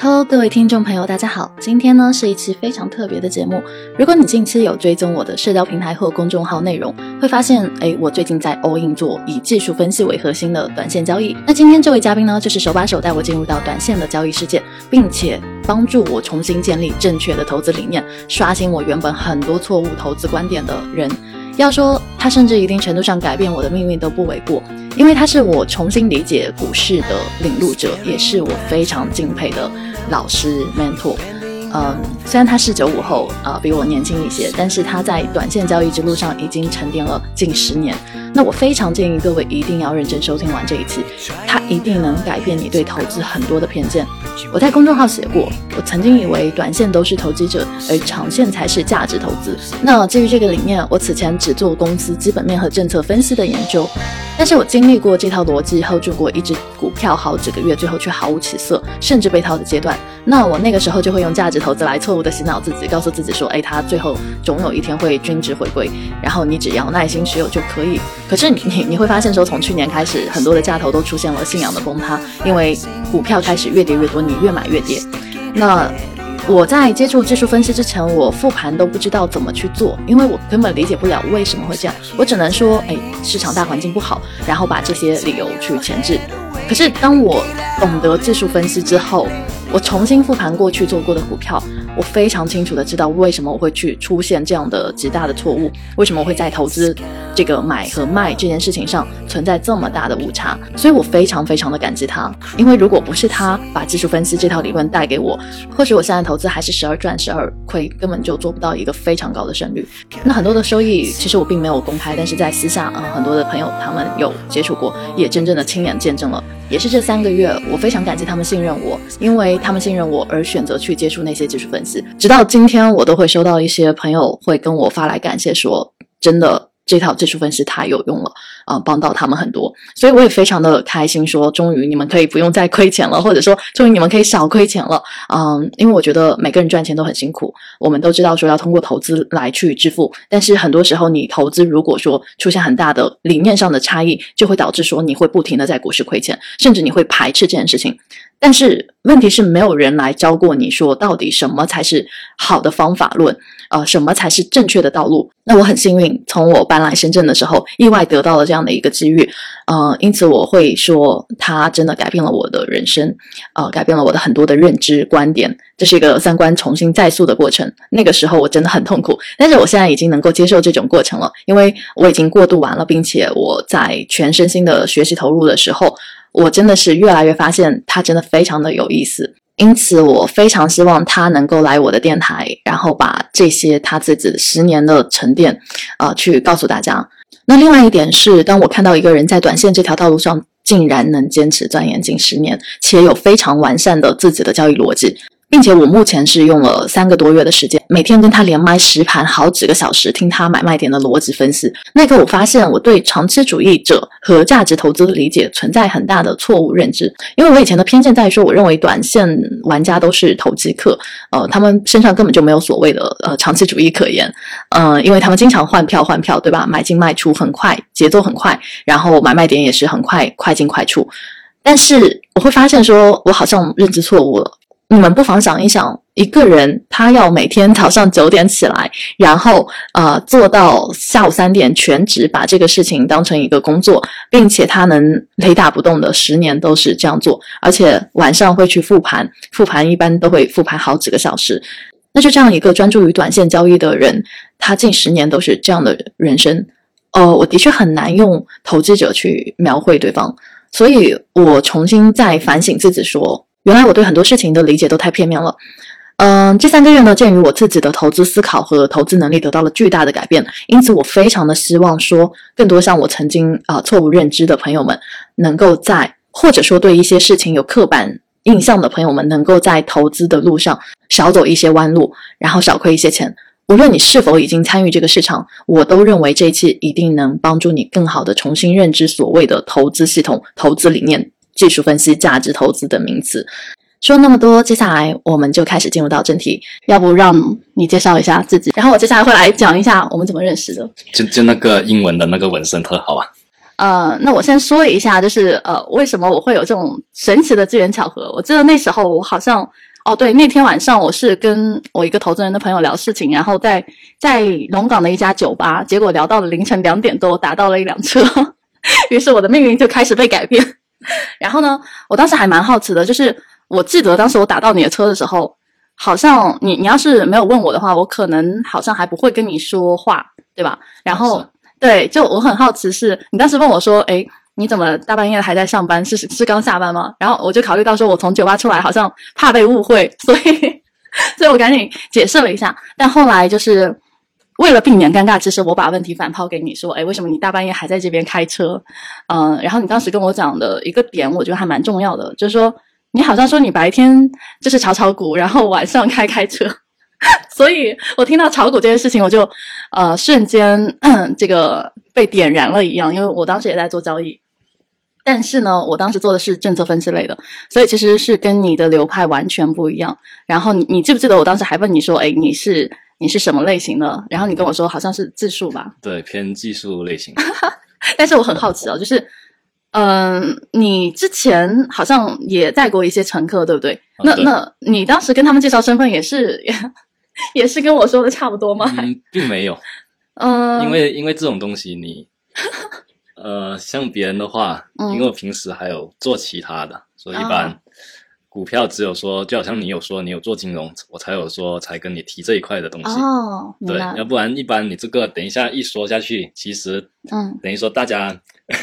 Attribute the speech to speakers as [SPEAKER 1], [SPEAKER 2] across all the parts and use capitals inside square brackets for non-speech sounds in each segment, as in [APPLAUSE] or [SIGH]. [SPEAKER 1] Hello，各位听众朋友，大家好。今天呢是一期非常特别的节目。如果你近期有追踪我的社交平台或公众号内容，会发现，哎，我最近在 all in 做以技术分析为核心的短线交易。那今天这位嘉宾呢，就是手把手带我进入到短线的交易世界，并且帮助我重新建立正确的投资理念，刷新我原本很多错误投资观点的人。要说他甚至一定程度上改变我的命运都不为过，因为他是我重新理解股市的领路者，也是我非常敬佩的老师 mentor。嗯，虽然他是九五后啊、呃比我年轻一些，但是他在短线交易之路上已经沉淀了近十年。那我非常建议各位一定要认真收听完这一期，它一定能改变你对投资很多的偏见。我在公众号写过，我曾经以为短线都是投机者，而长线才是价值投资。那基于这个理念，我此前只做公司基本面和政策分析的研究，但是我经历过这套逻辑后，住过一只股票好几个月，最后却毫无起色，甚至被套的阶段。那我那个时候就会用价值投资来错误的洗脑自己，告诉自己说，哎，它最后总有一天会均值回归，然后你只要耐心持有就可以。可是你 [LAUGHS] 你你会发现说，从去年开始，很多的价投都出现了信仰的崩塌，因为股票开始越跌越多，你越买越跌。那我在接触技术分析之前，我复盘都不知道怎么去做，因为我根本理解不了为什么会这样。我只能说，哎，市场大环境不好，然后把这些理由去前置。可是当我懂得技术分析之后，我重新复盘过去做过的股票，我非常清楚的知道为什么我会去出现这样的极大的错误，为什么我会在投资这个买和卖这件事情上存在这么大的误差，所以我非常非常的感激他，因为如果不是他把技术分析这套理论带给我，或许我现在投资还是十二赚十二亏，根本就做不到一个非常高的胜率。那很多的收益其实我并没有公开，但是在私下啊、呃很多的朋友他们有接触过，也真正的亲眼见证了。也是这三个月，我非常感激他们信任我，因为他们信任我而选择去接触那些技术分析。直到今天，我都会收到一些朋友会跟我发来感谢说，真的这套技术分析太有用了啊、帮到他们很多。所以我也非常的开心说，终于你们可以不用再亏钱了，或者说终于你们可以少亏钱了。嗯，因为我觉得每个人赚钱都很辛苦，我们都知道说要通过投资来去致富，但是很多时候你投资如果说出现很大的理念上的差异，就会导致说你会不停的在股市亏钱，甚至你会排斥这件事情。但是问题是，没有人来教过你说到底什么才是好的方法论，呃，什么才是正确的道路。那我很幸运，从我搬来深圳的时候，意外得到了这样的一个机遇，呃，因此我会说，它真的改变了我的人生，呃，改变了我的很多的认知观点，这是一个三观重新再塑的过程。那个时候我真的很痛苦，但是我现在已经能够接受这种过程了，因为我已经过渡完了，并且我在全身心的学习投入的时候，我真的是越来越发现它真的非常的有意思。因此，我非常希望他能够来我的电台，然后把这些他自己十年的沉淀，呃，去告诉大家。那另外一点是，当我看到一个人在短线这条道路上竟然能坚持钻研近十年，且有非常完善的自己的交易逻辑，并且我目前是用了三个多月的时间，每天跟他连麦实盘好几个小时，听他买卖点的逻辑分析。那一刻，我发现我对长期主义者和价值投资的理解存在很大的错误认知，因为我以前的偏见在于说，我认为短线玩家都是投机客，呃，他们身上根本就没有所谓的呃长期主义可言，呃，因为他们经常换票换票，对吧？买进卖出很快，节奏很快，然后买卖点也是很快，快进快出。但是我会发现说，我好像认知错误了。你们不妨想一想，一个人他要每天早上九点起来，然后呃做到下午三点全职，把这个事情当成一个工作，并且他能雷打不动的十年都是这样做，而且晚上会去复盘，复盘一般都会复盘好几个小时。那就这样一个专注于短线交易的人，他近十年都是这样的人生。呃，我的确很难用投机者去描绘对方，所以我重新再反省自己说，原来我对很多事情的理解都太片面了。嗯，这三个月呢，鉴于我自己的投资思考和投资能力得到了巨大的改变，因此我非常的希望说，更多像我曾经啊、呃错误认知的朋友们，能够在或者说对一些事情有刻板印象的朋友们，能够在投资的路上少走一些弯路，然后少亏一些钱。无论你是否已经参与这个市场，我都认为这一期一定能帮助你更好的重新认知所谓的投资系统、投资理念、技术分析、价值投资等名词。说那么多，接下来我们就开始进入到正题。要不让你介绍一下自己，然后我接下来会来讲一下我们怎么认识的。
[SPEAKER 2] 就就那个英文的那个纹身特好啊，
[SPEAKER 1] 呃，那我先说一下，就是呃，为什么我会有这种神奇的机缘巧合？我记得那时候我好像哦，对，那天晚上我是跟我一个投资人的朋友聊事情，然后在在龙岗的一家酒吧，结果聊到了凌晨两点多，我打到了一辆车， [LAUGHS] 于是我的命运就开始被改变。 [LAUGHS] 然后呢，我当时还蛮好奇的，就是我记得当时我打到你的车的时候，好像你你要是没有问我的话，我可能好像还不会跟你说话，对吧？然后
[SPEAKER 2] 是
[SPEAKER 1] 对，就我很好奇是，你当时问我说，诶，你怎么大半夜还在上班？是是刚下班吗？然后我就考虑到说，我从酒吧出来好像怕被误会，所以 [LAUGHS] 所以我赶紧解释了一下。但后来就是为了避免尴尬，其实我把问题反抛给你说，诶，为什么你大半夜还在这边开车？嗯、然后你当时跟我讲的一个点，我觉得还蛮重要的，就是说你好像说你白天就是炒炒股，然后晚上开开车。所以我听到炒股这件事情，我就呃瞬间嗯这个被点燃了一样，因为我当时也在做交易，但是呢，我当时做的是政策分析类的，所以其实是跟你的流派完全不一样。然后你你记不记得我当时还问你说，哎，你是你是什么类型的？然后你跟我说好像是自述吧，
[SPEAKER 2] 对，偏技术类 [LAUGHS] 型。
[SPEAKER 1] 但是我很好奇哦，就是，嗯、你之前好像也带过一些乘客，对不对？
[SPEAKER 2] 啊
[SPEAKER 1] 那
[SPEAKER 2] 对
[SPEAKER 1] 那你当时跟他们介绍身份也是也是跟我说的差不多吗？
[SPEAKER 2] 嗯，并没有，
[SPEAKER 1] 嗯、
[SPEAKER 2] 因为因为这种东西 [LAUGHS] 你，呃，像别人的话，
[SPEAKER 1] 嗯
[SPEAKER 2] 因为我平时还有做其他的，所以一般股票只有说，就好像你有说你有做金融，我才有说才跟你提这一块的东西。
[SPEAKER 1] 哦，明
[SPEAKER 2] 对
[SPEAKER 1] 白，了，
[SPEAKER 2] 要不然一般你这个等一下一说下去，其实
[SPEAKER 1] 嗯，
[SPEAKER 2] 等于说大家 [LAUGHS]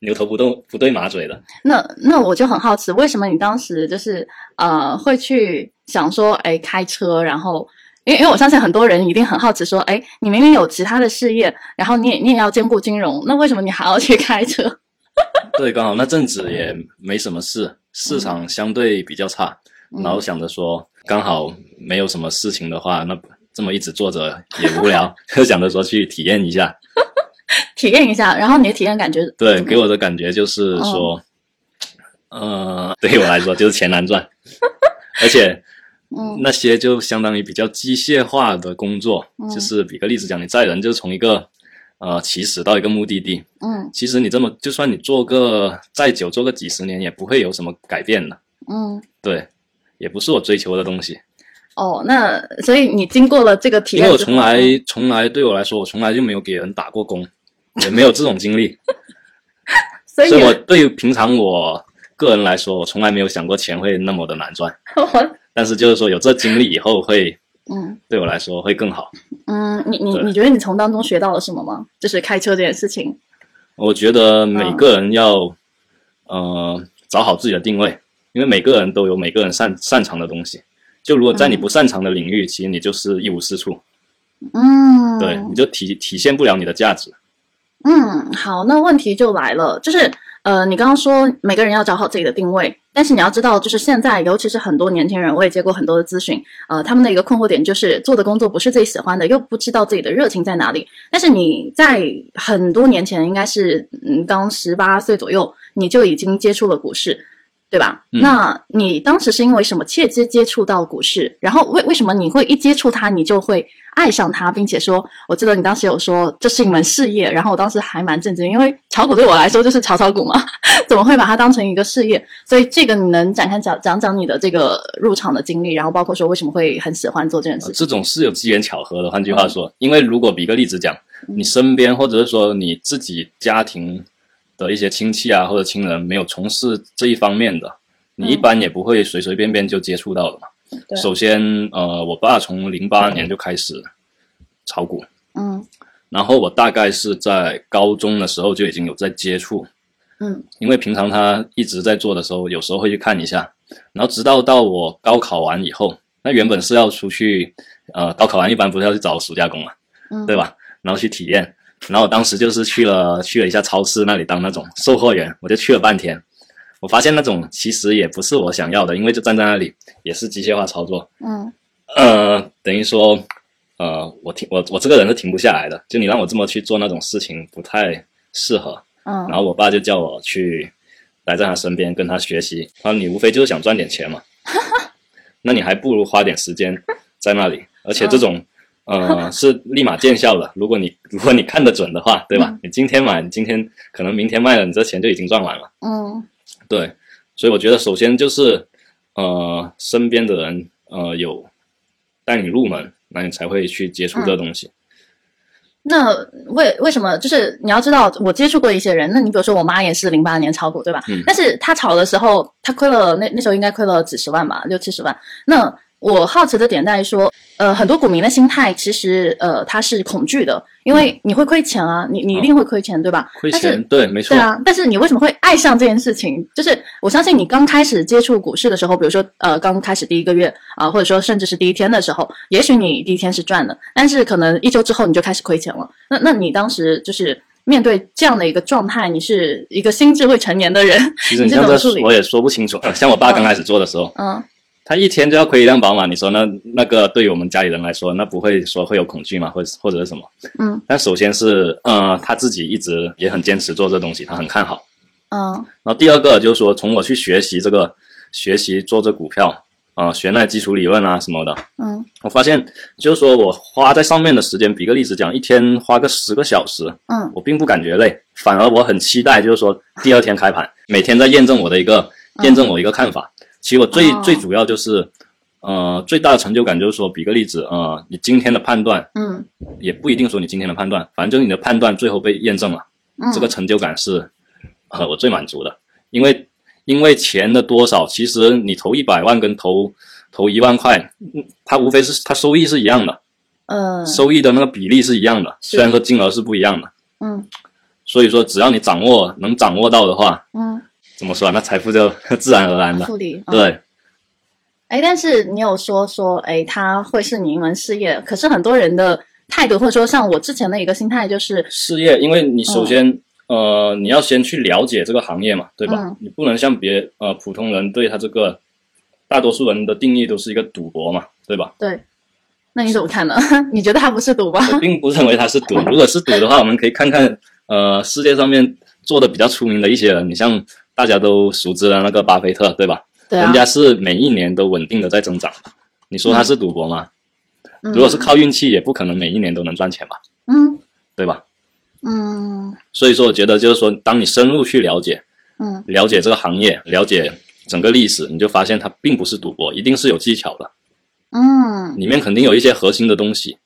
[SPEAKER 2] 牛头不动不对马嘴的。
[SPEAKER 1] 那那我就很好奇，为什么你当时就是呃会去想说，哎，开车，然后。因为因为我相信很多人一定很好奇，说，哎，你明明有其他的事业，然后你也你也要兼顾金融，那为什么你还要去开车？
[SPEAKER 2] [LAUGHS] 对，刚好那阵子也没什么事，市场相对比较差，
[SPEAKER 1] 嗯
[SPEAKER 2] 然后想着说刚好没有什么事情的话，那这么一直坐着也无聊， [LAUGHS] 就想着说去体验一下。
[SPEAKER 1] 体验一下，然后你的体验感觉
[SPEAKER 2] 对，
[SPEAKER 1] 怎么
[SPEAKER 2] 给我的感觉就是说，
[SPEAKER 1] 嗯
[SPEAKER 2] 呃，对于我来说就是钱难
[SPEAKER 1] [LAUGHS]
[SPEAKER 2] 赚，而且
[SPEAKER 1] 嗯
[SPEAKER 2] 那些就相当于比较机械化的工作，
[SPEAKER 1] 嗯
[SPEAKER 2] 就是比个例子讲，你载人就是从一个呃起始到一个目的地，
[SPEAKER 1] 嗯
[SPEAKER 2] 其实你这么就算你做个再久，做个几十年也不会有什么改变的。
[SPEAKER 1] 嗯，
[SPEAKER 2] 对，也不是我追求的东西，
[SPEAKER 1] 哦，那所以你经过了这个体
[SPEAKER 2] 因
[SPEAKER 1] 验
[SPEAKER 2] 为我
[SPEAKER 1] 之后，
[SPEAKER 2] 从来从来对我来说，我从来就没有给人打过工，也没有这种经历，
[SPEAKER 1] 所以
[SPEAKER 2] 所以
[SPEAKER 1] 你
[SPEAKER 2] 我对于平常我个人来说，我从来没有想过钱会那么的难赚，
[SPEAKER 1] 我
[SPEAKER 2] 但是就是说有这经历以后会
[SPEAKER 1] 嗯
[SPEAKER 2] 对我来说会更好。
[SPEAKER 1] 嗯，你你
[SPEAKER 2] 对
[SPEAKER 1] 你觉得你从当中学到了什么吗？就是开车这件事情，
[SPEAKER 2] 我觉得每
[SPEAKER 1] 嗯
[SPEAKER 2] 个人要、呃找好自己的定位，因为每个人都有每个人擅擅长的东西。就如果在你不擅长的领域，其实你就是一无是处，
[SPEAKER 1] 嗯，
[SPEAKER 2] 对，你就体体现不了你的价值。
[SPEAKER 1] 嗯，好，那问题就来了，就是呃，你刚刚说每个人要找好自己的定位，但是你要知道，就是现在尤其是很多年轻人，我也接过很多的咨询，呃，他们的一个困惑点就是做的工作不是自己喜欢的，又不知道自己的热情在哪里。但是你在很多年前，应该是嗯，刚十八岁左右，你就已经接触了股市。对吧？
[SPEAKER 2] 嗯
[SPEAKER 1] 那你当时是因为什么切接接触到股市？然后为为什么你会一接触它，你就会爱上它，并且说，我记得你当时有说这是一门事业，然后我当时还蛮震惊，因为炒股对我来说就是炒炒股嘛， [LAUGHS] 怎么会把它当成一个事业？所以这个你能展开讲讲讲你的这个入场的经历，然后包括说为什么会很喜欢做这件事情？
[SPEAKER 2] 呃这种是有机缘巧合的。换句话说，因为如果比个例子讲，
[SPEAKER 1] 嗯
[SPEAKER 2] 你身边或者是说你自己家庭的一些亲戚啊或者亲人没有从事这一方面的，你一般也不会随随便便就接触到的嘛。
[SPEAKER 1] 嗯对
[SPEAKER 2] 首先，呃，我爸从零八年就开始炒股，
[SPEAKER 1] 嗯
[SPEAKER 2] 然后我大概是在高中的时候就已经有在接触，
[SPEAKER 1] 嗯
[SPEAKER 2] 因为平常他一直在做的时候，有时候会去看一下，然后直到到我高考完以后，那原本是要出去，呃，高考完一般不是要去找暑假工嘛，
[SPEAKER 1] 嗯，
[SPEAKER 2] 对吧？然后去体验，然后我当时就是去了去了一下超市那里当那种售货员，我就去了半天，我发现那种其实也不是我想要的，因为就站在那里也是机械化操作，
[SPEAKER 1] 嗯
[SPEAKER 2] 呃，等于说，呃，我停我我这个人是停不下来的，就你让我这么去做那种事情不太适合，
[SPEAKER 1] 嗯
[SPEAKER 2] 然后我爸就叫我去待在他身边跟他学习。他说你无非就是想赚点钱嘛，那你还不如花点时间在那里，而且这种。呃，是立马见效的。如果你如果你看得准的话，对吧？
[SPEAKER 1] 嗯
[SPEAKER 2] 你今天买，你今天可能明天卖了，你这钱就已经赚完了。
[SPEAKER 1] 嗯
[SPEAKER 2] 对，所以我觉得首先就是，呃身边的人呃有带你入门，那你才会去接
[SPEAKER 1] 嗯
[SPEAKER 2] 触这东西。
[SPEAKER 1] 那为为什么就是你要知道，我接触过一些人，那你比如说我妈也是零八年炒股，对吧？
[SPEAKER 2] 嗯
[SPEAKER 1] 但是她炒的时候，她亏了那那时候应该亏了几十万吧，六七十万。那我好奇的点在于说，呃，很多股民的心态其实呃他是恐惧的，因为你会亏钱啊，你你一定会亏钱，对吧？
[SPEAKER 2] 亏
[SPEAKER 1] 但是
[SPEAKER 2] 钱对，没错
[SPEAKER 1] 对，啊，但是你为什么会爱上这件事情？就是我相信你刚开始接触股市的时候，比如说呃，刚开始第一个月啊、或者说甚至是第一天的时候，也许你第一天是赚的，但是可能一周之后你就开始亏钱了。那那你当时就是面对这样的一个状态，你是一个心智未成年的人，
[SPEAKER 2] 其实
[SPEAKER 1] 你
[SPEAKER 2] 你
[SPEAKER 1] 这
[SPEAKER 2] 像
[SPEAKER 1] 种
[SPEAKER 2] 这
[SPEAKER 1] 处理
[SPEAKER 2] 我也说不清楚。呃像我爸刚开始做的时候，
[SPEAKER 1] [LAUGHS] 嗯，
[SPEAKER 2] 他一天就要亏一辆宝马，你说那那个对于我们家里人来说，那不会说会有恐惧吗？或者或者是什么？
[SPEAKER 1] 嗯，
[SPEAKER 2] 但首先是呃他自己一直也很坚持做这东西，他很看好。
[SPEAKER 1] 嗯
[SPEAKER 2] 然后第二个就是说，从我去学习这个学习做这股票啊、呃学那基础理论啊什么的，
[SPEAKER 1] 嗯
[SPEAKER 2] 我发现就是说我花在上面的时间，比个例子讲，一天花个十个小时，
[SPEAKER 1] 嗯
[SPEAKER 2] 我并不感觉累，反而我很期待，就是说第二天开盘，每天在验证我的一个
[SPEAKER 1] 嗯
[SPEAKER 2] 验证我一个看法。其实我最、
[SPEAKER 1] 哦
[SPEAKER 2] 最主要就是，呃，最大的成就感就是说，比个例子，呃，你今天的判断
[SPEAKER 1] 嗯
[SPEAKER 2] 也不一定说你今天的判断，反正就是你的判断最后被验证了，
[SPEAKER 1] 嗯，
[SPEAKER 2] 这个成就感是，呃，我最满足的，因为因为钱的多少，其实你投一百万跟投投一万块，嗯它无非是它收益是一样的，
[SPEAKER 1] 嗯
[SPEAKER 2] 收益的那个比例是一样的，
[SPEAKER 1] 是
[SPEAKER 2] 虽然说金额是不一样的。
[SPEAKER 1] 嗯
[SPEAKER 2] 所以说，只要你掌握能掌握到的话，
[SPEAKER 1] 嗯
[SPEAKER 2] 怎么说、啊？那财富就 [LAUGHS] 自然而然的。
[SPEAKER 1] 复利，嗯
[SPEAKER 2] 对，
[SPEAKER 1] 哎，但是你有说说，哎，它会是你一门事业，可是很多人的态度，或者说像我之前的一个心态，就是，
[SPEAKER 2] 事业，因为你
[SPEAKER 1] 嗯
[SPEAKER 2] 首先、呃，你要先去了解这个行业嘛，对吧？
[SPEAKER 1] 嗯
[SPEAKER 2] 你不能像别呃普通人对他这个，大多数人的定义都是一个赌博嘛，对吧？
[SPEAKER 1] 那你怎么看呢？ [LAUGHS] 你觉得它不是赌吧？
[SPEAKER 2] 我并不认为他是赌。如果是赌的话，我们可以看看呃世界上面做的比较出名的一些人，你像大家都熟知的那个巴菲特，对吧？
[SPEAKER 1] 对啊嗯
[SPEAKER 2] 人，家是每一年都稳定的在增长。你说他是赌博吗？如果是靠运气，也不可能每一年都能赚钱吧，
[SPEAKER 1] 嗯
[SPEAKER 2] 对吧？
[SPEAKER 1] 嗯
[SPEAKER 2] 所以说，我觉得就是说，当你深入去了解、
[SPEAKER 1] 嗯
[SPEAKER 2] 了解这个行业、了解整个历史，你就发现它并不是赌博，一定是有技巧的，
[SPEAKER 1] 嗯
[SPEAKER 2] 里面肯定有一些核心的东西，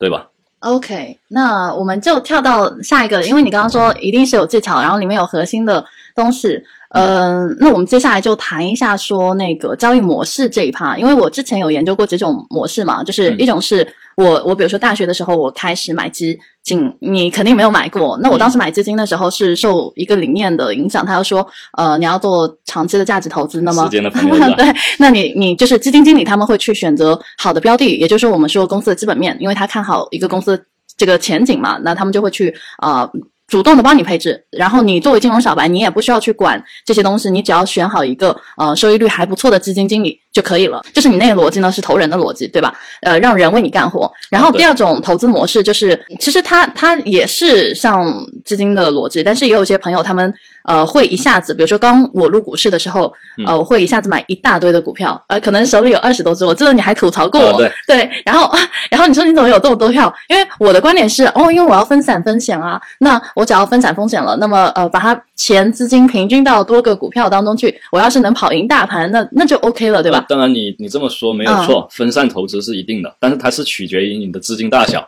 [SPEAKER 2] 对吧？
[SPEAKER 1] ，OK，那我们就跳到下一个，因为你刚刚说一定是有技巧，然后里面有核心的东西。嗯、那我们接下来就谈一下说那个交易模式这一趴，因为我之前有研究过几种模式嘛，就是
[SPEAKER 2] 嗯
[SPEAKER 1] 一种是我我比如说大学的时候我开始买基金，你肯定没有买过。那我
[SPEAKER 2] 嗯
[SPEAKER 1] 当时买基金的时候是受一个理念的影响，他就说，呃，你要做长期的价值投资，那么
[SPEAKER 2] 时间的
[SPEAKER 1] [LAUGHS]
[SPEAKER 2] 啊朋友吧？
[SPEAKER 1] 对，那你你就是基金经理，他们会去选择好的标的，也就是我们说公司的基本面，因为他看好一个公司的这个前景嘛，那他们就会去啊。呃主动的帮你配置，然后你作为金融小白，你也不需要去管这些东西，你只要选好一个呃收益率还不错的基金经理就可以了。就是你那个逻辑呢是投人的逻辑，对吧？呃，让人为你干活。然后
[SPEAKER 2] 哦对
[SPEAKER 1] 第二种投资模式就是，其实它它也是像基金的逻辑，但是也有一些朋友他们呃会一下子，比如说刚我入股市的时候，
[SPEAKER 2] 嗯
[SPEAKER 1] 呃，我会一下子买一大堆的股票，呃，可能手里有二十多只，我记得你还吐槽过我，
[SPEAKER 2] 啊对
[SPEAKER 1] 然后然后你说你怎么有这么多票？因为我的观点是，哦，因为我要分散风险啊，那我只要分散风险了，那么呃，把它钱资金平均到多个股票当中去，我要是能跑赢大盘，那那就 OK 了，对吧？嗯
[SPEAKER 2] 呃当然你，你这么说没有错，分散投资是一定的，但是它是取决于你的资金大小，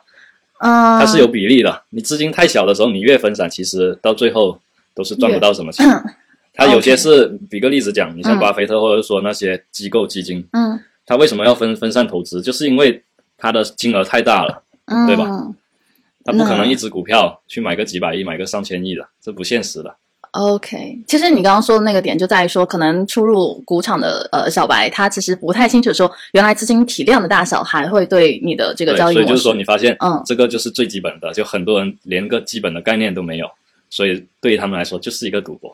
[SPEAKER 1] 嗯、
[SPEAKER 2] 它是有比例的。你资金太小的时候，你越分散，其实到最后都是赚不到什么钱。它有些是，比个例子讲，你像
[SPEAKER 1] 嗯
[SPEAKER 2] 巴菲特或者说那些机构基金，
[SPEAKER 1] 嗯
[SPEAKER 2] 它为什么要分分散投资？就是因为它的金额太大了，
[SPEAKER 1] 嗯，
[SPEAKER 2] 对吧它不可能
[SPEAKER 1] 嗯
[SPEAKER 2] 一只股票去买个几百亿、买个上千亿的，这不现实的。
[SPEAKER 1] OK，其实你刚刚说的那个点就在于说，可能初入股场的呃小白，他其实不太清楚说，原来资金体量的大小还会对你的这个
[SPEAKER 2] 对，
[SPEAKER 1] 交易
[SPEAKER 2] 所
[SPEAKER 1] 模式。
[SPEAKER 2] 以就是说，你发现
[SPEAKER 1] 嗯
[SPEAKER 2] 这个就是最基本的，就很多人连个基本的概念都没有，所以对于他们来说就是一个赌博。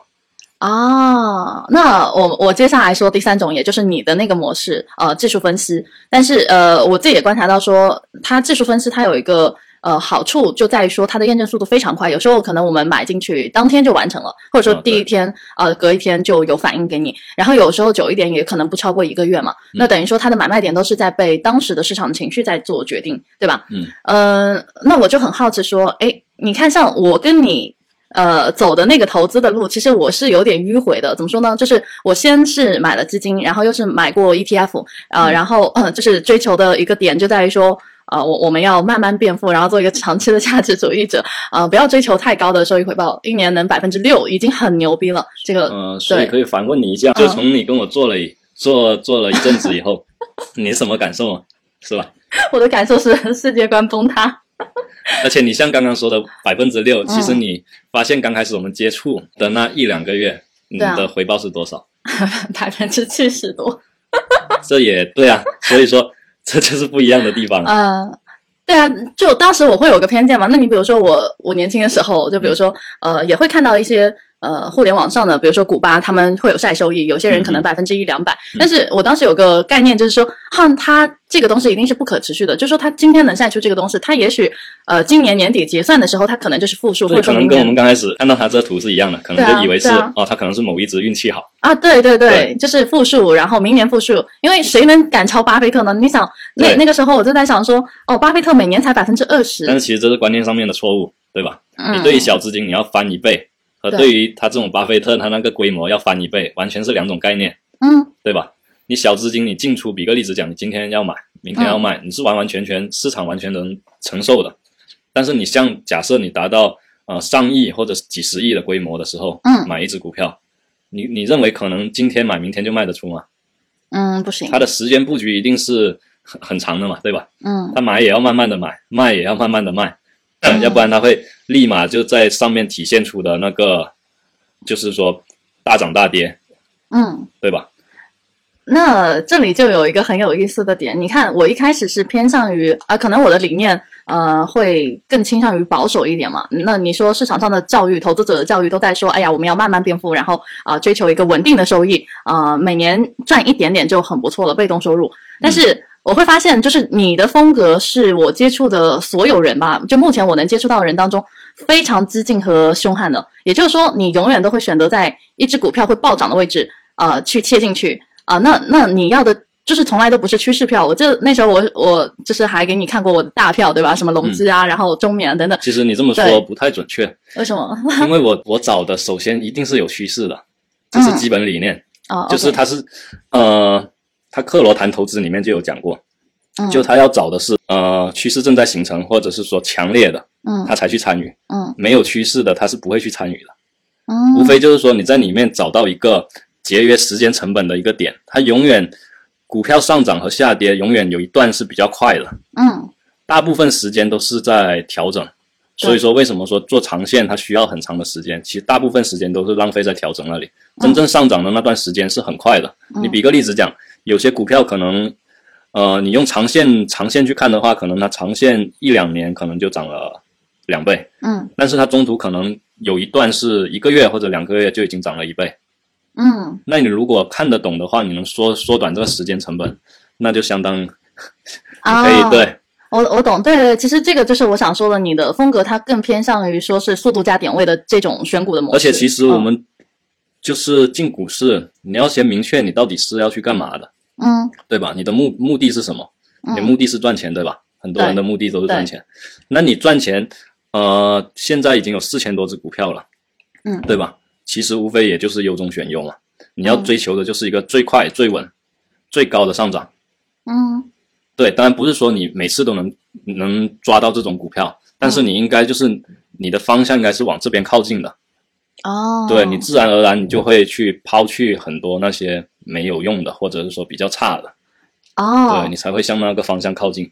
[SPEAKER 1] 啊，那我我接下来说第三种，也就是你的那个模式，呃，技术分析。但是呃，我自己也观察到说，它技术分析它有一个呃好处，就在于说它的验证速度非常快，有时候可能我们买进去当天就完成了，或者说
[SPEAKER 2] 啊
[SPEAKER 1] 第一
[SPEAKER 2] 对
[SPEAKER 1] 天、呃隔一天就有反应给你，然后有时候久一点也可能不超过一个月嘛。
[SPEAKER 2] 嗯
[SPEAKER 1] 那等于说它的买卖点都是在被当时的市场情绪在做决定，对吧？
[SPEAKER 2] 嗯，
[SPEAKER 1] 呃，那我就很好奇说，哎，你看像我跟你。呃走的那个投资的路，其实我是有点迂回的。怎么说呢？就是我先是买了基金，然后又是买过 ETF，呃，然后呃就是追求的一个点就在于说。啊、呃，我我们要慢慢变富，然后做一个长期的价值主义者啊、呃，不要追求太高的收益回报，一年能百分之六已经很牛逼了。这个，
[SPEAKER 2] 呃，所以
[SPEAKER 1] 对，嗯
[SPEAKER 2] 可以反问你一下，就从你跟我做了一做做了一阵子以后， [LAUGHS] 你什么感受啊？是吧？
[SPEAKER 1] [LAUGHS] 我的感受是世界观崩塌。 [LAUGHS]
[SPEAKER 2] 而且你像刚刚说的百分之六，
[SPEAKER 1] 嗯
[SPEAKER 2] 其实你发现刚开始我们接触的那一两个月，你
[SPEAKER 1] 对啊
[SPEAKER 2] 的回报是多少？
[SPEAKER 1] 百分之七十多。
[SPEAKER 2] 这也对啊，所以说这就是不一样的地方。啊
[SPEAKER 1] 呃，对啊，就当时我会有个偏见嘛。那你比如说我，我年轻的时候，就比如说，呃，也会看到一些呃互联网上的，比如说古巴，他们会有晒收益，有些
[SPEAKER 2] 嗯
[SPEAKER 1] 人可能百分之一两百。但是我当时有个概念，就是说，哈，它这个东西一定是不可持续的，就是说它今天能晒出这个东西，它也许呃今年年底结算的时候，它可能就是负数，或
[SPEAKER 2] 对，
[SPEAKER 1] 者说
[SPEAKER 2] 可能
[SPEAKER 1] 明
[SPEAKER 2] 跟我们
[SPEAKER 1] 年
[SPEAKER 2] 刚开始看到它这图是一样的，可能
[SPEAKER 1] 对啊
[SPEAKER 2] 就以为是、
[SPEAKER 1] 对啊
[SPEAKER 2] 哦，它可能是某一只运气好。
[SPEAKER 1] 啊，对对对，
[SPEAKER 2] 对
[SPEAKER 1] 就是负数，然后明年负数，因为谁能赶超巴菲特呢？你想，那
[SPEAKER 2] 对
[SPEAKER 1] 那个时候我就在想说，哦，巴菲特每年才百分之二十，
[SPEAKER 2] 但是其实这是观念上面的错误，对吧？
[SPEAKER 1] 嗯
[SPEAKER 2] 嗯你对于小资金你要翻一倍，和
[SPEAKER 1] 对
[SPEAKER 2] 对于他这种巴菲特他那个规模要翻一倍，完全是两种概念，
[SPEAKER 1] 嗯。
[SPEAKER 2] 对吧？你小资金你进出，比个例子讲，你今天要买，明
[SPEAKER 1] 嗯
[SPEAKER 2] 天要卖，你是完完全全市场完全能承受的。但是你像假设你达到呃上亿或者几十亿的规模的时候，
[SPEAKER 1] 嗯
[SPEAKER 2] 买一只股票，你你认为可能今天买明天就卖得出吗？
[SPEAKER 1] 嗯，不行
[SPEAKER 2] 它，的时间布局一定是很很长的嘛，对吧？
[SPEAKER 1] 嗯
[SPEAKER 2] 他买也要慢慢的买，卖也要慢慢的卖， [COUGHS]
[SPEAKER 1] 嗯
[SPEAKER 2] 要不然他会立马就在上面体现出的那个，就是说大涨大跌，
[SPEAKER 1] 嗯。
[SPEAKER 2] 对吧？
[SPEAKER 1] 那这里就有一个很有意思的点，你看，我一开始是偏向于啊、可能我的理念呃会更倾向于保守一点嘛。那你说市场上的教育，投资者的教育都在说，哎呀，我们要慢慢变富，然后啊、追求一个稳定的收益，啊，每年赚一点点就很不错了，被动收入。但是我会发现，就是你的风格是我接触的所有人吧，就目前我能接触到的人当中非常激进和凶悍的。也就是说，你永远都会选择在一只股票会暴涨的位置，啊，去切进去啊、那那你要的。就是从来都不是趋势票，我这那时候我我就是还给你看过我的大票，对吧？什么融资
[SPEAKER 2] 嗯
[SPEAKER 1] 啊，然后中免啊等等，
[SPEAKER 2] 其实你这么说
[SPEAKER 1] 对
[SPEAKER 2] 不太准确，
[SPEAKER 1] 为什么？ [LAUGHS]
[SPEAKER 2] 因为我我找的首先一定是有趋势的，这是基本理念，
[SPEAKER 1] 哦，
[SPEAKER 2] 就是它是呃，他克罗谈投资里面就有讲过，
[SPEAKER 1] 他
[SPEAKER 2] 就他要找的是呃趋势正在形成或者是说强烈的，
[SPEAKER 1] 嗯
[SPEAKER 2] 他才去参与，
[SPEAKER 1] 嗯
[SPEAKER 2] 没有趋势的他是不会去参与的。
[SPEAKER 1] 嗯，
[SPEAKER 2] 无非就是说你在里面找到一个节约时间成本的一个点，它永远股票上涨和下跌永远有一段是比较快的，
[SPEAKER 1] 嗯
[SPEAKER 2] 大部分时间都是在调整。
[SPEAKER 1] 对
[SPEAKER 2] 所以说，为什么说做长线它需要很长的时间？其实大部分时间都是浪费在调整那里。真正上涨的那段时间是很快的。
[SPEAKER 1] 嗯
[SPEAKER 2] 你比个例子讲，有些股票可能，呃，你用长线长线去看的话，可能它长线一两年可能就涨了两倍，
[SPEAKER 1] 嗯
[SPEAKER 2] 但是它中途可能有一段是一个月或者两个月就已经涨了一倍。
[SPEAKER 1] 嗯
[SPEAKER 2] 那你如果看得懂的话，你能缩缩短这个时间成本，那就相当
[SPEAKER 1] 啊，
[SPEAKER 2] 可以、，对
[SPEAKER 1] 我我懂，对对，其实这个就是我想说的，你的风格它更偏向于说是速度加点位的这种选股的模
[SPEAKER 2] 而
[SPEAKER 1] 式。
[SPEAKER 2] 且其实我们就是进股市，你要先明确你到底是要去干嘛的，
[SPEAKER 1] 嗯
[SPEAKER 2] 对吧？你的目目的是什么？你的
[SPEAKER 1] 嗯
[SPEAKER 2] 目的是赚钱，对吧？很多人的目的都是赚
[SPEAKER 1] 对
[SPEAKER 2] 钱。那你赚钱，呃，现在已经有四千多只股票了，
[SPEAKER 1] 嗯
[SPEAKER 2] 对吧？其实无非也就是优中选优嘛。你要
[SPEAKER 1] 嗯
[SPEAKER 2] 追求的就是一个最快、最稳、最高的上涨。
[SPEAKER 1] 嗯
[SPEAKER 2] 对，当然不是说你每次都能能抓到这种股票，但
[SPEAKER 1] 嗯
[SPEAKER 2] 是你应该就是你的方向应该是往这边靠近的，
[SPEAKER 1] 哦，嗯
[SPEAKER 2] 对你自然而然你就会去抛去很多那些没有用的或者是说比较差的，
[SPEAKER 1] 哦
[SPEAKER 2] 对，你才会向那个方向靠近。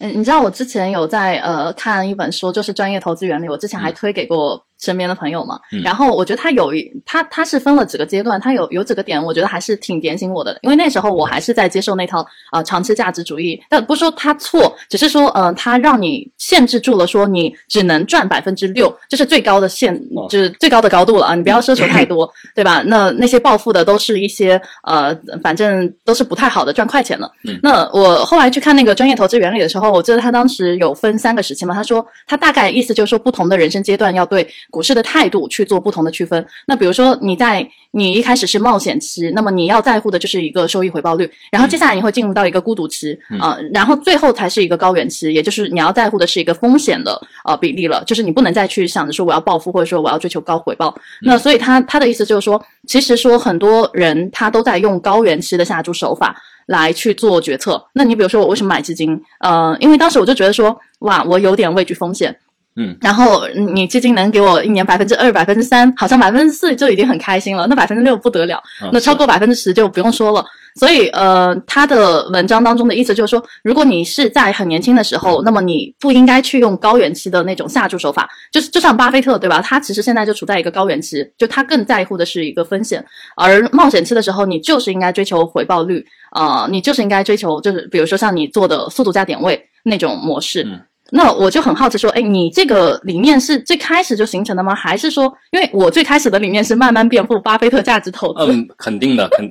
[SPEAKER 1] 嗯，你知道我之前有在呃看一本书，就是《专业投资原理》，我之前还推给过身边的朋友嘛。
[SPEAKER 2] 嗯
[SPEAKER 1] 然后我觉得它有一，它它是分了几个阶段，它有有几个点，我觉得还是挺点醒我的，因为那时候我还是在接受那套呃长期价值主义，但不是说它错，只是说呃它让你限制住了，说你只能赚百分之六，这是最高的限
[SPEAKER 2] 哦，
[SPEAKER 1] 就是最高的高度了啊，你不要奢求太多，对吧？那那些暴富的都是一些呃，反正都是不太好的赚快钱的。嗯那我后来去看那个专业投资原理的时候，我记得他当时有分三个时期嘛，他说他大概意思就是说，不同的人生阶段要对股市的态度去做不同的区分。那比如说你在你一开始是冒险期，那么你要在乎的就是一个收益回报率，然后接下来你会进入到一个孤独期
[SPEAKER 2] 嗯
[SPEAKER 1] 啊、呃然后最后才是一个高原期，也就是你要在乎的是一个风险的呃比例了，就是你不能再去想着说我要暴富或者说我要追求高回报。那所以他他的意思就是说，其实说很多人他都在用高原期的下注手法，来去做决策。那你比如说我为什么买基金？呃，因为当时我就觉得说，哇，我有点畏惧风险。
[SPEAKER 2] 嗯，
[SPEAKER 1] 然后你基金能给我一年百分之二、百分之三，好像百分之四就已经很开心了，那百分之六不得了。
[SPEAKER 2] 啊
[SPEAKER 1] 那超
[SPEAKER 2] 是
[SPEAKER 1] 过百分之十就不用说了。所以，呃，他的文章当中的意思就是说，如果你是在很年轻的时候，
[SPEAKER 2] 嗯
[SPEAKER 1] 那么你不应该去用高原期的那种下注手法。就是就像巴菲特对吧？他其实现在就处在一个高原期，就他更在乎的是一个风险，而冒险期的时候，你就是应该追求回报率，呃，你就是应该追求就是比如说像你做的速度加点位那种模式。
[SPEAKER 2] 嗯
[SPEAKER 1] 那我就很好奇，说，哎，你这个理念是最开始就形成的吗？还是说，因为我最开始的理念是慢慢变富，巴菲特价值投资，
[SPEAKER 2] 嗯，肯定的，肯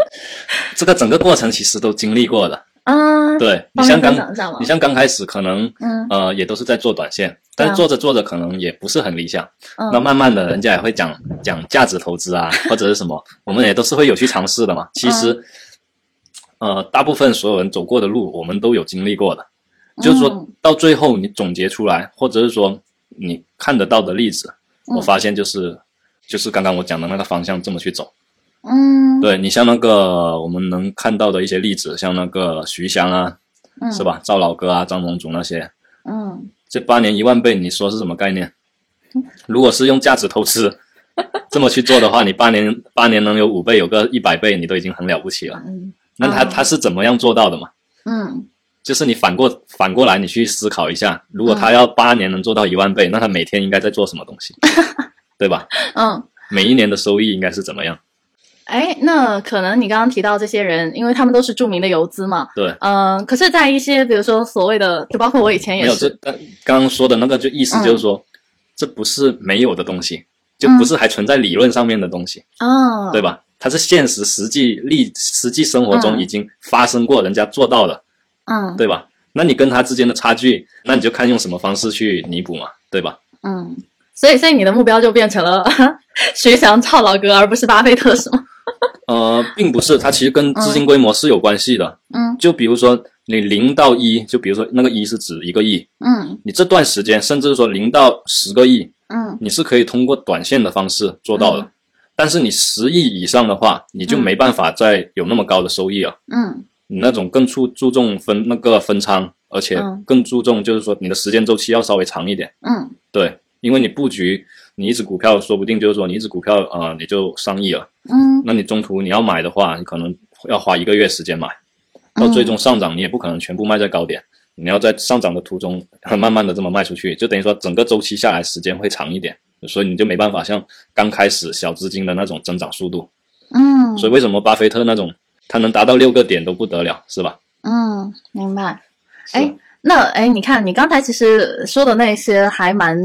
[SPEAKER 2] 这个整个过程其实都经历过的。
[SPEAKER 1] 啊，
[SPEAKER 2] 对你
[SPEAKER 1] 方便分享
[SPEAKER 2] 像刚
[SPEAKER 1] 一下吗
[SPEAKER 2] 你？像刚开始可能
[SPEAKER 1] 嗯
[SPEAKER 2] 呃也都是在做短线，但
[SPEAKER 1] 对啊
[SPEAKER 2] 是做着做着可能也不是很理想。那
[SPEAKER 1] 嗯
[SPEAKER 2] 慢慢的，人家也会讲讲价值投资啊，或者是什么，我们也都是会有去尝试的嘛。其实，
[SPEAKER 1] 嗯
[SPEAKER 2] 呃，大部分所有人走过的路，我们都有经历过的。就是说
[SPEAKER 1] 嗯
[SPEAKER 2] 到最后，你总结出来，或者是说你看得到的例子，
[SPEAKER 1] 嗯
[SPEAKER 2] 我发现就是就是刚刚我讲的那个方向这么去走。
[SPEAKER 1] 嗯，
[SPEAKER 2] 对你像那个我们能看到的一些例子，像那个徐翔啊，
[SPEAKER 1] 嗯
[SPEAKER 2] 是？吧？赵老哥啊，张盟主那些，
[SPEAKER 1] 嗯，
[SPEAKER 2] 这八年一万倍，你说是什么概念？如果是用价值投资这么去做的话，你八年八年能有五倍，有个一百倍，你都已经很了不起了。
[SPEAKER 1] 嗯
[SPEAKER 2] 那他
[SPEAKER 1] 哦
[SPEAKER 2] 他是怎么样做到的嘛？
[SPEAKER 1] 嗯
[SPEAKER 2] 就是你反过反过来，你去思考一下，如果
[SPEAKER 1] 嗯
[SPEAKER 2] 他要八年能做到一万倍，那他每天应该在做什么东
[SPEAKER 1] [LAUGHS]
[SPEAKER 2] 西，对吧？
[SPEAKER 1] 嗯，
[SPEAKER 2] 每一年的收益应该是怎么样？
[SPEAKER 1] 哎，那可能你刚刚提到这些人，因为他们都是著名的游资嘛，
[SPEAKER 2] 对，
[SPEAKER 1] 嗯，可是，在一些比如说所谓的，就包括我以前也
[SPEAKER 2] 没有这
[SPEAKER 1] 是，嗯
[SPEAKER 2] 刚刚刚说的那个，就意思就是说，这不是没有的东西，就不是还存在理论上面的东西。
[SPEAKER 1] 啊，
[SPEAKER 2] 对吧？它是现实、实际、历实际生活中
[SPEAKER 1] 嗯
[SPEAKER 2] 已经发生过，人家做到了，
[SPEAKER 1] 嗯
[SPEAKER 2] 对吧？那你跟他之间的差距，那你就看用什么方式去弥补嘛，对吧？
[SPEAKER 1] 嗯，所以，所以你的目标就变成了 [LAUGHS] 徐翔、赵老哥，而不是巴菲特，是吗？
[SPEAKER 2] 呃，并不是，它其实跟资金规模是有关系的。
[SPEAKER 1] 嗯
[SPEAKER 2] 就比如说你零到一，就比如说那个一是指一个亿，
[SPEAKER 1] 嗯
[SPEAKER 2] 你这段时间甚至是说零到十个亿，
[SPEAKER 1] 嗯
[SPEAKER 2] 你是可以通过短线的方式做到的。但是你十亿以上的话，你就没办法再有那么高的收益了。
[SPEAKER 1] 嗯
[SPEAKER 2] 你那种更注注重分那个分仓，而且
[SPEAKER 1] 嗯
[SPEAKER 2] 更注重就是说你的时间周期要稍微长一点，
[SPEAKER 1] 嗯
[SPEAKER 2] 对，因为你布局你一只股票，说不定就是说你一只股票啊、呃你就上亿了，
[SPEAKER 1] 嗯，
[SPEAKER 2] 那你中途你要买的话，你可能要花一个月时间买，到最终上涨你也不可能全部卖在高点，你要在上涨的途中慢慢的这么卖出去，就等于说整个周期下来时间会长一点，所以你就没办法像刚开始小资金的那种增长速度，
[SPEAKER 1] 嗯
[SPEAKER 2] 所以为什么巴菲特那种他能达到六个点都不得了，是吧？
[SPEAKER 1] 嗯，明白。
[SPEAKER 2] 是吧
[SPEAKER 1] 哎，那哎，你看你刚才其实说的那些，还蛮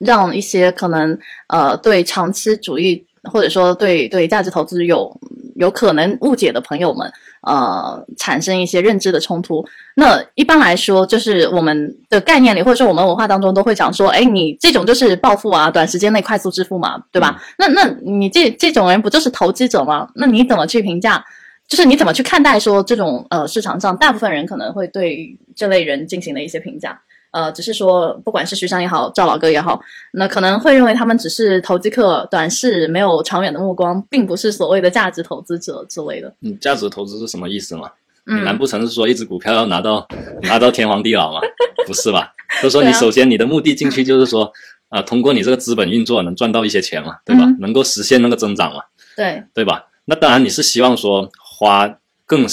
[SPEAKER 1] 让一些可能呃对长期主义或者说对对价值投资有有可能误解的朋友们，呃，产生一些认知的冲突。那一般来说，就是我们的概念里，或者说我们文化当中都会讲说，哎，你这种就是暴富啊，短时间内快速致富嘛，对吧？那那你这这种人不就是投机者吗？那你怎么去评价？就是你怎么去看待说这种呃市场上大部分人可能会对这类人进行的一些评价？呃，只是说不管是徐翔也好，赵老哥也好，那可能会认为他们只是投机客、短视，没有长远的目光，并不是所谓的价值投资者之类的。
[SPEAKER 2] 你价值投资是什么意思嘛？你难
[SPEAKER 1] 嗯
[SPEAKER 2] 不成是说一只股票要拿到拿到天荒地老吗？不是吧？就说你
[SPEAKER 1] 对啊
[SPEAKER 2] 首先你的目的进去就是说，啊、通过你这个资本运作能赚到一些钱嘛，对吧？
[SPEAKER 1] 嗯
[SPEAKER 2] 能够实现那个增长嘛，
[SPEAKER 1] 对，
[SPEAKER 2] 对吧？那当然你是希望说花更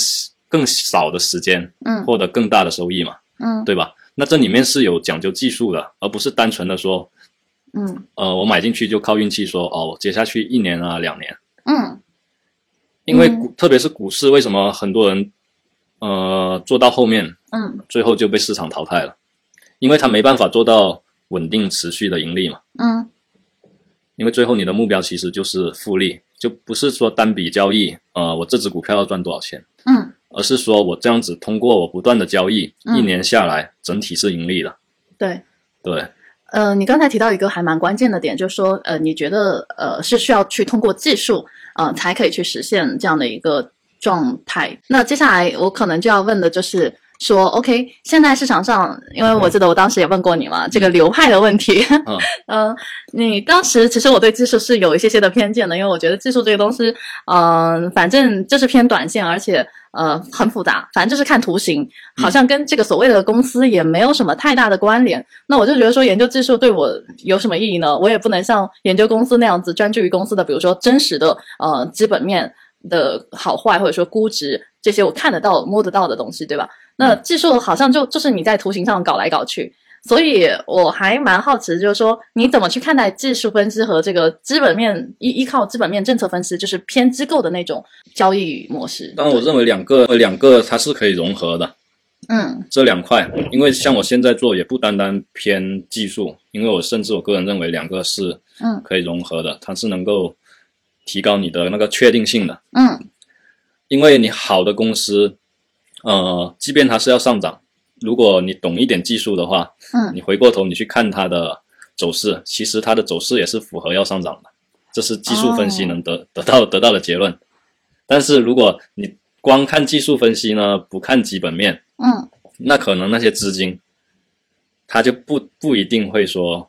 [SPEAKER 2] 更少的时间
[SPEAKER 1] 嗯
[SPEAKER 2] 获得更大的收益嘛，
[SPEAKER 1] 嗯
[SPEAKER 2] 对吧？那这里面是有讲究技术的，而不是单纯的说，
[SPEAKER 1] 嗯
[SPEAKER 2] 呃，我买进去就靠运气说，哦，接下去一年啊两年。
[SPEAKER 1] 嗯
[SPEAKER 2] 因为
[SPEAKER 1] 嗯
[SPEAKER 2] 股，特别是股市，为什么很多人，呃，做到后面
[SPEAKER 1] 嗯
[SPEAKER 2] 最后就被市场淘汰了？因为他没办法做到稳定持续的盈利嘛。
[SPEAKER 1] 嗯
[SPEAKER 2] 因为最后你的目标其实就是复利，就不是说单笔交易，呃，我这只股票要赚多少钱，
[SPEAKER 1] 嗯
[SPEAKER 2] 而是说我这样子通过我不断的交易，
[SPEAKER 1] 嗯
[SPEAKER 2] 一年下来整体是盈利的。
[SPEAKER 1] 对。
[SPEAKER 2] 对，
[SPEAKER 1] 呃，你刚才提到一个还蛮关键的点，就是说，呃，你觉得呃是需要去通过技术，呃，才可以去实现这样的一个状态。那接下来我可能就要问的就是说，OK，现在市场上，因为我记得我当时也问过你嘛，这个流派的问题，
[SPEAKER 2] 嗯
[SPEAKER 1] [LAUGHS] 呃，你当时其实我对技术是有一些些的偏见的，因为我觉得技术这个东西，嗯、反正就是偏短线，而且呃很复杂，反正就是看图形，好像跟这个所谓的公司也没有什么太大的关联。那我就觉得说，研究技术对我有什么意义呢？我也不能像研究公司那样子专注于公司的，比如说真实的呃基本面的好坏，或者说估值这些我看得到、摸得到的东西，对吧？那技术好像就就是你在图形上搞来搞去。所以我还蛮好奇，就是说你怎么去看待技术分析和这个基本面依依靠基本面政策分析，就是偏机构的那种交易模式？
[SPEAKER 2] 但我认为两个两个它是可以融合的
[SPEAKER 1] 嗯
[SPEAKER 2] 这两块，因为像我现在做也不单单偏技术，因为我甚至我个人认为两个是
[SPEAKER 1] 嗯
[SPEAKER 2] 可以融合的，它是能够提高你的那个确定性的。
[SPEAKER 1] 嗯
[SPEAKER 2] 因为你好的公司，呃，即便它是要上涨，如果你懂一点技术的话，
[SPEAKER 1] 嗯
[SPEAKER 2] 你回过头你去看它的走势，其实它的走势也是符合要上涨的，这是技术分析能
[SPEAKER 1] 哦
[SPEAKER 2] 得、得到得到的结论。但是如果你光看技术分析呢，不看基本面，
[SPEAKER 1] 嗯
[SPEAKER 2] 那可能那些资金，他就不不一定会说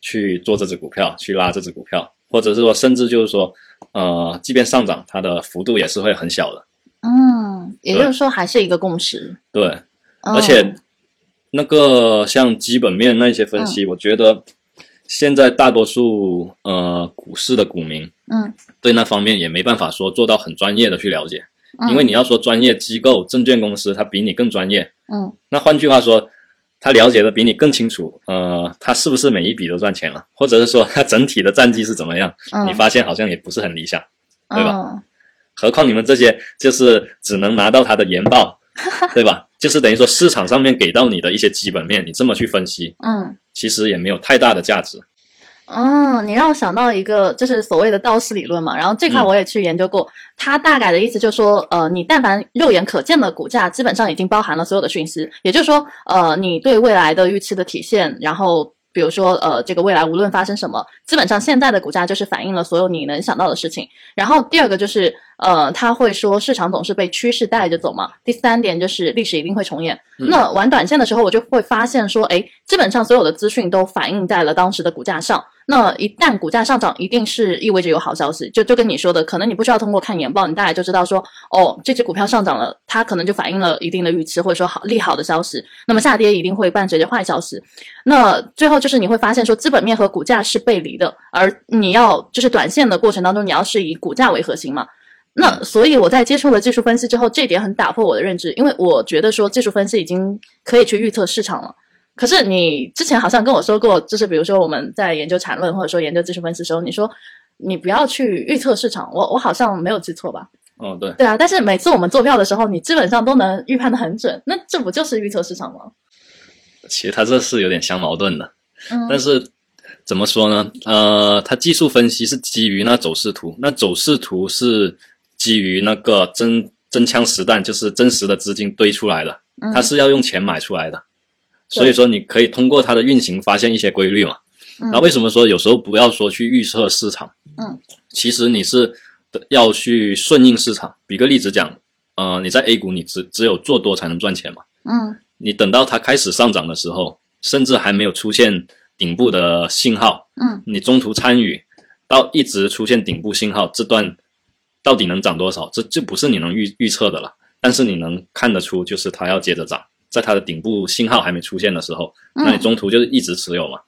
[SPEAKER 2] 去做这只股票，去拉这只股票，或者是说甚至就是说，呃，即便上涨，它的幅度也是会很小的。
[SPEAKER 1] 嗯，也就
[SPEAKER 2] 对
[SPEAKER 1] 是说还是一个共识。
[SPEAKER 2] 对，
[SPEAKER 1] 嗯
[SPEAKER 2] 而且那个像基本面那些分析，我觉得现在大多数呃股市的股民
[SPEAKER 1] 嗯
[SPEAKER 2] 对那方面也没办法说做到很专业的去了解，
[SPEAKER 1] 嗯
[SPEAKER 2] 因为你要说专业机构、证券公司，它比你更专业。
[SPEAKER 1] 嗯
[SPEAKER 2] 那换句话说，他了解的比你更清楚，呃，他是不是每一笔都赚钱了，或者是说他整体的战绩是怎么样？
[SPEAKER 1] 嗯，
[SPEAKER 2] 你发现好像也不是很理想。对吧
[SPEAKER 1] 嗯？
[SPEAKER 2] 何况你们这些就是只能拿到它的研报，对吧？就是等于说市场上面给到你的一些基本面，你这么去分析，
[SPEAKER 1] 嗯。
[SPEAKER 2] 其实也没有太大的价值。
[SPEAKER 1] 哦，你让我想到一个，就是所谓的道氏理论嘛。然后这块
[SPEAKER 2] 嗯
[SPEAKER 1] 我也去研究过，它大概的意思就是说，呃，你但凡肉眼可见的股价，基本上已经包含了所有的讯息。也就是说，呃，你对未来的预期的体现，然后比如说，呃，这个未来无论发生什么，基本上现在的股价就是反映了所有你能想到的事情。然后第二个就是，呃，他会说市场总是被趋势带着走嘛。第三点就是历史一定会重演。
[SPEAKER 2] 嗯
[SPEAKER 1] 那玩短线的时候，我就会发现说，哎，基本上所有的资讯都反映在了当时的股价上。那一旦股价上涨，一定是意味着有好消息。就就跟你说的，可能你不需要通过看研报，你大概就知道说，哦，这只股票上涨了，它可能就反映了一定的预期，或者说好利好的消息。那么下跌一定会伴随着坏消息。那最后就是你会发现说，基本面和股价是背离的，而你要就是短线的过程当中，你要是以股价为核心嘛。那所以我在接触了技术分析之后，这一点很打破我的认知，因为我觉得说技术分析已经可以去预测市场了。可是你之前好像跟我说过，就是比如说我们在研究缠论或者说研究技术分析的时候，你说你不要去预测市场，我我好像没有记错吧？
[SPEAKER 2] 哦，对，
[SPEAKER 1] 对啊，但是每次我们做票的时候，你基本上都能预判的很准，那这不就是预测市场吗？
[SPEAKER 2] 其实它这是有点相矛盾的。
[SPEAKER 1] 嗯
[SPEAKER 2] 但是怎么说呢？呃，它技术分析是基于那走势图，那走势图是基于那个真真枪实弹，就是真实的资金堆出来的，
[SPEAKER 1] 嗯
[SPEAKER 2] 它是要用钱买出来的。所以说，你可以通过它的运行发现一些规律嘛。
[SPEAKER 1] 嗯
[SPEAKER 2] 那为什么说有时候不要说去预测市场？
[SPEAKER 1] 嗯，
[SPEAKER 2] 其实你是要去顺应市场。比个例子讲，呃，你在 A 股，你只只有做多才能赚钱嘛。
[SPEAKER 1] 嗯
[SPEAKER 2] 你等到它开始上涨的时候，甚至还没有出现顶部的信号，
[SPEAKER 1] 嗯，
[SPEAKER 2] 你中途参与到一直出现顶部信号，这段到底能涨多少，这这不是你能预预测的了。但是你能看得出，就是它要接着涨，在它的顶部信号还没出现的时候，那你中途就是一直持有嘛，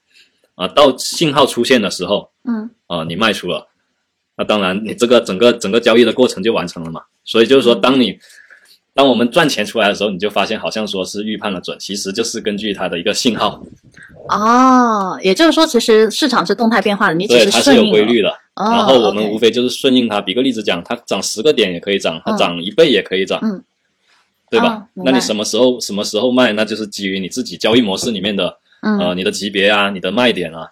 [SPEAKER 2] 啊，到信号出现的时候，
[SPEAKER 1] 嗯
[SPEAKER 2] 啊、你卖出了，那当然你这个整个整个交易的过程就完成了嘛。所以就
[SPEAKER 1] 嗯
[SPEAKER 2] 是说，当你当我们赚钱出来的时候，你就发现好像说是预判了准，其实就是根据它的一个信号，
[SPEAKER 1] 哦，也就是说，其实市场是动态变化的，你只
[SPEAKER 2] 对，它是
[SPEAKER 1] 顺
[SPEAKER 2] 有
[SPEAKER 1] 应
[SPEAKER 2] 规
[SPEAKER 1] 了
[SPEAKER 2] 律的。
[SPEAKER 1] 哦
[SPEAKER 2] 然后我们
[SPEAKER 1] OK
[SPEAKER 2] 无非就是顺应它。比个例子讲，它涨十个点也可以涨，它
[SPEAKER 1] 嗯
[SPEAKER 2] 涨一倍也可以涨，
[SPEAKER 1] 嗯
[SPEAKER 2] 对吧？
[SPEAKER 1] 哦明白
[SPEAKER 2] 那你什么时候什么时候卖，那就是基于你自己交易模式里面的
[SPEAKER 1] 嗯
[SPEAKER 2] 呃你的级别啊、你的卖点啊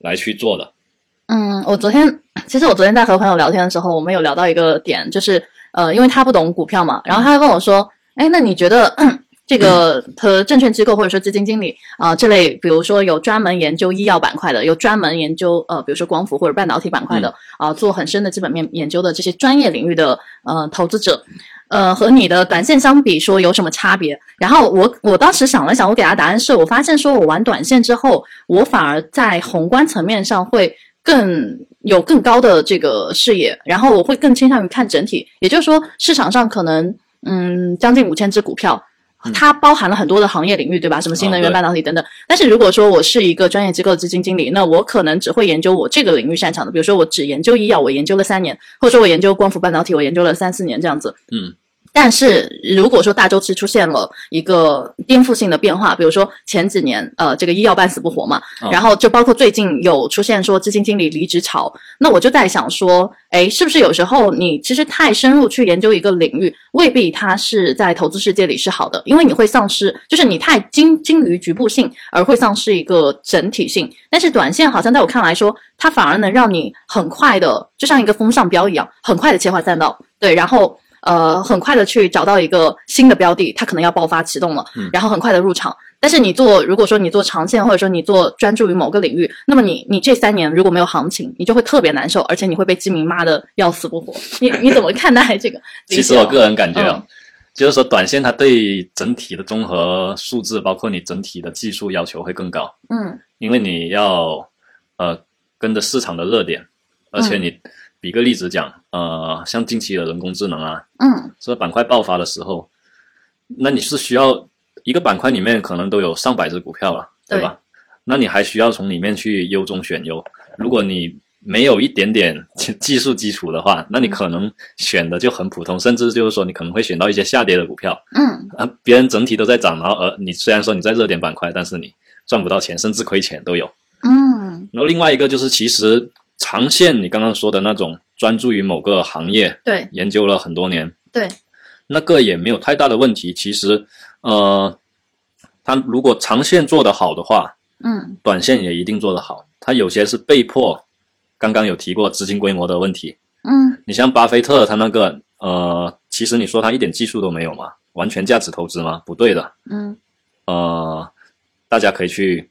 [SPEAKER 2] 来去做的。
[SPEAKER 1] 嗯，我昨天其实我昨天在和朋友聊天的时候，我们有聊到一个点，就是呃，因为他不懂股票嘛，然后他问我说：“哎，那你觉得这个和证券机构或者说基金经理啊、呃这类，比如说有专门研究医药板块的，有专门研究呃，比如说光伏或者半导体板块的啊、做很深的基本面研究的这些专业领域的呃投资者。呃，和你的短线相比，说有什么差别？然后我我当时想了想，我给他答案是我发现，说我玩短线之后，我反而在宏观层面上会更有更高的这个视野，然后我会更倾向于看整体。也就是说，市场上可能嗯将近五千只股票，
[SPEAKER 2] 嗯
[SPEAKER 1] 它包含了很多的行业领域，对吧？什么新能
[SPEAKER 2] 啊
[SPEAKER 1] 源、
[SPEAKER 2] 对
[SPEAKER 1] 半导体等等。但是如果说我是一个专业机构的基金经理，那我可能只会研究我这个领域擅长的，比如说我只研究医药，我研究了三年，或者说我研究光伏半导体，我研究了三四年这样子。
[SPEAKER 2] 嗯。
[SPEAKER 1] 但是如果说大周期出现了一个颠覆性的变化，比如说前几年呃这个医药半死不活嘛，
[SPEAKER 2] 哦
[SPEAKER 1] 然后就包括最近有出现说基金经理离职潮，那我就在想说，哎，是不是有时候你其实太深入去研究一个领域，未必它是在投资世界里是好的，因为你会丧失，就是你太精精于局部性，而会丧失一个整体性。但是短线好像在我看来说，它反而能让你很快的，就像一个风向标一样，很快的切换赛道，对，然后。呃，很快的去找到一个新的标的，它可能要爆发启动了，
[SPEAKER 2] 嗯
[SPEAKER 1] 然后很快的入场，但是你做，如果说你做长线，或者说你做专注于某个领域，那么你你这三年如果没有行情，你就会特别难受，而且你会被基民骂的要死不活。你你怎么看待这个？
[SPEAKER 2] [LAUGHS] 其实我个人感觉啊，
[SPEAKER 1] 嗯
[SPEAKER 2] 就是说短线它对整体的综合素质，包括你整体的技术要求会更高，
[SPEAKER 1] 嗯
[SPEAKER 2] 因为你要呃跟着市场的热点，而且你比个例子讲，呃，像近期的人工智能啊，
[SPEAKER 1] 嗯
[SPEAKER 2] 这个板块爆发的时候，那你是需要一个板块里面可能都有上百只股票了，
[SPEAKER 1] 对
[SPEAKER 2] 对吧？那你还需要从里面去优中选优。如果你没有一点点技 [LAUGHS] 技术基础的话，那你可能选的就很普通，甚至就是说你可能会选到一些下跌的股票，
[SPEAKER 1] 嗯
[SPEAKER 2] 啊，别人整体都在涨，然后而你虽然说你在热点板块，但是你赚不到钱，甚至亏钱都有。
[SPEAKER 1] 嗯，
[SPEAKER 2] 然后另外一个就是，其实长线你刚刚说的那种专注于某个行业，
[SPEAKER 1] 对
[SPEAKER 2] 研究了很多年，
[SPEAKER 1] 对，
[SPEAKER 2] 那个也没有太大的问题。其实，呃，他如果长线做得好的话，
[SPEAKER 1] 嗯
[SPEAKER 2] 短线也一定做得好。他有些是被迫，刚刚有提过资金规模的问题。
[SPEAKER 1] 嗯
[SPEAKER 2] 你像巴菲特他那个，呃，其实你说他一点技术都没有嘛，完全价值投资吗？不对的。
[SPEAKER 1] 嗯
[SPEAKER 2] 呃，大家可以去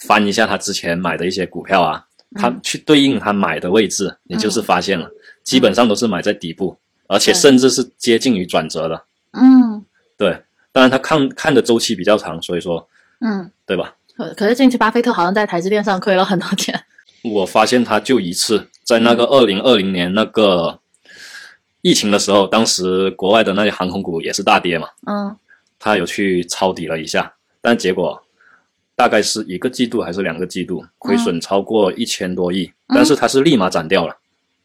[SPEAKER 2] 翻一下他之前买的一些股票啊，他
[SPEAKER 1] 嗯
[SPEAKER 2] 去对应他买的位置，你就是发现了，基本上都是买在底部，而且
[SPEAKER 1] 对
[SPEAKER 2] 甚至是接近于转折的。
[SPEAKER 1] 嗯
[SPEAKER 2] 对，当然他看看的周期比较长，所以说
[SPEAKER 1] 嗯。
[SPEAKER 2] 对吧？
[SPEAKER 1] 可可是近期巴菲特好像在台积电上亏了很多钱。
[SPEAKER 2] 我发现他就一次，在那个二零二零年那个疫情的时候，当时国外的那些航空股也是大跌嘛，
[SPEAKER 1] 嗯
[SPEAKER 2] 他有去抄底了一下，但结果大概是一个季度还是两个季度，亏损超过一千多亿，但是他是立马斩掉了，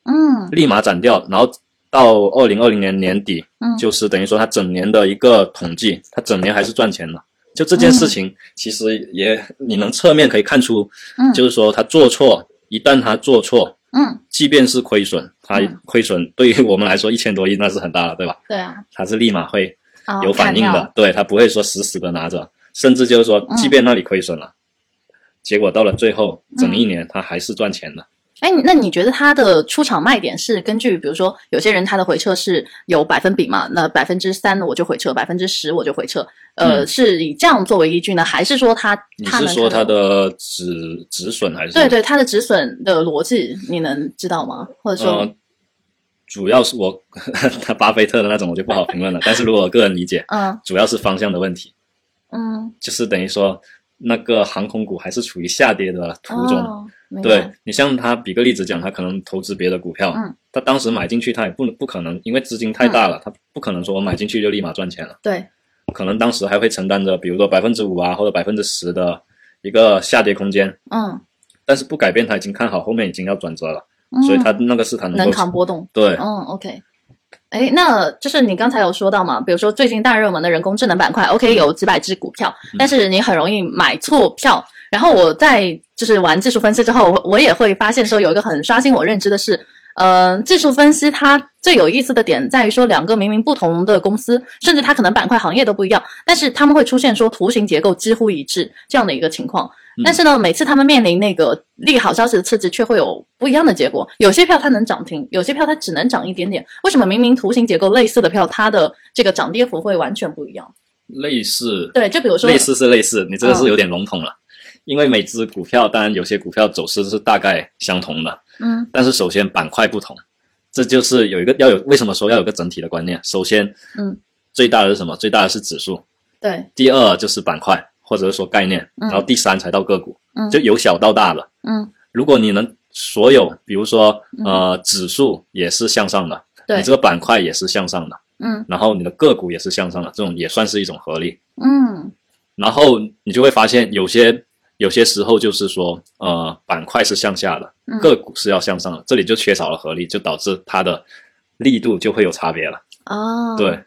[SPEAKER 1] 嗯
[SPEAKER 2] 立马斩掉，然后到二零二零年年底，
[SPEAKER 1] 嗯
[SPEAKER 2] 就是等于说他整年的一个统计，他整年还是赚钱的。就这件事情，其实也你能侧面可以看出，
[SPEAKER 1] 嗯
[SPEAKER 2] 就是说他做错，一旦他做错，
[SPEAKER 1] 嗯，
[SPEAKER 2] 即便是亏损，他
[SPEAKER 1] 嗯
[SPEAKER 2] 亏损对于我们来说一千多亿那是很大的，对吧？
[SPEAKER 1] 对啊，
[SPEAKER 2] 他是立马会
[SPEAKER 1] 啊
[SPEAKER 2] 有反应
[SPEAKER 1] 砍
[SPEAKER 2] 的，
[SPEAKER 1] 掉
[SPEAKER 2] 对他不会说死死的拿着，甚至就是说
[SPEAKER 1] 嗯，
[SPEAKER 2] 即便那里亏损了，结果到了最后
[SPEAKER 1] 嗯
[SPEAKER 2] 整一年他还是赚钱的。
[SPEAKER 1] 哎，你那你觉得它的出场卖点是根据，比如说有些人他的回撤是有百分比嘛？那百分之三我就回撤，百分之十我就回撤，呃，
[SPEAKER 2] 嗯
[SPEAKER 1] 是以这样作为依据呢，还是说他
[SPEAKER 2] 你
[SPEAKER 1] 他
[SPEAKER 2] 是
[SPEAKER 1] 能
[SPEAKER 2] 说
[SPEAKER 1] 看
[SPEAKER 2] 他
[SPEAKER 1] 到
[SPEAKER 2] 的止止损还是？
[SPEAKER 1] 对对它的止损的逻辑你能知道吗？或者说
[SPEAKER 2] 呃，主要是我 [LAUGHS] 他巴菲特的那种我就不好评论了，但是如果我个人理解，
[SPEAKER 1] 嗯
[SPEAKER 2] 主要是方向的问题，
[SPEAKER 1] 嗯
[SPEAKER 2] 就是等于说那个航空股还是处于下跌的途中。
[SPEAKER 1] 哦明白
[SPEAKER 2] 对你像他比个例子讲，他可能投资别的股票，
[SPEAKER 1] 嗯
[SPEAKER 2] 他当时买进去，他也不不可能，因为资金太大了，他不可能说我买进去就立马赚钱了，
[SPEAKER 1] 对
[SPEAKER 2] 可能当时还会承担着比如说百分之五啊或者百分之十的一个下跌空间，
[SPEAKER 1] 嗯，
[SPEAKER 2] 但是不改变他已经看好后面已经要转折了，所以他
[SPEAKER 1] 嗯
[SPEAKER 2] 那个是他
[SPEAKER 1] 能
[SPEAKER 2] 能够
[SPEAKER 1] 扛波动。
[SPEAKER 2] 对，
[SPEAKER 1] 嗯，OK。哎，那就是你刚才有说到嘛，比如说最近大热门的人工智能板块，OK 有几百只股票，但是你很容易买错票。然后我在就是玩技术分析之后，我我也会发现说有一个很刷新我认知的是，呃，技术分析它最有意思的点在于说两个明明不同的公司，甚至它可能板块行业都不一样，但是他们会出现说图形结构几乎一致这样的一个情况。
[SPEAKER 2] 嗯
[SPEAKER 1] 但是呢，每次他们面临那个利好消息的刺激，却会有不一样的结果。有些票它能涨停，有些票它只能涨一点点。为什么明明图形结构类似的票，它的这个涨跌幅会完全不一样？
[SPEAKER 2] 类似，
[SPEAKER 1] 对，就比如说
[SPEAKER 2] 类似是类似，你这个
[SPEAKER 1] 嗯
[SPEAKER 2] 是有点笼统了，因为每只股票当然有些股票走势是大概相同的，
[SPEAKER 1] 嗯
[SPEAKER 2] 但是首先板块不同，这就是有一个要有为什么说要有个整体的观念。首先
[SPEAKER 1] 嗯，
[SPEAKER 2] 最大的是什么？最大的是指数，
[SPEAKER 1] 对，
[SPEAKER 2] 第二就是板块或者是说概念，
[SPEAKER 1] 嗯
[SPEAKER 2] 然后第三才到个股，
[SPEAKER 1] 嗯
[SPEAKER 2] 就由小到大了。
[SPEAKER 1] 嗯
[SPEAKER 2] 如果你能所有，比如说呃指数也是向上的，
[SPEAKER 1] 对
[SPEAKER 2] 你这个板块也是向上的，
[SPEAKER 1] 嗯
[SPEAKER 2] 然后你的个股也是向上的，这种也算是一种合力。
[SPEAKER 1] 嗯
[SPEAKER 2] 然后你就会发现有些有些时候就是说，呃，板块是向下的，
[SPEAKER 1] 嗯
[SPEAKER 2] 个股是要向上的，这里就缺少了合力，就导致它的力度就会有差别了。
[SPEAKER 1] 哦，
[SPEAKER 2] 对，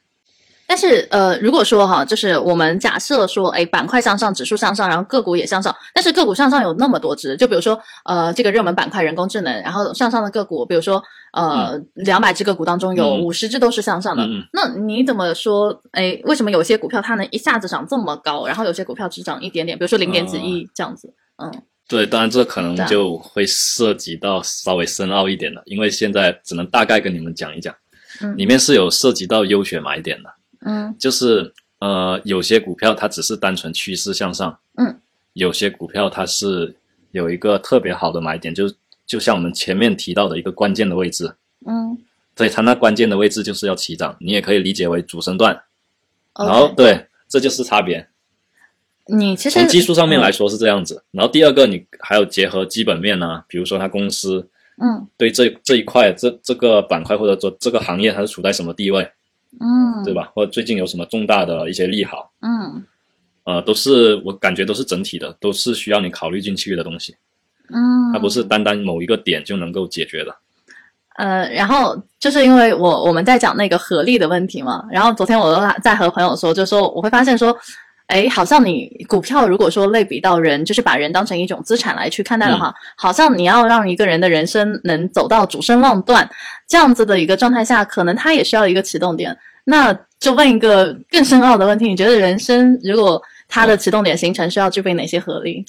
[SPEAKER 1] 但是呃，如果说哈，就是我们假设说，哎，板块向上，指数向上，然后个股也向上，但是个股向上有那么多只，就比如说呃，这个热门板块人工智能，然后向上的个股，比如说呃，两百、只个股当中有
[SPEAKER 2] 嗯
[SPEAKER 1] 五十只都是向上的，
[SPEAKER 2] 嗯嗯
[SPEAKER 1] 那你怎么说？哎，为什么有些股票它能一下子涨这么高，然后有些股票只涨一点点，比如说零点几
[SPEAKER 2] 啊
[SPEAKER 1] 一这样子？嗯
[SPEAKER 2] 对，当然这可能
[SPEAKER 1] 对啊
[SPEAKER 2] 就会涉及到稍微深奥一点的，因为现在只能大概跟你们讲一讲，
[SPEAKER 1] 嗯
[SPEAKER 2] 里面是有涉及到优选买点的，
[SPEAKER 1] 嗯
[SPEAKER 2] 就是呃，有些股票它只是单纯趋势向上，
[SPEAKER 1] 嗯，
[SPEAKER 2] 有些股票它是有一个特别好的买点，就就像我们前面提到的一个关键的位置，
[SPEAKER 1] 嗯，
[SPEAKER 2] 对它那关键的位置就是要起涨，你也可以理解为主升段。
[SPEAKER 1] 嗯 OK
[SPEAKER 2] 然后对，这就是差别。
[SPEAKER 1] 你其实
[SPEAKER 2] 从技术上面来说是这样子，然后第二个你还有结合基本面啊，比如说它公司
[SPEAKER 1] 嗯
[SPEAKER 2] 对这这一块这这个板块或者说这个行业它是处在什么地位，
[SPEAKER 1] 嗯
[SPEAKER 2] 对吧？或者最近有什么重大的一些利好，
[SPEAKER 1] 嗯
[SPEAKER 2] 呃，都是我感觉都是整体的，都是需要你考虑进去的东西，
[SPEAKER 1] 嗯，
[SPEAKER 2] 它不是单单某一个点就能够解决的。
[SPEAKER 1] 呃，然后就是因为我我们在讲那个合力的问题嘛，然后昨天我在在和朋友说，就说我会发现说，哎，好像你股票如果说类比到人，就是把人当成一种资产来去看待的话，
[SPEAKER 2] 嗯
[SPEAKER 1] 好像你要让一个人的人生能走到主升浪段这样子的一个状态下，可能他也需要一个启动点。那就问一个更深奥的问题，你觉得人生如果它的启动点形成需要具备哪些合
[SPEAKER 2] [LAUGHS]
[SPEAKER 1] 力？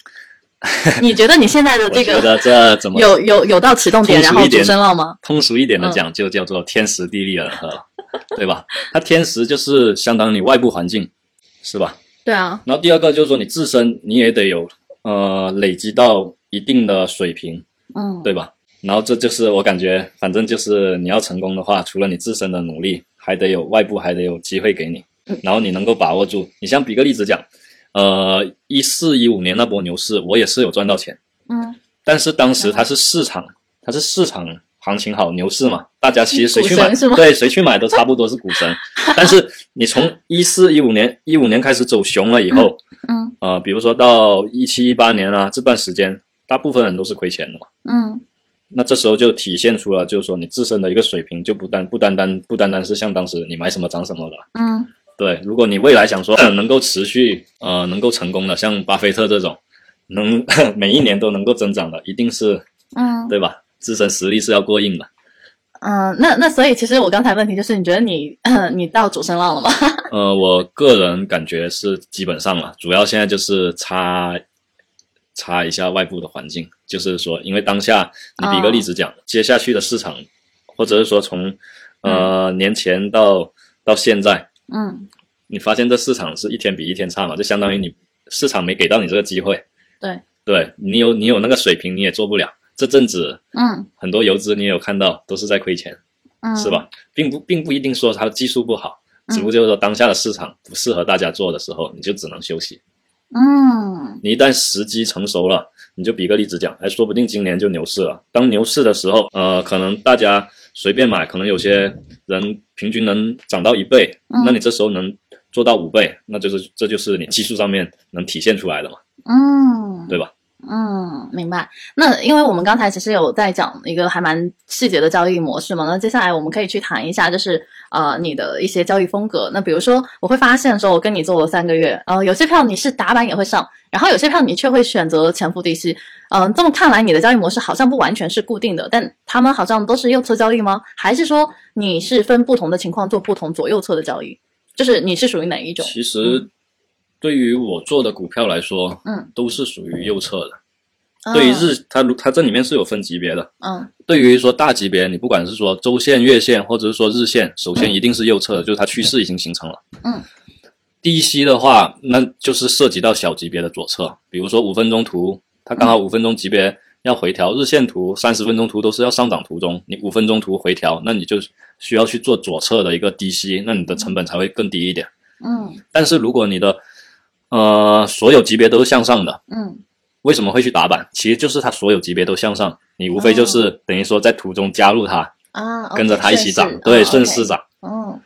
[SPEAKER 1] 你觉得你现在的
[SPEAKER 2] 我
[SPEAKER 1] 这
[SPEAKER 2] 觉
[SPEAKER 1] 个
[SPEAKER 2] 得这怎么
[SPEAKER 1] 有有有到启动点，
[SPEAKER 2] 通
[SPEAKER 1] 然
[SPEAKER 2] 俗
[SPEAKER 1] 后
[SPEAKER 2] 一
[SPEAKER 1] 主
[SPEAKER 2] 点
[SPEAKER 1] 升浪吗？
[SPEAKER 2] 通俗一点的讲，就叫做天时地利人和， [LAUGHS] 对吧？它天时就是相当于外部环境，是吧？
[SPEAKER 1] 对啊，
[SPEAKER 2] 然后第二个就是说你自身你也得有呃累积到一定的水平，
[SPEAKER 1] 嗯，
[SPEAKER 2] 对吧？然后这就是我感觉，反正就是你要成功的话，除了你自身的努力，还得有外部还得有机会给你
[SPEAKER 1] 嗯，
[SPEAKER 2] 然后你能够把握住。你像比个例子讲，呃，一四一五年那波牛市，我也是有赚到钱。
[SPEAKER 1] 嗯
[SPEAKER 2] 但是当时它是市场，它是市场行情好，牛市嘛，大家其实谁去
[SPEAKER 1] 股
[SPEAKER 2] 买
[SPEAKER 1] 神是吗，
[SPEAKER 2] 对，谁去买都差不多是股
[SPEAKER 1] [LAUGHS]
[SPEAKER 2] 神。但是你从一四一五年一五年开始走熊了以后，
[SPEAKER 1] 嗯
[SPEAKER 2] 呃，比如说到一七一八年啊这段时间，大部分人都是亏钱的嘛。
[SPEAKER 1] 嗯
[SPEAKER 2] 那这时候就体现出了，就是说你自身的一个水平，就不单不单单不单单是像当时你买什么涨什么了。
[SPEAKER 1] 嗯
[SPEAKER 2] 对，如果你未来想说呃能够持续呃能够成功的，像巴菲特这种，能 [LAUGHS] 每一年都能够增长的，一定是
[SPEAKER 1] 嗯
[SPEAKER 2] 对吧？自身实力是要过硬的。
[SPEAKER 1] 嗯，那那所以其实我刚才问题就是，你觉得你呃你到主升浪了吗？
[SPEAKER 2] 呃，我个人感觉是基本上了，主要现在就是差差一下外部的环境，就是说，因为当下你比个例子讲，接下去的市场，或者是说从呃、年前到到现在，
[SPEAKER 1] 嗯，
[SPEAKER 2] 你发现这市场是一天比一天差嘛，就相当于你市场没给到你这个机会，
[SPEAKER 1] 对，
[SPEAKER 2] 对你有你有那个水平你也做不了，这阵子
[SPEAKER 1] 嗯
[SPEAKER 2] 很多游资你也有看到都是在亏钱。
[SPEAKER 1] 嗯，
[SPEAKER 2] 是？吧？并不并不一定说它技术不好，只不过就是说当下的市场不适合大家做的时候，你就只能休息。
[SPEAKER 1] 嗯
[SPEAKER 2] 你一旦时机成熟了，你就比个例子讲，哎，说不定今年就牛市了。当牛市的时候，呃，可能大家随便买，可能有些人平均能涨到一倍，
[SPEAKER 1] 嗯
[SPEAKER 2] 那你这时候能做到五倍，那就是这就是你技术上面能体现出来的嘛，
[SPEAKER 1] 嗯
[SPEAKER 2] 对吧？
[SPEAKER 1] 嗯，明白。那因为我们刚才其实有在讲一个还蛮细节的交易模式嘛，那接下来我们可以去谈一下，就是呃你的一些交易风格。那比如说，我会发现说，我跟你做了三个月，呃，有些票你是打板也会上，然后有些票你却会选择潜伏低吸。嗯、这么看来，你的交易模式好像不完全是固定的，但他们好像都是右侧交易吗？还是说你是分不同的情况做不同左右侧的交易？就是你是属于哪一种？
[SPEAKER 2] 其实对于我做的股票来说，
[SPEAKER 1] 嗯，啊
[SPEAKER 2] 都是属于右侧的。对于日，它如它这里面是有分级别的，
[SPEAKER 1] 嗯
[SPEAKER 2] 对于说大级别，你不管是说周线、月线，或者是说日线，首先一定是右侧的，就是它趋势已经形成了。
[SPEAKER 1] 嗯。
[SPEAKER 2] 低吸的话，那就是涉及到小级别的左侧，比如说五分钟图，它刚好五分钟级别要回调，日线图、三十分钟图都是要上涨途中，你五分钟图回调，那你就需要去做左侧的一个低吸，那你的成本才会更低一点。
[SPEAKER 1] 嗯
[SPEAKER 2] 但是如果你的呃所有级别都是向上的，
[SPEAKER 1] 嗯
[SPEAKER 2] 为什么会去打板？其实就是它所有级别都向上，你无非就是等于说在途中加入它，
[SPEAKER 1] 啊，
[SPEAKER 2] 跟着它一起涨，
[SPEAKER 1] 哦 OK，
[SPEAKER 2] 对，
[SPEAKER 1] 顺
[SPEAKER 2] 顺
[SPEAKER 1] 势
[SPEAKER 2] 势
[SPEAKER 1] 涨。
[SPEAKER 2] 涨。
[SPEAKER 1] 哦，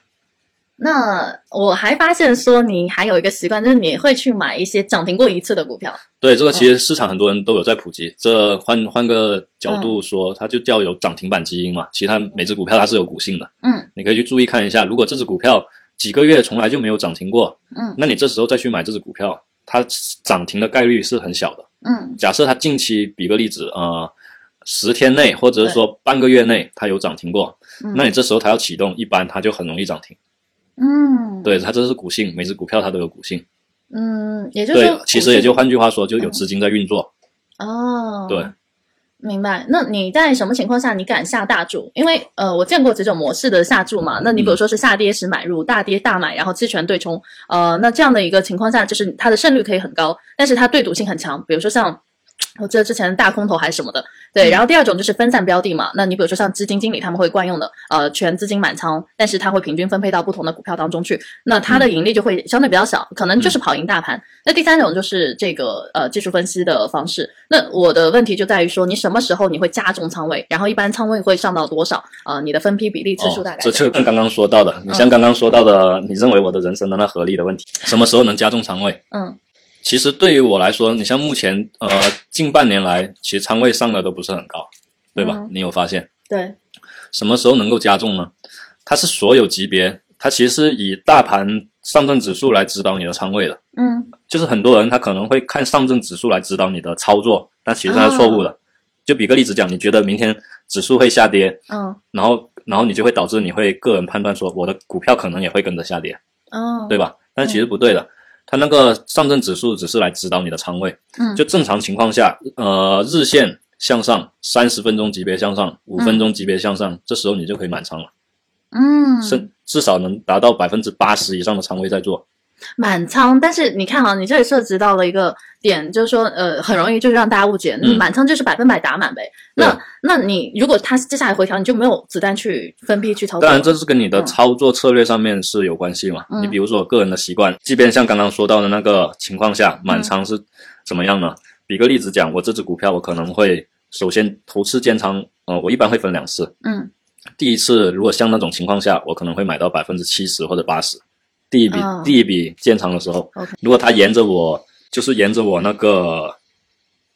[SPEAKER 1] 那我还发现说你还有一个习惯，就是你会去买一些涨停过一次的股票。
[SPEAKER 2] 对，
[SPEAKER 1] 嗯
[SPEAKER 2] 这个其实市场很多人都有在普及。这换换个角
[SPEAKER 1] 嗯
[SPEAKER 2] 度说，它就叫有涨停板基因嘛。其实它每只股票它是有股性的，
[SPEAKER 1] 嗯
[SPEAKER 2] 你可以去注意看一下。如果这只股票几个月从来就没有涨停过，
[SPEAKER 1] 嗯
[SPEAKER 2] 那你这时候再去买这只股票，它涨停的概率是很小的。
[SPEAKER 1] 嗯
[SPEAKER 2] 假设它近期，比个例子，呃，十天内或者是说半个月内它有涨停过，
[SPEAKER 1] 嗯
[SPEAKER 2] 那你这时候它要启动，一般它就很容易涨停。
[SPEAKER 1] 嗯，
[SPEAKER 2] 对，它这是股性，每只股票它都有股性。
[SPEAKER 1] 嗯，也就是
[SPEAKER 2] 对
[SPEAKER 1] 说，嗯
[SPEAKER 2] 其实也就换句话说，就有资金在运作。
[SPEAKER 1] 哦，
[SPEAKER 2] 对。
[SPEAKER 1] 明白，那你在什么情况下你敢下大注？因为呃，我见过几种模式的下注嘛。那
[SPEAKER 2] 嗯
[SPEAKER 1] 你比如说是下跌时买入，大跌大买，然后期权对冲，呃，那这样的一个情况下，就是它的胜率可以很高，但是它对赌性很强。比如说像我记得之前大空头还是什么的，对。
[SPEAKER 2] 嗯
[SPEAKER 1] 然后第二种就是分散标的嘛，那你比如说像基金经理他们会惯用的，呃，全资金满仓，但是它会平均分配到不同的股票当中去，那它的
[SPEAKER 2] 嗯
[SPEAKER 1] 盈利就会相对比较小，可能就是跑赢大盘。那第三种就是这个呃技术分析的方式。那我的问题就在于说，你什么时候你会加重仓位，然后一般仓位会上到多少？呃，你的分批比例次数大概、
[SPEAKER 2] 哦
[SPEAKER 1] 嗯
[SPEAKER 2] 这就是刚刚说到的，你像刚刚说到的，你认为我的人生的那合理的问题，什么时候能加重仓位？
[SPEAKER 1] 嗯
[SPEAKER 2] 其实对于我来说，你像目前呃近半年来，其实仓位上的都不是很高，对吧？
[SPEAKER 1] 嗯
[SPEAKER 2] 你有发现
[SPEAKER 1] 对
[SPEAKER 2] 什么时候能够加重呢？它是所有级别，它其实是以大盘上证指数来指导你的仓位的。
[SPEAKER 1] 嗯
[SPEAKER 2] 就是很多人他可能会看上证指数来指导你的操作，但其实它是错
[SPEAKER 1] 啊
[SPEAKER 2] 误的。就比个例子讲，你觉得明天指数会下跌，
[SPEAKER 1] 嗯
[SPEAKER 2] 然后然后你就会导致你会个人判断说我的股票可能也会跟着下跌，
[SPEAKER 1] 哦
[SPEAKER 2] 对吧？但其实不对的，它那个上证指数只是来指导你的仓位。
[SPEAKER 1] 嗯
[SPEAKER 2] 就正常情况下，呃，日线向上，三十分钟级别向上，五分钟级别向上，这时候你就可以满仓了，
[SPEAKER 1] 嗯
[SPEAKER 2] 甚、至少能达到百分之八十以上的仓位在做。
[SPEAKER 1] 满仓，但是你看啊，你这里涉及到了一个点，就是说，呃，很容易就是让大家误解，你
[SPEAKER 2] 嗯
[SPEAKER 1] 满仓就是百分百打满呗。
[SPEAKER 2] 对
[SPEAKER 1] 那那你如果它接下来回调，你就没有子弹去分批去操作。
[SPEAKER 2] 当然，这是跟你的
[SPEAKER 1] 嗯
[SPEAKER 2] 操作策略上面是有关系嘛。
[SPEAKER 1] 嗯
[SPEAKER 2] 你比如说我个人的习惯，即便像刚刚说到的那个情况
[SPEAKER 1] 嗯
[SPEAKER 2] 下，满仓是怎么样呢？比个例子讲，我这只股票我可能会首先头次建仓，呃，我一般会分两次。
[SPEAKER 1] 嗯
[SPEAKER 2] 第一次如果像那种情况下，我可能会买到百分之七十或者八十。第一笔、
[SPEAKER 1] 哦
[SPEAKER 2] 第一笔建仓的时候
[SPEAKER 1] OK
[SPEAKER 2] 如果它沿着我就是沿着我那个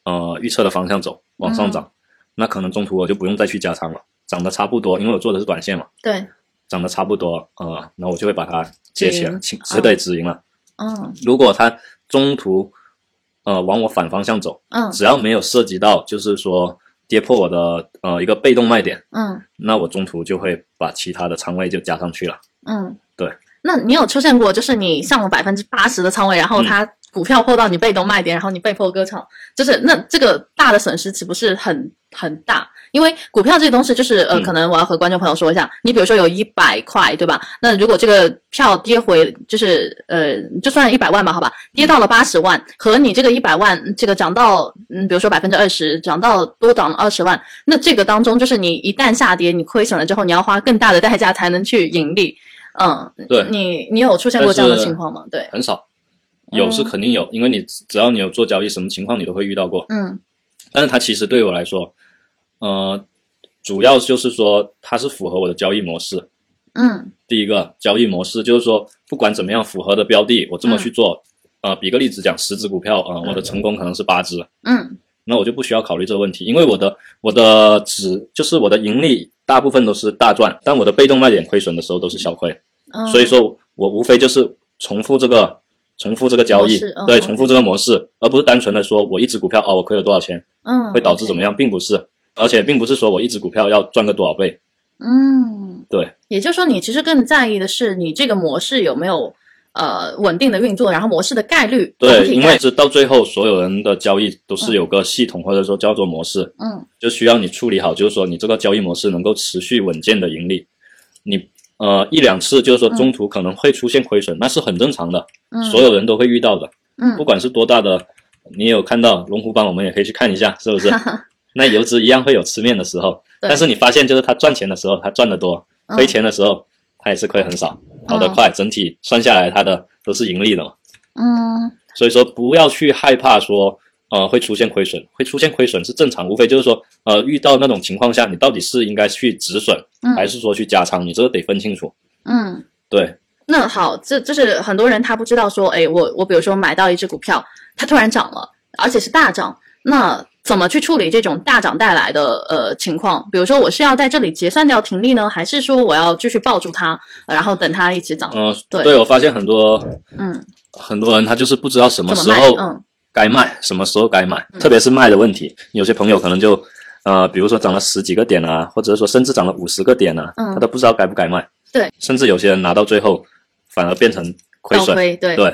[SPEAKER 2] 呃预测的方向走，往上
[SPEAKER 1] 嗯
[SPEAKER 2] 涨，那可能中途我就不用再去加仓了，涨得差不多，因为我做的是短线嘛。
[SPEAKER 1] 对，
[SPEAKER 2] 涨得差不多，呃，那我就会把它接起来，
[SPEAKER 1] 止盈
[SPEAKER 2] 请
[SPEAKER 1] 啊
[SPEAKER 2] 只得止盈了。
[SPEAKER 1] 嗯
[SPEAKER 2] 如果它中途呃往我反方向走，
[SPEAKER 1] 嗯
[SPEAKER 2] 只要没有涉及到就是说跌破我的呃一个被动卖点，
[SPEAKER 1] 嗯
[SPEAKER 2] 那我中途就会把其他的仓位就加上去了。
[SPEAKER 1] 嗯，
[SPEAKER 2] 对。
[SPEAKER 1] 那你有出现过，就是你上了百分之八十的仓位，然后
[SPEAKER 2] 嗯
[SPEAKER 1] 它股票破到你被动卖点，然后你被迫割仓，就是那
[SPEAKER 2] 嗯
[SPEAKER 1] 这个大的损失岂不是很很大？因为股票这东西就是呃，
[SPEAKER 2] 嗯
[SPEAKER 1] 可能我要和观众朋友说一下，你比如说有一百块，对吧？那如果这个票跌回，就是呃，就算一百万吧，好吧，跌
[SPEAKER 2] 嗯
[SPEAKER 1] 到了八十万，和你这个一百万这个涨到嗯，比如说百分之二十，涨到多涨了二十万，那这个当中就是你一旦下跌，你亏损了之后，你要花更大的代价才能去盈利。嗯，
[SPEAKER 2] 对
[SPEAKER 1] 你你有出现过这样的情况吗？对，
[SPEAKER 2] 很少，有
[SPEAKER 1] 嗯
[SPEAKER 2] 是肯定有，因为你只要你有做交易，什么情况你都会遇到过。
[SPEAKER 1] 嗯
[SPEAKER 2] 但是它其实对我来说，呃，主要就是说它是符合我的交易模式。
[SPEAKER 1] 嗯
[SPEAKER 2] 第一个交易模式，就是说不管怎么样符合的标的，我
[SPEAKER 1] 嗯
[SPEAKER 2] 这么去做。呃，比个例子讲，十只股票，呃，我的成功可能是八只，
[SPEAKER 1] 嗯
[SPEAKER 2] 那我就不需要考虑这个问题，因为我的我的只就是我的盈利大部分都是大赚，但我的被动卖点亏损的时候都是小亏，
[SPEAKER 1] 嗯，
[SPEAKER 2] 所以说我无非就是重复这个重复这个交易
[SPEAKER 1] 模式，嗯
[SPEAKER 2] 对，
[SPEAKER 1] OK
[SPEAKER 2] 重复这个模式，而不是单纯的说我一只股票哦，我亏了多少钱，
[SPEAKER 1] 嗯
[SPEAKER 2] 会导致怎么样，并不是，而且并不是说我一只股票要赚个多少倍，
[SPEAKER 1] 嗯，
[SPEAKER 2] 对，
[SPEAKER 1] 也就是说，你其实更在意的是你这个模式有没有呃稳定的运作，然后模式的概率总
[SPEAKER 2] 对，
[SPEAKER 1] 体嗯
[SPEAKER 2] 因
[SPEAKER 1] 概
[SPEAKER 2] 为这到最后所有人的交易都是有个系统或者说叫做模式，
[SPEAKER 1] 嗯
[SPEAKER 2] 就需要你处理好，就是说你这个交易模式能够持续稳健的盈利，你呃一两次，就是说中途可能会出现亏损，那是很正常的，
[SPEAKER 1] 嗯，
[SPEAKER 2] 所有人都会遇到的，
[SPEAKER 1] 嗯
[SPEAKER 2] 不管是多大的，你也有看到龙虎榜，我们也可以去看一下，是
[SPEAKER 1] [LAUGHS]
[SPEAKER 2] 不是？那游资一样会有吃面的时候，
[SPEAKER 1] 对
[SPEAKER 2] 但是你发现就是他赚钱的时候他赚得多，
[SPEAKER 1] 嗯
[SPEAKER 2] 亏钱的时候他也是亏很少，跑得快，整体算下来他的都是盈利的嘛。
[SPEAKER 1] 嗯
[SPEAKER 2] 所以说不要去害怕说呃会出现亏损，会出现亏损是正常，无非就是说呃遇到那种情况下，你到底是应该去止损
[SPEAKER 1] 嗯
[SPEAKER 2] 还是说去加仓，你这个得分清楚。
[SPEAKER 1] 嗯，
[SPEAKER 2] 对，
[SPEAKER 1] 那好，这就是很多人他不知道说，哎，我我比如说买到一只股票，它突然涨了，而且是大涨，那怎么去处理这种大涨带来的呃情况？比如说我是要在这里结算掉停利呢，还是说我要继续抱住它，呃然后等它一起涨？
[SPEAKER 2] 嗯、
[SPEAKER 1] 对
[SPEAKER 2] 对我发现很多
[SPEAKER 1] 嗯，
[SPEAKER 2] 很多人他就是不知道什么
[SPEAKER 1] 怎么
[SPEAKER 2] 时
[SPEAKER 1] 卖？
[SPEAKER 2] 候
[SPEAKER 1] 嗯
[SPEAKER 2] 该卖，什么时候该买，
[SPEAKER 1] 嗯
[SPEAKER 2] 特别是卖的问题，有些朋友可能就。呃，比如说涨了十几个点啊，或者说甚至涨了五十个点啊，
[SPEAKER 1] 嗯
[SPEAKER 2] 他都不知道该不该卖。
[SPEAKER 1] 对，
[SPEAKER 2] 甚至有些人拿到最后反而变成亏
[SPEAKER 1] 倒
[SPEAKER 2] 损，
[SPEAKER 1] 亏对，
[SPEAKER 2] 对，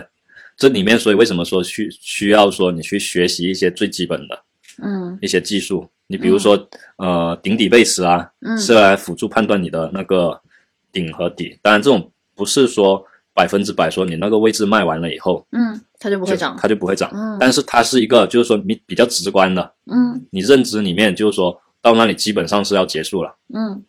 [SPEAKER 2] 这里面所以为什么说需需要说你去学习一些最基本的
[SPEAKER 1] 嗯
[SPEAKER 2] 一些技术？你比如说、呃顶底背驰啊，
[SPEAKER 1] 嗯
[SPEAKER 2] 是来辅助判断你的那个顶和底。当然这种不是说百分之百说你那个位置卖完了以后
[SPEAKER 1] 嗯，它就不
[SPEAKER 2] 不
[SPEAKER 1] 会涨。
[SPEAKER 2] 它就不会涨。
[SPEAKER 1] 嗯
[SPEAKER 2] 但是它是一个就是说你比较直观的，
[SPEAKER 1] 嗯
[SPEAKER 2] 你认知里面就是说到那里基本上是要结束了，
[SPEAKER 1] 嗯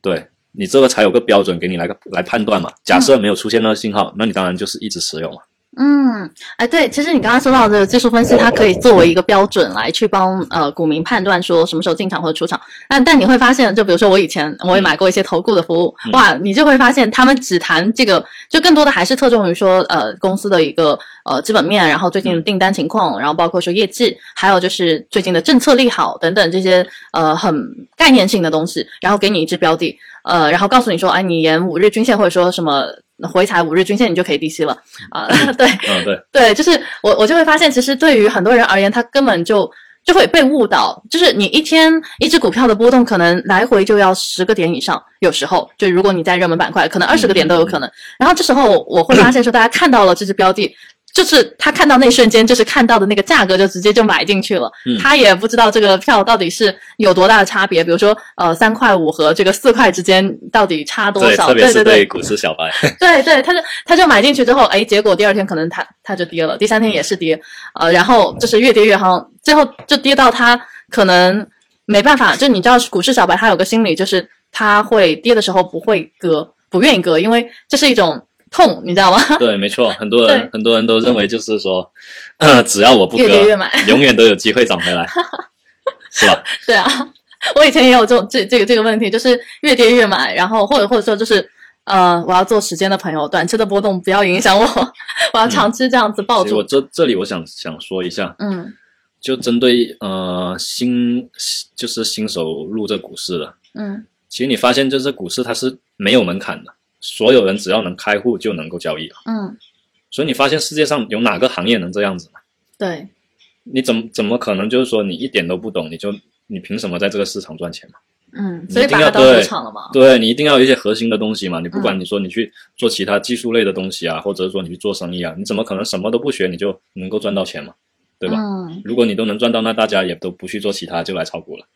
[SPEAKER 2] 对。你这个才有个标准给你来个来判断嘛？假设没有出现那个信号，那你当然就是一直持有嘛。
[SPEAKER 1] 嗯，哎，对，其实你刚刚说到的技术分析，它可以作为一个标准来去帮呃股民判断说什么时候进场或者出场。但但你会发现，就比如说我以前我也买过一些投顾的服务，
[SPEAKER 2] 嗯
[SPEAKER 1] 哇，你就会发现他们只谈这个，就更多的还是侧重于说呃公司的一个呃基本面，然后最近的订单情况，然后包括说业绩，还有就是最近的政策利好等等这些呃很概念性的东西，然后给你一只标的，呃，然后告诉你说，哎，你沿五日均线或者说什么回踩五日均线，你就可以低吸了啊、 [LAUGHS] 对。
[SPEAKER 2] 嗯，对。
[SPEAKER 1] 对，就是我我就会发现，其实对于很多人而言，他根本就就会被误导。就是你一天一只股票的波动，可能来回就要十个点以上，有时候就如果你在热门板块，可能二十个点都有
[SPEAKER 2] 嗯
[SPEAKER 1] 可能。然后这时候我我会发现说，大家看到了这只标的。就是他看到那瞬间，就是看到的那个价格，就直接就买进去了。
[SPEAKER 2] 嗯
[SPEAKER 1] 他也不知道这个票到底是有多大的差别，比如说，呃，三块五和这个四块之间到底差多
[SPEAKER 2] 对，
[SPEAKER 1] 少？
[SPEAKER 2] 特别是
[SPEAKER 1] 对对
[SPEAKER 2] 对股市小白，
[SPEAKER 1] [LAUGHS] 对对，他就他就买进去之后，哎，结果第二天可能他他就跌了，第三天也是跌，呃，然后就是越跌越夯，最后就跌到他可能没办法，就你知道股市小白他有个心理，就是他会跌的时候不会割，不愿意割，因为这是一种痛，你知道吗？ [LAUGHS]
[SPEAKER 2] 对，没错，很多人
[SPEAKER 1] 对
[SPEAKER 2] 很多人都认为就是说， [CLEARS THROAT] 呃，只要我不割，
[SPEAKER 1] 越跌越买
[SPEAKER 2] 永远都有机会涨
[SPEAKER 1] [LAUGHS]
[SPEAKER 2] 回来，是吧？
[SPEAKER 1] 对啊，我以前也有这种这这个这个问题，就是越跌越买，然后或者或者说就是。呃，我要做时间的朋友，短期的波动不要影响我，我要长期这样子抱
[SPEAKER 2] 其实嗯我
[SPEAKER 1] 住。
[SPEAKER 2] 这这里我想想说一下，
[SPEAKER 1] 嗯
[SPEAKER 2] 就针对呃新就是新手入这股市的，
[SPEAKER 1] 嗯
[SPEAKER 2] 其实你发现就是股市它是没有门槛的，所有人只要能开户就能够交易，
[SPEAKER 1] 嗯，
[SPEAKER 2] 所以你发现世界上有哪个行业能这样子吗？
[SPEAKER 1] 对，
[SPEAKER 2] 你怎么怎么可能就是说你一点都不懂，你就你凭什么在这个市场赚钱嘛？
[SPEAKER 1] 嗯，
[SPEAKER 2] 你
[SPEAKER 1] 所以
[SPEAKER 2] 一定
[SPEAKER 1] 把
[SPEAKER 2] 要
[SPEAKER 1] 它当赌
[SPEAKER 2] 对
[SPEAKER 1] 场了嘛。
[SPEAKER 2] 对你一定要有一些核心的东西嘛，你不
[SPEAKER 1] 嗯
[SPEAKER 2] 管你说你去做其他技术类的东西啊，或者是说你去做生意啊，你怎么可能什么都不学你就能够赚到钱嘛，对吧？
[SPEAKER 1] 嗯
[SPEAKER 2] 如果你都能赚到，那大家也都不去做其他，就来炒股了。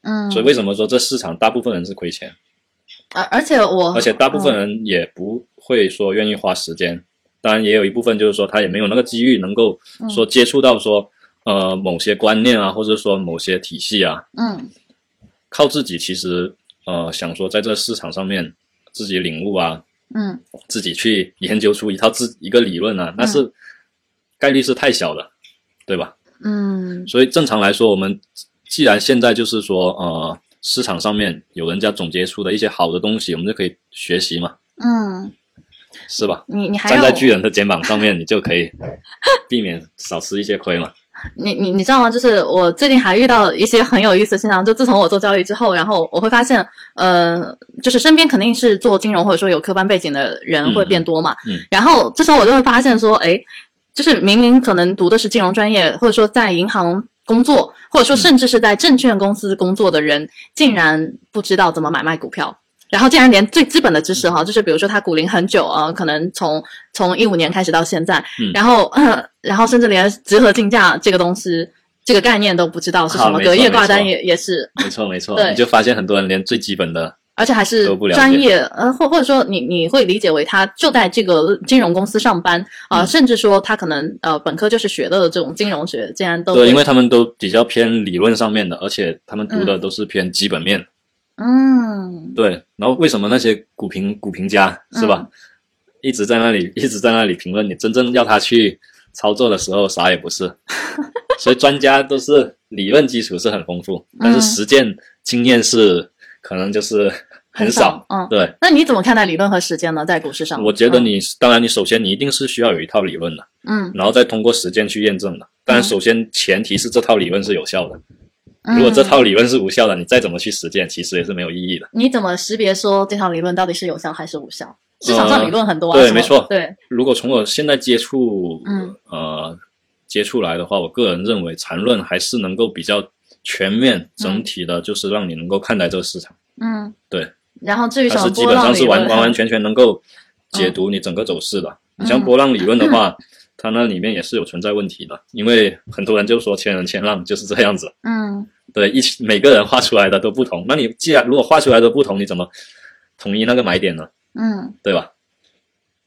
[SPEAKER 1] 嗯，
[SPEAKER 2] 所以为什么说这市场大部分人是亏钱，
[SPEAKER 1] 而而且我
[SPEAKER 2] 而且大部分人也不会说愿意花时间。当然，也有一部分就是说他也没有那个机遇能够
[SPEAKER 1] 嗯
[SPEAKER 2] 说接触到说呃某些观念啊，或者说某些体系啊，
[SPEAKER 1] 嗯
[SPEAKER 2] 靠自己其实呃想说在这市场上面自己领悟啊，
[SPEAKER 1] 嗯
[SPEAKER 2] 自己去研究出一套自一个理论啊，那是概率是太小了，对吧？
[SPEAKER 1] 嗯
[SPEAKER 2] 所以正常来说，我们既然现在就是说，呃，市场上面有人家总结出的一些好的东西，我们就可以学习嘛，
[SPEAKER 1] 嗯，
[SPEAKER 2] 是吧？
[SPEAKER 1] 你你还
[SPEAKER 2] 站
[SPEAKER 1] 让
[SPEAKER 2] 在
[SPEAKER 1] 我
[SPEAKER 2] 巨人的肩膀上面，你就可以避免少吃一些亏
[SPEAKER 1] [LAUGHS]
[SPEAKER 2] 嘛。
[SPEAKER 1] 你你你知道吗？就是我最近还遇到一些很有意思的现象，就自从我做交易之后，然后我会发现，呃，就是身边肯定是做金融或者说有科班背景的人会变多嘛，
[SPEAKER 2] 嗯嗯
[SPEAKER 1] 然后这时候我就会发现说，哎，就是明明可能读的是金融专业，或者说在银行。工作，或
[SPEAKER 2] 嗯
[SPEAKER 1] 者说甚至是在证券公司工作的人，竟然不知道怎么买卖股票，然后竟然连最基本的知识
[SPEAKER 2] 嗯
[SPEAKER 1] 哈，就是比如说他股龄很久啊，可能从从一五年开始到现在
[SPEAKER 2] 嗯，
[SPEAKER 1] 然后、 [COUGHS] 嗯、然后甚至连集合竞价这个东西这个概念都不知道是什
[SPEAKER 2] 好
[SPEAKER 1] 么，
[SPEAKER 2] 没错
[SPEAKER 1] 隔夜挂单
[SPEAKER 2] 没错
[SPEAKER 1] 也也是，
[SPEAKER 2] 没错，没错，
[SPEAKER 1] 对
[SPEAKER 2] 你就发现很多人连最基本的
[SPEAKER 1] 啊而且还是
[SPEAKER 2] 都不了解
[SPEAKER 1] 专业，呃，或或者说你你会理解为他就在这个金融公司上班啊、呃
[SPEAKER 2] 嗯
[SPEAKER 1] 甚至说他可能呃本科就是学的这种金融学，竟然都
[SPEAKER 2] 对，因
[SPEAKER 1] 会
[SPEAKER 2] 为他们都比较偏理论上面的，而且他们读的都是偏基本面。
[SPEAKER 1] 嗯
[SPEAKER 2] 对，然后为什么那些股评股评家是吧，一直在那里 [LAUGHS] 一直在那里评论，你真正要他去操作的时候，啥也不是。所以专家都是理论基础是很丰富，但是实践经验是可能就是很少。
[SPEAKER 1] 嗯，
[SPEAKER 2] 对，
[SPEAKER 1] 那你怎么看待理论和实践呢？在股市上，
[SPEAKER 2] 我觉得你当然你首先你一定是需要有一套理论的，
[SPEAKER 1] 嗯，
[SPEAKER 2] 然后再通过实践去验证的。当然，首先前提是这套理论是有效的。
[SPEAKER 1] 嗯
[SPEAKER 2] 如果
[SPEAKER 1] 嗯
[SPEAKER 2] 这套理论是无效的，你再怎么去实践，其实也是没有意义的。
[SPEAKER 1] 你怎么识别说这套理论到底是有效还是无效？市场上
[SPEAKER 2] 呃
[SPEAKER 1] 理论很多啊，
[SPEAKER 2] 对
[SPEAKER 1] 什么
[SPEAKER 2] 没错
[SPEAKER 1] 对，
[SPEAKER 2] 如果从我现在接触，
[SPEAKER 1] 嗯
[SPEAKER 2] 呃，接触来的话，我个人认为缠论还是能够比较全面、整体的，就是让你能够看待这个市场，
[SPEAKER 1] 嗯，
[SPEAKER 2] 对。
[SPEAKER 1] 然后至于什
[SPEAKER 2] 它
[SPEAKER 1] 么
[SPEAKER 2] 是基
[SPEAKER 1] 波
[SPEAKER 2] 本
[SPEAKER 1] 浪
[SPEAKER 2] 上
[SPEAKER 1] 理
[SPEAKER 2] 是
[SPEAKER 1] 论，
[SPEAKER 2] 完完完全全能够解读你整个走势的。你像
[SPEAKER 1] 嗯
[SPEAKER 2] 波浪理论的话，它那里面也是有存在问题的，因为很多人就说千人千浪就是这样子，
[SPEAKER 1] 嗯
[SPEAKER 2] 对，一起每个人画出来的都不同。那你既然如果画出来的不同，你怎么统一那个买点呢？
[SPEAKER 1] 嗯，
[SPEAKER 2] 对吧？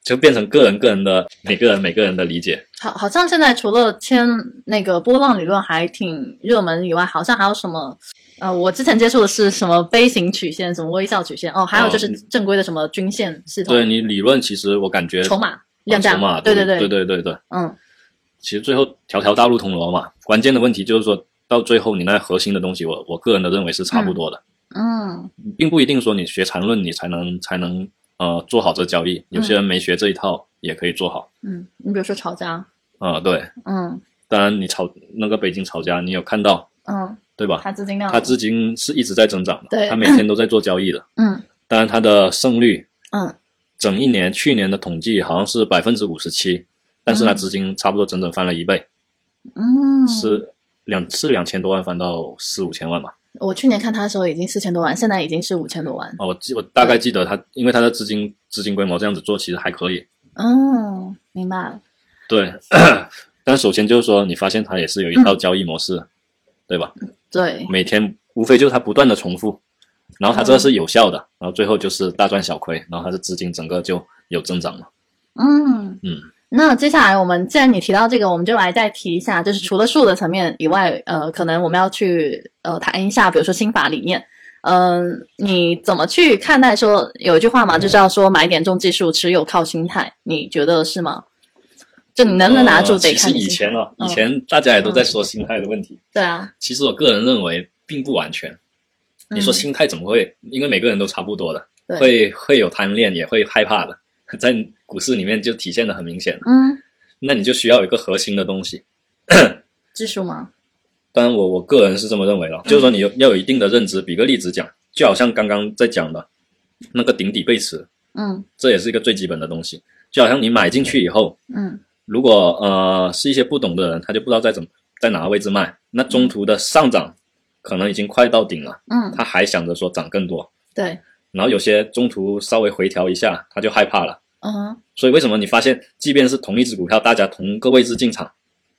[SPEAKER 2] 就变成个人个人的每个人每个人的理解。
[SPEAKER 1] 好，好像现在除了签那个波浪理论还挺热门以外，好像还有什么？呃，我之前接触的是什么杯型曲线，什么微笑曲线，哦，还有就是
[SPEAKER 2] 哦
[SPEAKER 1] 正规的什么均线系统、
[SPEAKER 2] 对你理论，其实我感觉
[SPEAKER 1] 啊筹码、量
[SPEAKER 2] 筹
[SPEAKER 1] 价，
[SPEAKER 2] 码，
[SPEAKER 1] 对
[SPEAKER 2] 对
[SPEAKER 1] 对
[SPEAKER 2] 对对对对
[SPEAKER 1] 嗯
[SPEAKER 2] 其实最后条条大路通罗马，关键的问题就是说到最后，你那核心的东西我，我个人的认为是差不多的，
[SPEAKER 1] 嗯
[SPEAKER 2] 并不一定说你学缠论你才能才能呃做好这交易，有些人没学这一套也可以做好，
[SPEAKER 1] 嗯，你比如说吵架，
[SPEAKER 2] 啊，对，
[SPEAKER 1] 嗯
[SPEAKER 2] 当然你炒那个北京炒家，你有看到
[SPEAKER 1] 嗯，
[SPEAKER 2] 对吧？
[SPEAKER 1] 它资金量，
[SPEAKER 2] 他资金是一直在增长的，
[SPEAKER 1] 对
[SPEAKER 2] 他每天都在做交易的，
[SPEAKER 1] 嗯
[SPEAKER 2] 当然他的胜率
[SPEAKER 1] 嗯
[SPEAKER 2] 整一年去年的统计好像是百分之五十七，但是他
[SPEAKER 1] 嗯
[SPEAKER 2] 资金差不多整整翻了一倍。
[SPEAKER 1] 嗯，
[SPEAKER 2] 是两是两千多万翻到四五千万吧？
[SPEAKER 1] 我去年看它的时候已经四千多万，现在已经是五千多万，
[SPEAKER 2] 哦，我记我大概记得他，因为他的资金资金规模这样子做其实还可以。
[SPEAKER 1] 嗯，明白了，
[SPEAKER 2] 对， [CLEARS THROAT] 但首先就是说，你发现他也是有一
[SPEAKER 1] 嗯
[SPEAKER 2] 套交易模式，对吧？
[SPEAKER 1] 对，
[SPEAKER 2] 每天无非就是他不断的重复，然后他
[SPEAKER 1] 嗯
[SPEAKER 2] 这个是有效的，然后最后就是大赚小亏，然后他的资金整个就有增长嘛。
[SPEAKER 1] 嗯
[SPEAKER 2] 嗯，
[SPEAKER 1] 那接下来我们既然你提到这个，我们就来再提一下，就是除了术的层面以外，呃，可能我们要去呃谈一下，比如说心法理念。嗯、你怎么去看待说有一句话嘛，就叫说买点重技术，持有靠心态，你觉得是吗？就你能不能拿住
[SPEAKER 2] 呃
[SPEAKER 1] 得
[SPEAKER 2] 其实
[SPEAKER 1] 看你
[SPEAKER 2] 以
[SPEAKER 1] 心态、
[SPEAKER 2] 前啊，
[SPEAKER 1] 嗯
[SPEAKER 2] 以前大家也都在说心态的问题，
[SPEAKER 1] 对啊，
[SPEAKER 2] 其实我个人认为并不完全。你
[SPEAKER 1] 嗯
[SPEAKER 2] 说心态怎么会？因为每个人都差不多的，
[SPEAKER 1] 对
[SPEAKER 2] 会会有贪恋，也会害怕的，在股市里面就体现的很明显。
[SPEAKER 1] 嗯，
[SPEAKER 2] 那你就需要有一个核心的东西。
[SPEAKER 1] 技术吗？
[SPEAKER 2] 当然我，我个人是这么认为了，就是说你有要有一定的认知。比个例子讲，就好像刚刚在讲的那个顶底背驰，
[SPEAKER 1] 嗯
[SPEAKER 2] 这也是一个最基本的东西。就好像你买进去以后，
[SPEAKER 1] 嗯
[SPEAKER 2] 如果呃是一些不懂的人，他就不知道在怎么在哪个位置卖，那中途的上涨可能已经快到顶了，
[SPEAKER 1] 嗯，
[SPEAKER 2] 他还想着说涨更多。
[SPEAKER 1] 对，
[SPEAKER 2] 然后有些中途稍微回调一下，他就害怕了。
[SPEAKER 1] 嗯
[SPEAKER 2] 所以为什么你发现，即便是同一只股票，大家同个位置进场，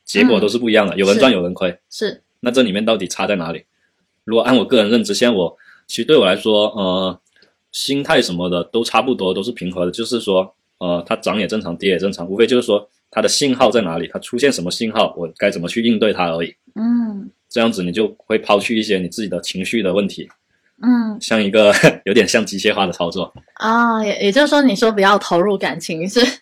[SPEAKER 2] 结果都是不一样的，有
[SPEAKER 1] 嗯
[SPEAKER 2] 人
[SPEAKER 1] 是
[SPEAKER 2] 赚，有人亏。
[SPEAKER 1] 是
[SPEAKER 2] 那这里面到底差在哪里？如果按我个人认知，现在我其实对我来说，呃，心态什么的都差不多，都是平和的。就是说，呃，它涨也正常，跌也正常，无非就是说它的信号在哪里，它出现什么信号，我该怎么去应对它而已。
[SPEAKER 1] 嗯
[SPEAKER 2] 这样子你就会抛去一些你自己的情绪的问题，
[SPEAKER 1] 嗯
[SPEAKER 2] 像一个 [LAUGHS] 有点像机械化的操作。
[SPEAKER 1] 啊，也也就是说，你说不要投入感情是，说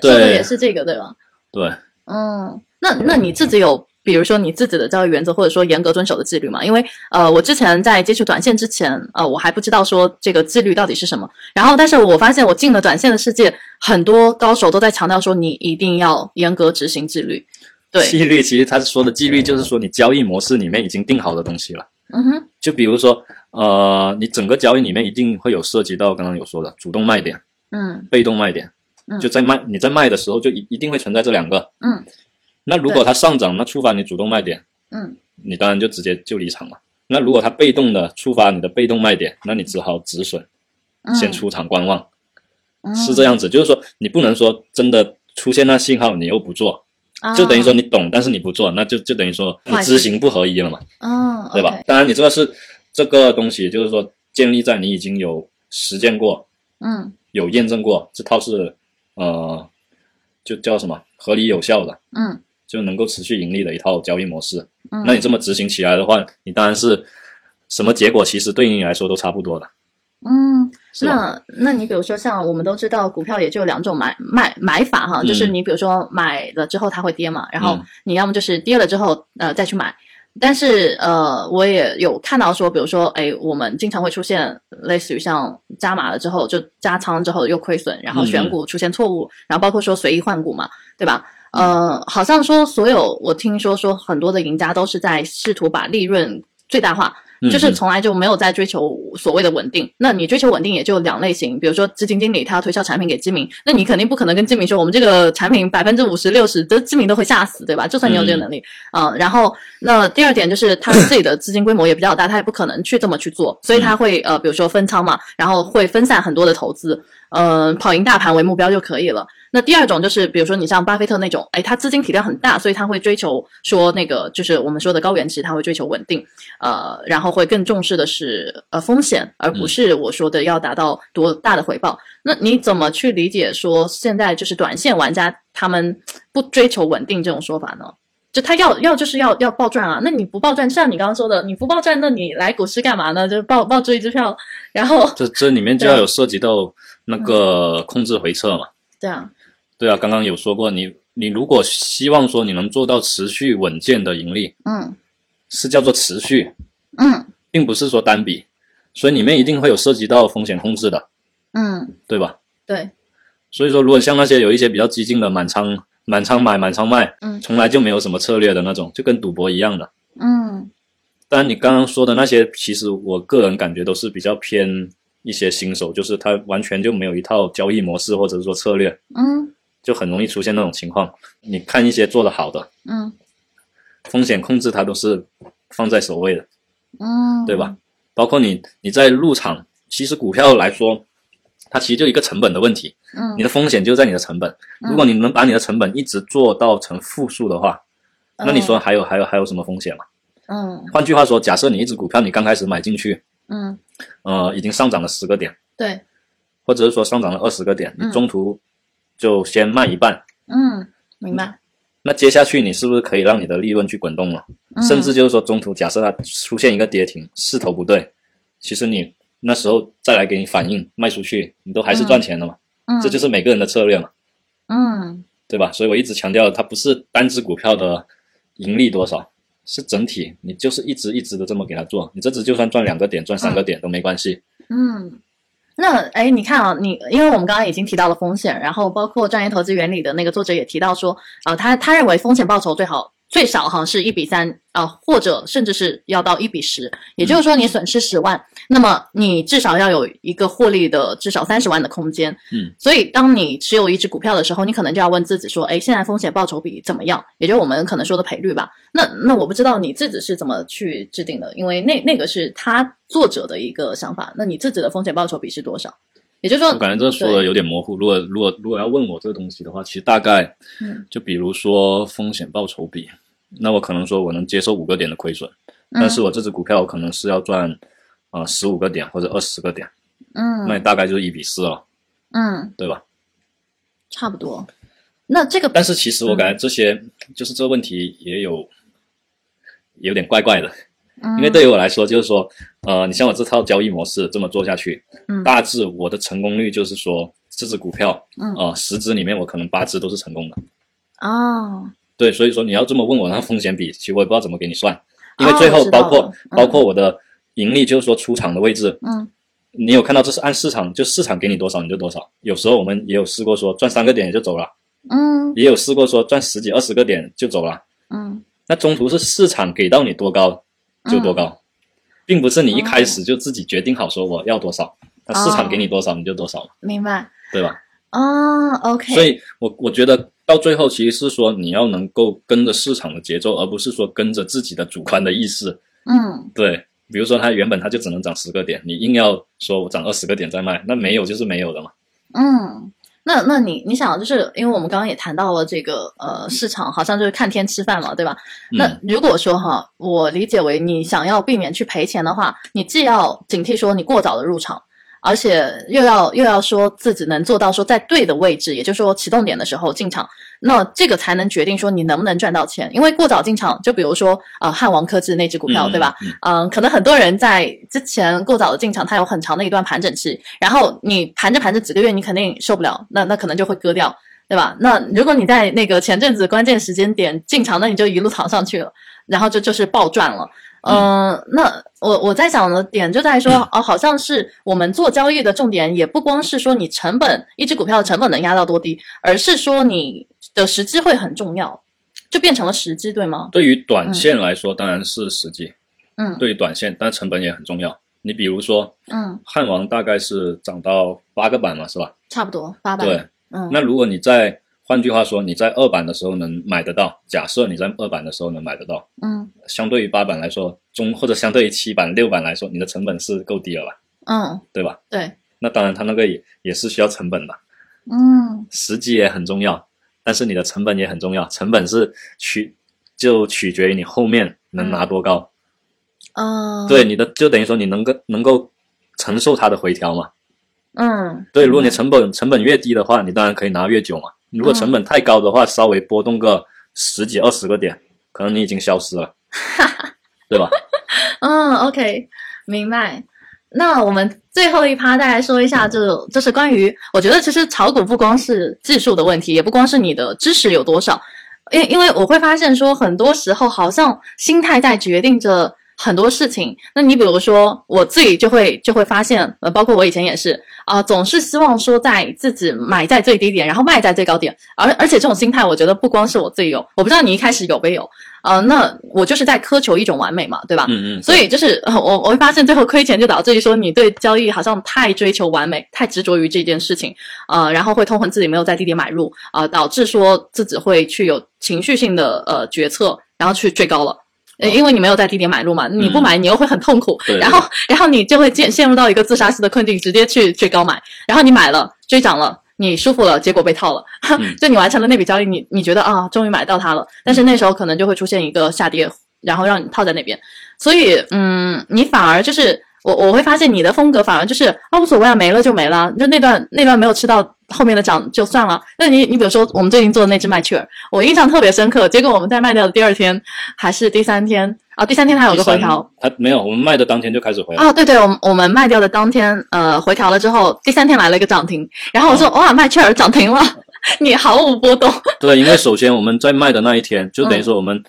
[SPEAKER 1] 的
[SPEAKER 2] 对
[SPEAKER 1] 也是这个对吧？
[SPEAKER 2] 对，
[SPEAKER 1] 嗯，那那你自己有，比如说你自己的交易原则，或者说严格遵守的纪律吗？因为呃，我之前在接触短线之前，呃，我还不知道说这个纪律到底是什么。然后，但是我发现我进了短线的世界，很多高手都在强调说，你一定要严格执行纪律。对，
[SPEAKER 2] 纪律其实他说的纪律就是说你交易模式里面已经定好的东西了。
[SPEAKER 1] 嗯哼，
[SPEAKER 2] 就比如说，呃，你整个交易里面一定会有涉及到刚刚有说的主动卖点、
[SPEAKER 1] 嗯
[SPEAKER 2] 被动卖点
[SPEAKER 1] 嗯，
[SPEAKER 2] 就在卖你在卖的时候就一一定会存在这两个。
[SPEAKER 1] 嗯
[SPEAKER 2] 那如果它上涨，那触发你主动卖点，
[SPEAKER 1] 嗯
[SPEAKER 2] 你当然就直接就离场了。那如果它被动的触发你的被动卖点，那你只好止损，
[SPEAKER 1] 嗯，
[SPEAKER 2] 先出场观望，
[SPEAKER 1] 嗯
[SPEAKER 2] 是这样子。就是说，你不能说真的出现那信号你又不做，就等于说，你懂，但是你不做，那就就等于说你
[SPEAKER 1] 啊坏事
[SPEAKER 2] 知行不合一了嘛。
[SPEAKER 1] 啊嗯，
[SPEAKER 2] 对吧？？当然，你这个是这个东西，就是说建立在你已经有实践过，
[SPEAKER 1] 嗯
[SPEAKER 2] 有验证过这套是呃，就叫什么合理有效的，
[SPEAKER 1] 嗯
[SPEAKER 2] 就能够持续盈利的一套交易模式。
[SPEAKER 1] 嗯，
[SPEAKER 2] 那你这么执行起来的话，你当然是什么结果其实对你来说都差不多的，
[SPEAKER 1] 嗯，
[SPEAKER 2] 是吧？
[SPEAKER 1] 那那你比如说像我们都知道股票也就有两种买买买法哈，就是
[SPEAKER 2] 嗯
[SPEAKER 1] 你比如说买了之后它会跌嘛，然后
[SPEAKER 2] 嗯
[SPEAKER 1] 你要么就是跌了之后呃再去买。但是呃，我也有看到说，比如说，哎，我们经常会出现类似于像加码了之后就加仓之后又亏损，然后选
[SPEAKER 2] 嗯
[SPEAKER 1] 股出现错误，然后包括说随意换股嘛，对吧？
[SPEAKER 2] 嗯
[SPEAKER 1] 呃，好像说所有我听说说很多的赢家都是在试图把利润最大化，
[SPEAKER 2] 嗯
[SPEAKER 1] 就是从来就没有在追求所谓的稳定。那你追求稳定也就两类型，比如说基金经理他要推销产品给基民，那你肯定不可能跟基民说我们这个产品百分之五十六十，这基民都会吓死，对吧？就算你有这个能力，啊，然后那第二点就是他自己的资金规模也比较大，他也不可能去这么去做，所以他会呃，比如说分仓嘛，然后会分散很多的投资，呃，跑赢大盘为目标就可以了。那第二种就是，比如说你像巴菲特那种，哎，他资金体量很大，所以他会追求说那个就是我们说的高原值，他会追求稳定，呃，然后会更重视的是呃风险，而不是我说的要达到多大的回报。那你怎么去理解说现在就是短线玩家他们不追求稳定这种说法呢？就他要要就是要要暴赚啊，那你不暴赚，像你刚刚说的，你不暴赚，那你来股市干嘛呢？就是暴暴追支票，然后
[SPEAKER 2] 这这里面就要有涉及到那个控制回撤嘛。
[SPEAKER 1] 对啊，
[SPEAKER 2] 对啊，刚刚有说过，你你如果希望说你能做到持续稳健的盈利，
[SPEAKER 1] 嗯
[SPEAKER 2] 是叫做持续，
[SPEAKER 1] 嗯
[SPEAKER 2] 并不是说单笔，所以里面一定会有涉及到风险控制的，
[SPEAKER 1] 嗯，
[SPEAKER 2] 对吧？
[SPEAKER 1] 对，
[SPEAKER 2] 所以说，如果像那些有一些比较激进的满仓满仓买满仓卖，
[SPEAKER 1] 嗯
[SPEAKER 2] 从来就没有什么策略的那种，就跟赌博一样的。
[SPEAKER 1] 嗯
[SPEAKER 2] 当然，你刚刚说的那些，其实我个人感觉都是比较偏一些新手，就是他完全就没有一套交易模式或者是说策略，
[SPEAKER 1] 嗯
[SPEAKER 2] 就很容易出现那种情况。你看一些做得好的，
[SPEAKER 1] 嗯
[SPEAKER 2] 风险控制它都是放在首位的，
[SPEAKER 1] 嗯，
[SPEAKER 2] 对吧？？包括你你在入场，其实股票来说，它其实就一个成本的问题，
[SPEAKER 1] 嗯
[SPEAKER 2] 你的风险就在你的成本。
[SPEAKER 1] 嗯
[SPEAKER 2] 如果你能把你的成本一直做到成负数的话，
[SPEAKER 1] 嗯
[SPEAKER 2] 那你说还有还有还有什么风险嘛？
[SPEAKER 1] 嗯
[SPEAKER 2] 换句话说，假设你一只股票你刚开始买进去，
[SPEAKER 1] 嗯，
[SPEAKER 2] 呃，已经上涨了十个点，
[SPEAKER 1] 对，
[SPEAKER 2] 或者是说上涨了二十个点，
[SPEAKER 1] 嗯
[SPEAKER 2] 你中途就先卖一半，
[SPEAKER 1] 嗯，明白。
[SPEAKER 2] 那接下去你是不是可以让你的利润去滚动了？
[SPEAKER 1] 嗯
[SPEAKER 2] 甚至就是说中途假设它出现一个跌停，势头不对，其实你那时候再来给你反应卖出去，你都还是赚钱的嘛。
[SPEAKER 1] 嗯
[SPEAKER 2] 这就是每个人的策略嘛，
[SPEAKER 1] 嗯
[SPEAKER 2] 对吧？所以我一直强调，它不是单只股票的盈利多少，是整体，你就是一直一直的这么给它做，你这只就算赚两个点、赚三个点都没关系。
[SPEAKER 1] 嗯。那哎，你看啊，你因为我们刚刚已经提到了风险，然后包括《专业投资原理》的那个作者也提到说，啊、他他认为风险报酬最好最少哈是一比三啊、或者甚至是要到一比十，也就是说你损失十万，那么你至少要有一个获利的至少三十万的空间。
[SPEAKER 2] 嗯，
[SPEAKER 1] 所以当你持有一只股票的时候，你可能就要问自己说，哎，现在风险报酬比怎么样？也就是我们可能说的赔率吧。那那我不知道你自己是怎么去制定的，因为那那个是他作者的一个想法。那你自己的风险报酬比是多少？也就是说
[SPEAKER 2] 我，感觉这说的有点模糊。如果如果如果要问我这个东西的话，其实大概
[SPEAKER 1] 嗯
[SPEAKER 2] 就比如说风险报酬比，那我可能说我能接受五个点的亏损，
[SPEAKER 1] 嗯
[SPEAKER 2] 但是我这只股票我可能是要赚啊十五个点或者二十个点，那
[SPEAKER 1] 嗯
[SPEAKER 2] 你大概就是一比四了，
[SPEAKER 1] 嗯，
[SPEAKER 2] 对吧？
[SPEAKER 1] 差不多。那这个
[SPEAKER 2] 但是其实我感觉这些、
[SPEAKER 1] 嗯
[SPEAKER 2] 就是这个问题也有有点怪怪的，
[SPEAKER 1] 嗯
[SPEAKER 2] 因为对于我来说就是说，呃，你像我这套交易模式这么做下去，
[SPEAKER 1] 嗯
[SPEAKER 2] 大致我的成功率就是说这只股票，
[SPEAKER 1] 嗯
[SPEAKER 2] 呃，十只里面我可能八只都是成功的。
[SPEAKER 1] 哦，
[SPEAKER 2] 对，所以说你要这么问我那风险比，其实我也不知道怎么给你算，因为
[SPEAKER 1] 哦
[SPEAKER 2] 最
[SPEAKER 1] 我
[SPEAKER 2] 后
[SPEAKER 1] 知道
[SPEAKER 2] 包括、
[SPEAKER 1] 了嗯
[SPEAKER 2] 包括我的盈利，就是说出场的位置，
[SPEAKER 1] 嗯
[SPEAKER 2] 你有看到这是按市场，就市场给你多少你就多少。有时候我们也有试过说赚三个点也就走了，
[SPEAKER 1] 嗯
[SPEAKER 2] 也有试过说赚十几二十个点就走了。
[SPEAKER 1] 嗯
[SPEAKER 2] 那中途是市场给到你多高就多高，并不是你一
[SPEAKER 1] 哦
[SPEAKER 2] 开始就自己决定好说我要多少，那市场给你多少你就多少嘛，
[SPEAKER 1] 明白
[SPEAKER 2] 对吧？
[SPEAKER 1] 哦 OK，
[SPEAKER 2] 所以我我觉得到最后其实是说你要能够跟着市场的节奏，而不是说跟着自己的主观的意识。
[SPEAKER 1] 嗯
[SPEAKER 2] 对，比如说它原本它就只能涨十个点，你硬要说我涨二十个点再卖，那没有就是没有的嘛。
[SPEAKER 1] 嗯，那那你你想，就是因为我们刚刚也谈到了这个呃市场，好像就是看天吃饭嘛，对吧？那
[SPEAKER 2] 嗯，
[SPEAKER 1] 如果说哈，我理解为你想要避免去赔钱的话，你既要警惕说你过早的入场，而且又要又要说自己能做到说在对的位置，也就是说启动点的时候进场，那这个才能决定说你能不能赚到钱。因为过早进场，就比如说呃汉王科技那只股票，对吧？
[SPEAKER 2] 嗯？嗯
[SPEAKER 1] 嗯，可能很多人在之前过早的进场，它有很长的一段盘整期，然后你盘着盘着几个月，你肯定受不了，那那可能就会割掉，对吧？那如果你在那个前阵子关键时间点进场，那你就一路躺上去了，然后就就是暴赚了。嗯，那我我在想的点就在于说，哦，好像是我们做交易的重点，也不光是说你成本一只股票的成本能压到多低，而是说你的时机会很重要，就变成了时机，对吗？
[SPEAKER 2] 对于短线来说，当然是时机。
[SPEAKER 1] 嗯
[SPEAKER 2] 对于短线，但成本也很重要。你比如说，
[SPEAKER 1] 嗯，
[SPEAKER 2] 汉王大概是涨到八个板嘛，是吧？
[SPEAKER 1] 差不多八百。
[SPEAKER 2] 对。
[SPEAKER 1] 嗯，
[SPEAKER 2] 那如果你在，换句话说，你在二板的时候能买得到，假设你在二板的时候能买得到，
[SPEAKER 1] 嗯
[SPEAKER 2] 相对于八板来说，中或者相对于七板、六板来说，你的成本是够低了吧？
[SPEAKER 1] 嗯，
[SPEAKER 2] 对吧？
[SPEAKER 1] 对，
[SPEAKER 2] 那当然，它那个也也是需要成本的，
[SPEAKER 1] 嗯
[SPEAKER 2] 时机也很重要，但是你的成本也很重要，成本是取就取决于你后面能拿多高。
[SPEAKER 1] 嗯，
[SPEAKER 2] 对，，你的就等于说你能够能够承受它的回调嘛。
[SPEAKER 1] 嗯，
[SPEAKER 2] 对，如果你成本成本越低的话，你当然可以拿越久嘛。如果成
[SPEAKER 1] 嗯
[SPEAKER 2] 本太高的话，稍微波动个十几二十个点，可能你已经消
[SPEAKER 1] [LAUGHS]
[SPEAKER 2] 失了，对吧？
[SPEAKER 1] 嗯，OK，明白。那我们最后一趴再来说一下，就就是关于，我觉得其实炒股不光是技术的问题，也不光是你的知识有多少，因因为我会发现说，很多时候好像心态在决定着很多事情。那你比如说，我自己就会就会发现，呃，包括我以前也是啊、总是希望说在自己买在最低点，然后卖在最高点，而而且这种心态，我觉得不光是我自己有，我不知道你一开始有没有，呃，那我就是在苛求一种完美嘛，对吧？
[SPEAKER 2] 嗯嗯，
[SPEAKER 1] 所以就是呃我我会发现，最后亏钱就导致于说你对交易好像太追求完美，太执着于这件事情，呃，然后会痛恨自己没有在低点买入，啊，导致说自己会去有情绪性的呃决策，然后去追高了。呃因为你没有在低点买入嘛，你不买你又会很痛苦，
[SPEAKER 2] 哦嗯对
[SPEAKER 1] [LAUGHS]
[SPEAKER 2] 对
[SPEAKER 1] 然后然后你就会陷陷入到一个自杀式的困境，直接去追高买，然后你买了追涨了，你舒服了，结果被套了，
[SPEAKER 2] 嗯
[SPEAKER 1] [LAUGHS] 就你完成了那笔交易，你你觉得啊终于买到它了，但是那时候可能就会出现一个下跌，然后让你套在那边，所以嗯，你反而就是我我会发现你的风格反而就是啊无所谓啊，没了就没了，就那段那段没有吃到后面的涨就算了。那你你比如说我们最近做的那只麦雀儿，我印象特别深刻，结果我们在卖掉的第二天还是第三天啊，第三天它有个回调，
[SPEAKER 2] 它啊没有，我们卖的当天就开始回来。
[SPEAKER 1] 啊，对对，我们我们卖掉的当天，呃，回调了之后，第三天来了一个涨停，然后我说、哇，麦雀儿涨停了，你毫无波动，
[SPEAKER 2] 对，因为首先我们在卖的那一天，就
[SPEAKER 1] 嗯
[SPEAKER 2] 等于说我们、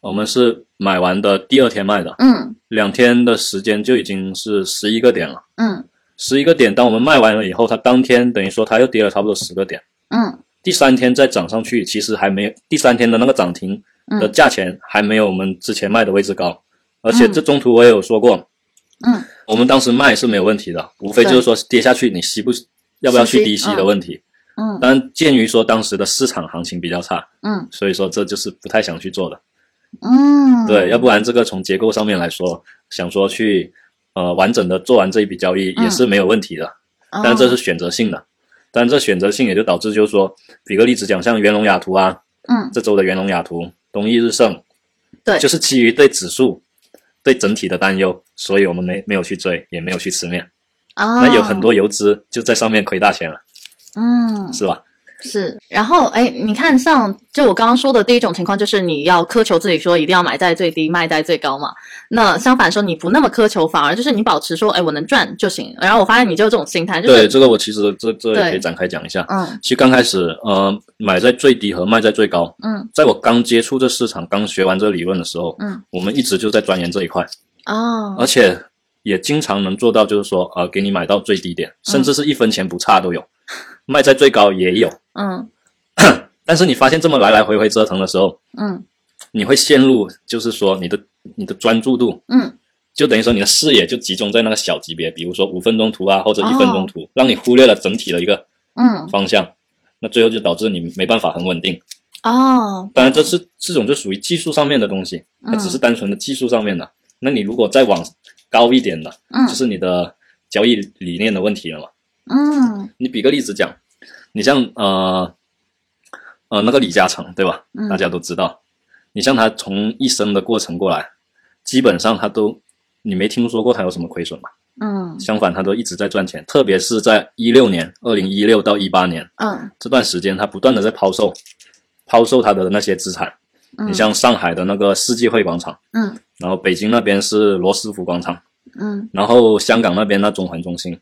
[SPEAKER 2] 我们是买完的第二天卖的，
[SPEAKER 1] 嗯
[SPEAKER 2] 两天的时间就已经是十一个点了。
[SPEAKER 1] 嗯
[SPEAKER 2] 十一个点，当我们卖完了以后，它当天等于说它又跌了差不多十个点。
[SPEAKER 1] 嗯
[SPEAKER 2] 第三天再涨上去，其实还没有第三天的那个涨停的
[SPEAKER 1] 嗯
[SPEAKER 2] 价钱还没有我们之前卖的位置高，而且这中途我也有说过，
[SPEAKER 1] 嗯
[SPEAKER 2] 我们当时卖是没有问题的，无非就是说跌下去你吸不要不要去低吸的问题。
[SPEAKER 1] 嗯
[SPEAKER 2] 当然，鉴于说当时的市场行情比较差，
[SPEAKER 1] 嗯
[SPEAKER 2] 所以说这就是不太想去做的。
[SPEAKER 1] 嗯，
[SPEAKER 2] 对，要不然这个从结构上面来说，想说去呃完整的做完这一笔交易也是没有问题的，
[SPEAKER 1] 嗯哦，
[SPEAKER 2] 但这是选择性的。但这选择性也就导致就是说，比个例子讲，像元龙雅图啊，
[SPEAKER 1] 嗯
[SPEAKER 2] 这周的元龙雅图、东易日盛，
[SPEAKER 1] 对
[SPEAKER 2] 就是基于对指数、对整体的担忧，所以我们没没有去追，也没有去吃面。
[SPEAKER 1] 啊，
[SPEAKER 2] 那有很多游资就在上面亏大钱了，
[SPEAKER 1] 嗯
[SPEAKER 2] 是吧？
[SPEAKER 1] 是，然后哎，你看像就我刚刚说的第一种情况，就是你要苛求自己说一定要买在最低，卖在最高嘛。那相反说你不那么苛求，反而就是你保持说哎我能赚就行。然后我发现你就有这种心态，就是
[SPEAKER 2] 对，这个我其实这这也可
[SPEAKER 1] 对
[SPEAKER 2] 以展开讲一下。
[SPEAKER 1] 嗯
[SPEAKER 2] 其实刚开始，呃，买在最低和卖在最高，
[SPEAKER 1] 嗯
[SPEAKER 2] 在我刚接触这市场、刚学完这理论的时候，
[SPEAKER 1] 嗯
[SPEAKER 2] 我们一直就在钻研这一块，
[SPEAKER 1] 哦
[SPEAKER 2] 而且也经常能做到，就是说，呃，给你买到最低点，甚至是一分钱不差都有，卖在最高也有。
[SPEAKER 1] 嗯
[SPEAKER 2] 但是你发现这么来来回回折腾的时候，
[SPEAKER 1] 嗯
[SPEAKER 2] 你会陷入，就是说你的你的专注度，
[SPEAKER 1] 嗯
[SPEAKER 2] 就等于说你的视野就集中在那个小级别，比如说五分钟图啊，或者
[SPEAKER 1] 哦
[SPEAKER 2] 一分钟图，让你忽略了整体的一个
[SPEAKER 1] 嗯
[SPEAKER 2] 方向，那最后就导致你没办法很稳定。
[SPEAKER 1] 哦
[SPEAKER 2] 当然，这是这种就属于技术上面的东西，它只是
[SPEAKER 1] 嗯
[SPEAKER 2] 单纯的技术上面的。那你如果再往高一点的，
[SPEAKER 1] 嗯
[SPEAKER 2] 就是你的交易理念的问题了嘛。
[SPEAKER 1] 嗯
[SPEAKER 2] 你比个例子讲，你像呃呃那个李嘉诚对吧
[SPEAKER 1] 嗯？
[SPEAKER 2] 大家都知道，你像他从一生的过程过来，基本上他都你没听说过他有什么亏损吧？
[SPEAKER 1] 嗯
[SPEAKER 2] 相反，它都一直在赚钱，特别是在一六年、二零一六到一八年
[SPEAKER 1] 嗯
[SPEAKER 2] 这段时间，它不断的在抛售，抛售它的那些资产。
[SPEAKER 1] 嗯，
[SPEAKER 2] 你像上海的那个世纪汇广场，
[SPEAKER 1] 嗯
[SPEAKER 2] 然后北京那边是罗斯福广场，
[SPEAKER 1] 嗯
[SPEAKER 2] 然后香港那边那中环中心，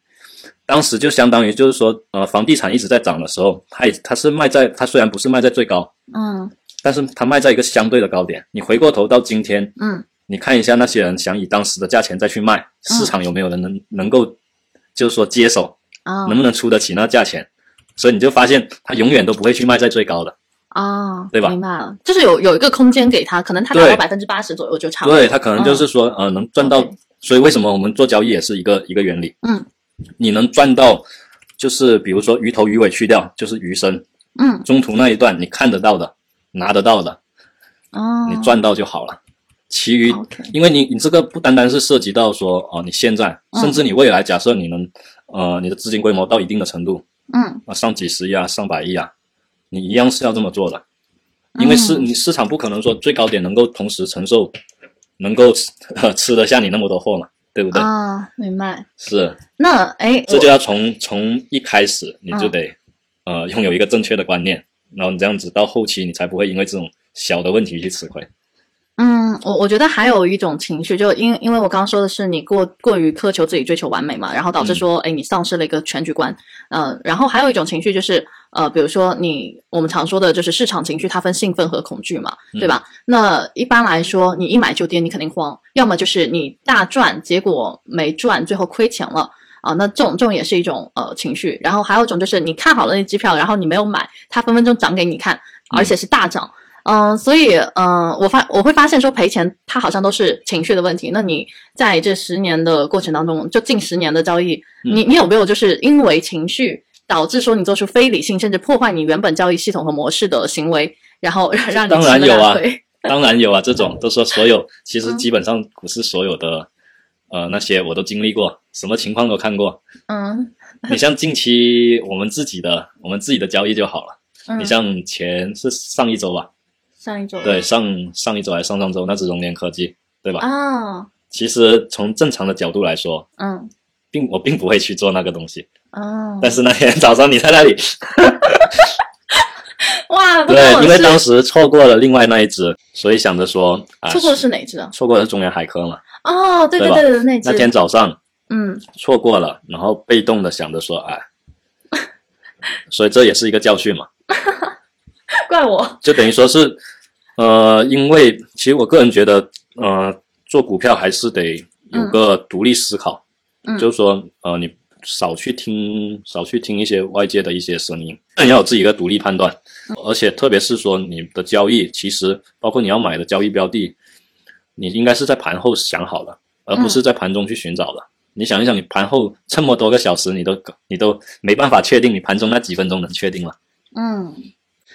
[SPEAKER 2] 当时就相当于就是说，呃，房地产一直在涨的时候，它也它是卖在它虽然不是卖在最高，
[SPEAKER 1] 嗯
[SPEAKER 2] 但是它卖在一个相对的高点。你回过头到今天，
[SPEAKER 1] 嗯
[SPEAKER 2] 你看一下那些人想以当时的价钱再去卖，市场有没有人能能够就是说接手，
[SPEAKER 1] 啊
[SPEAKER 2] 能不能出得起那价钱？所以你就发现他永远都不会去卖在最高的，
[SPEAKER 1] 啊，
[SPEAKER 2] 对吧
[SPEAKER 1] 明白了，就是有有一个空间给他，可能他达
[SPEAKER 2] 对
[SPEAKER 1] 到百分之八十左右就差不多。
[SPEAKER 2] 对他可能就是说呃能赚到
[SPEAKER 1] 嗯 OK。
[SPEAKER 2] 所以为什么我们做交易也是一个一个原理，
[SPEAKER 1] 嗯
[SPEAKER 2] 你能赚到，就是比如说鱼头鱼尾去掉，就是鱼身，
[SPEAKER 1] 嗯
[SPEAKER 2] 中途那一段你看得到的、拿得到的，
[SPEAKER 1] 哦，
[SPEAKER 2] 你赚到就好了。其余
[SPEAKER 1] OK，
[SPEAKER 2] 因为你你这个不单单是涉及到说哦、你现在，
[SPEAKER 1] 嗯
[SPEAKER 2] 甚至你未来，假设你能呃你的资金规模到一定的程度
[SPEAKER 1] 嗯
[SPEAKER 2] 啊，上几十亿啊、上百亿啊，你一样是要这么做的，因为市
[SPEAKER 1] 嗯
[SPEAKER 2] 你市场不可能说最高点能够同时承受，能够吃呃吃得下你那么多货嘛，对不对？
[SPEAKER 1] 啊，明白。
[SPEAKER 2] 是，
[SPEAKER 1] 那哎，
[SPEAKER 2] 这
[SPEAKER 1] 我
[SPEAKER 2] 就要从从一开始你就
[SPEAKER 1] 嗯
[SPEAKER 2] 得、呃拥有一个正确的观念，然后你这样子到后期你才不会因为这种小的问题去吃亏。
[SPEAKER 1] 嗯，我我觉得还有一种情绪，就因因为我刚刚说的是你过过于苛求自己追求完美嘛，然后导致说，哎、你丧失了一个全局观。呃，然后还有一种情绪就是，呃，比如说你我们常说的就是市场情绪，它分兴奋和恐惧嘛，对吧？那一般来说，你一买就跌，你肯定慌；要么就是你大赚，结果没赚，最后亏钱了。啊，那这种这种也是一种呃情绪，然后还有一种就是你看好了那机票，然后你没有买，它分分钟涨给你看，而且是大涨，嗯，所以嗯，呃我发我会发现说赔钱，它好像都是情绪的问题。那你在这十年的过程当中，就近十年的交易，
[SPEAKER 2] 嗯
[SPEAKER 1] 你你有没有就是因为情绪导致说你做出非理性，甚至破坏你原本交易系统和模式的行为，然后 [LAUGHS] 让让你
[SPEAKER 2] 当然
[SPEAKER 1] 吃了
[SPEAKER 2] 有啊
[SPEAKER 1] 大亏
[SPEAKER 2] 当然有啊，这种都说所有，
[SPEAKER 1] 嗯
[SPEAKER 2] 其实基本上股市所有的呃那些我都经历过，什么情况都看过。
[SPEAKER 1] 嗯
[SPEAKER 2] 你像近期我们自己的我们自己的交易就好了。
[SPEAKER 1] 嗯，
[SPEAKER 2] 你像前是上一周吧，
[SPEAKER 1] 上一周
[SPEAKER 2] 对，上上一周还是上上周那只融联科技，对吧？
[SPEAKER 1] 啊，
[SPEAKER 2] 其实从正常的角度来说，
[SPEAKER 1] 嗯
[SPEAKER 2] 并我并不会去做那个东西。
[SPEAKER 1] 啊，
[SPEAKER 2] 但是那天早上你在
[SPEAKER 1] [LAUGHS]
[SPEAKER 2] 那里，
[SPEAKER 1] 哇，不
[SPEAKER 2] 对
[SPEAKER 1] 啊关，我
[SPEAKER 2] 因为
[SPEAKER 1] 事
[SPEAKER 2] 当时错过了另外那一只，所以想着说啊，
[SPEAKER 1] 错过的是哪只啊？
[SPEAKER 2] 错过了中原海科嘛。
[SPEAKER 1] 哦，对
[SPEAKER 2] 对吧
[SPEAKER 1] 对对，那只
[SPEAKER 2] 那天早上
[SPEAKER 1] 嗯
[SPEAKER 2] 错过了，然后被动的想着说哎， [LAUGHS] 所以这也是一个教训嘛，
[SPEAKER 1] 怪我
[SPEAKER 2] 就等于说是呃，因为其实我个人觉得呃，做股票还是得有个独立思考，
[SPEAKER 1] 嗯
[SPEAKER 2] 就是说呃，你少去听少去听一些外界的一些声音，你要有自己一个独立判断，而且特别是说你的交易，其实包括你要买的交易标的，你应该是在盘后想好了，而不是在盘中去寻找的。你想一想，你盘后这么多个小时，你都你都没办法确定，你盘中那几分钟能确定吗？
[SPEAKER 1] 嗯，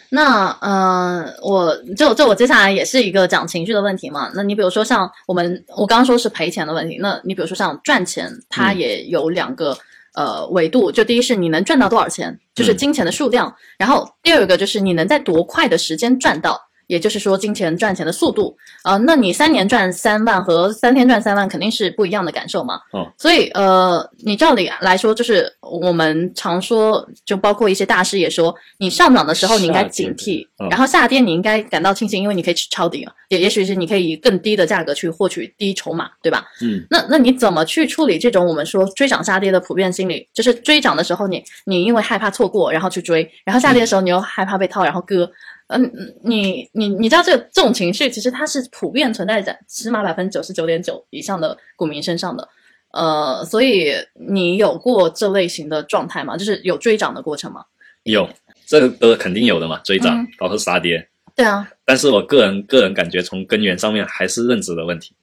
[SPEAKER 1] 那呃，我就就我接下来也是一个讲情绪的问题嘛。那你比如说像我们，我刚刚说是赔钱的问题，那你比如说像赚钱，它
[SPEAKER 2] 嗯
[SPEAKER 1] 也有两个。呃，维度就第一是你能赚到多少钱，就是
[SPEAKER 2] 嗯
[SPEAKER 1] 金钱的数量，然后第二个就是你能在多快的时间赚到，也就是说金钱赚钱的速度。呃，那你三年赚三万和三天赚三万肯定是不一样的感受嘛。
[SPEAKER 2] 哦
[SPEAKER 1] 所以呃，你照理来说，就是我们常说，就包括一些大师也说，你上涨的时候你应该警惕，
[SPEAKER 2] 下跌嗯
[SPEAKER 1] 然后下跌你应该感到庆幸，因为你可以去抄底，也也许是你可以以更低的价格去获取低筹码，对吧？
[SPEAKER 2] 嗯，
[SPEAKER 1] 那那你怎么去处理这种我们说追涨杀跌的普遍心理？就是追涨的时候你你因为害怕错过，然后去追，然后下跌的时候你又害怕被套，然后割。嗯，你你你知道这个这种情绪，其实它是普遍存在在起码百分之九十九点九以上的股民身上的。呃，所以你有过这类型的状态吗？就是有追涨的过程吗？
[SPEAKER 2] 有这个肯定有的嘛，追涨
[SPEAKER 1] 嗯
[SPEAKER 2] 包括杀跌，
[SPEAKER 1] 对啊，
[SPEAKER 2] 但是我个人个人感觉从根源上面还是认知的问题。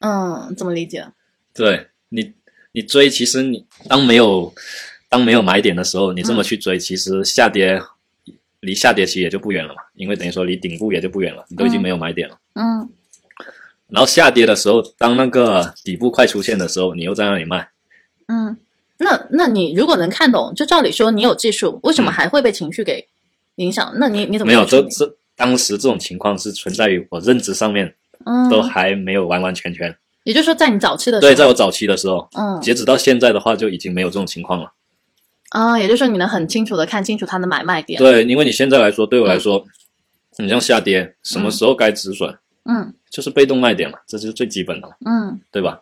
[SPEAKER 1] 嗯，怎么理解？
[SPEAKER 2] 对你，你追，其实你当没有当没有买点的时候，你这么去
[SPEAKER 1] 嗯
[SPEAKER 2] 追，其实下跌离下跌期也就不远了嘛，因为等于说离顶部也就不远了，你都已经
[SPEAKER 1] 嗯
[SPEAKER 2] 没有买点了。
[SPEAKER 1] 嗯
[SPEAKER 2] 然后下跌的时候，当那个底部快出现的时候，你又在那里卖，
[SPEAKER 1] 嗯，那那你如果能看懂，就照理说你有技术，为什么还会被情绪给影响？那你你怎么
[SPEAKER 2] 嗯没有，
[SPEAKER 1] 去处
[SPEAKER 2] 这
[SPEAKER 1] 理
[SPEAKER 2] 这当时这种情况是存在于我认知上面
[SPEAKER 1] 嗯
[SPEAKER 2] 都还没有完完全全
[SPEAKER 1] 也就是说，在你早期的时候，
[SPEAKER 2] 对，在我早期的时候，
[SPEAKER 1] 嗯
[SPEAKER 2] 截止到现在的话，就已经没有这种情况了。
[SPEAKER 1] 啊，也就是说，你能很清楚的看清楚它的买卖点。
[SPEAKER 2] 对，因为你现在来说，对我
[SPEAKER 1] 嗯
[SPEAKER 2] 来说，你像下跌，什么时候该止损，
[SPEAKER 1] 嗯
[SPEAKER 2] 就是被动卖点嘛，这就是最基本的嘛，
[SPEAKER 1] 嗯。
[SPEAKER 2] 对吧？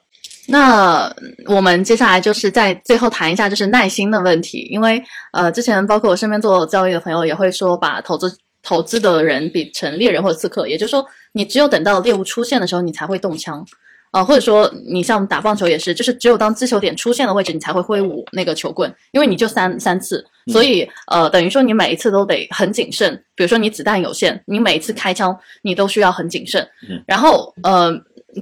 [SPEAKER 1] 那我们接下来就是在最后谈一下就是耐心的问题，因为呃，之前包括我身边做交易的朋友也会说，把投资投资的人比成猎人或者刺客，也就是说，你只有等到猎物出现的时候，你才会动枪。呃，或者说你像打棒球也是，就是只有当击球点出现的位置，你才会挥舞那个球棍，因为你就三三次，所以呃，等于说你每一次都得很谨慎。比如说你子弹有限，你每一次开枪你都需要很谨慎。
[SPEAKER 2] 嗯
[SPEAKER 1] 然后呃，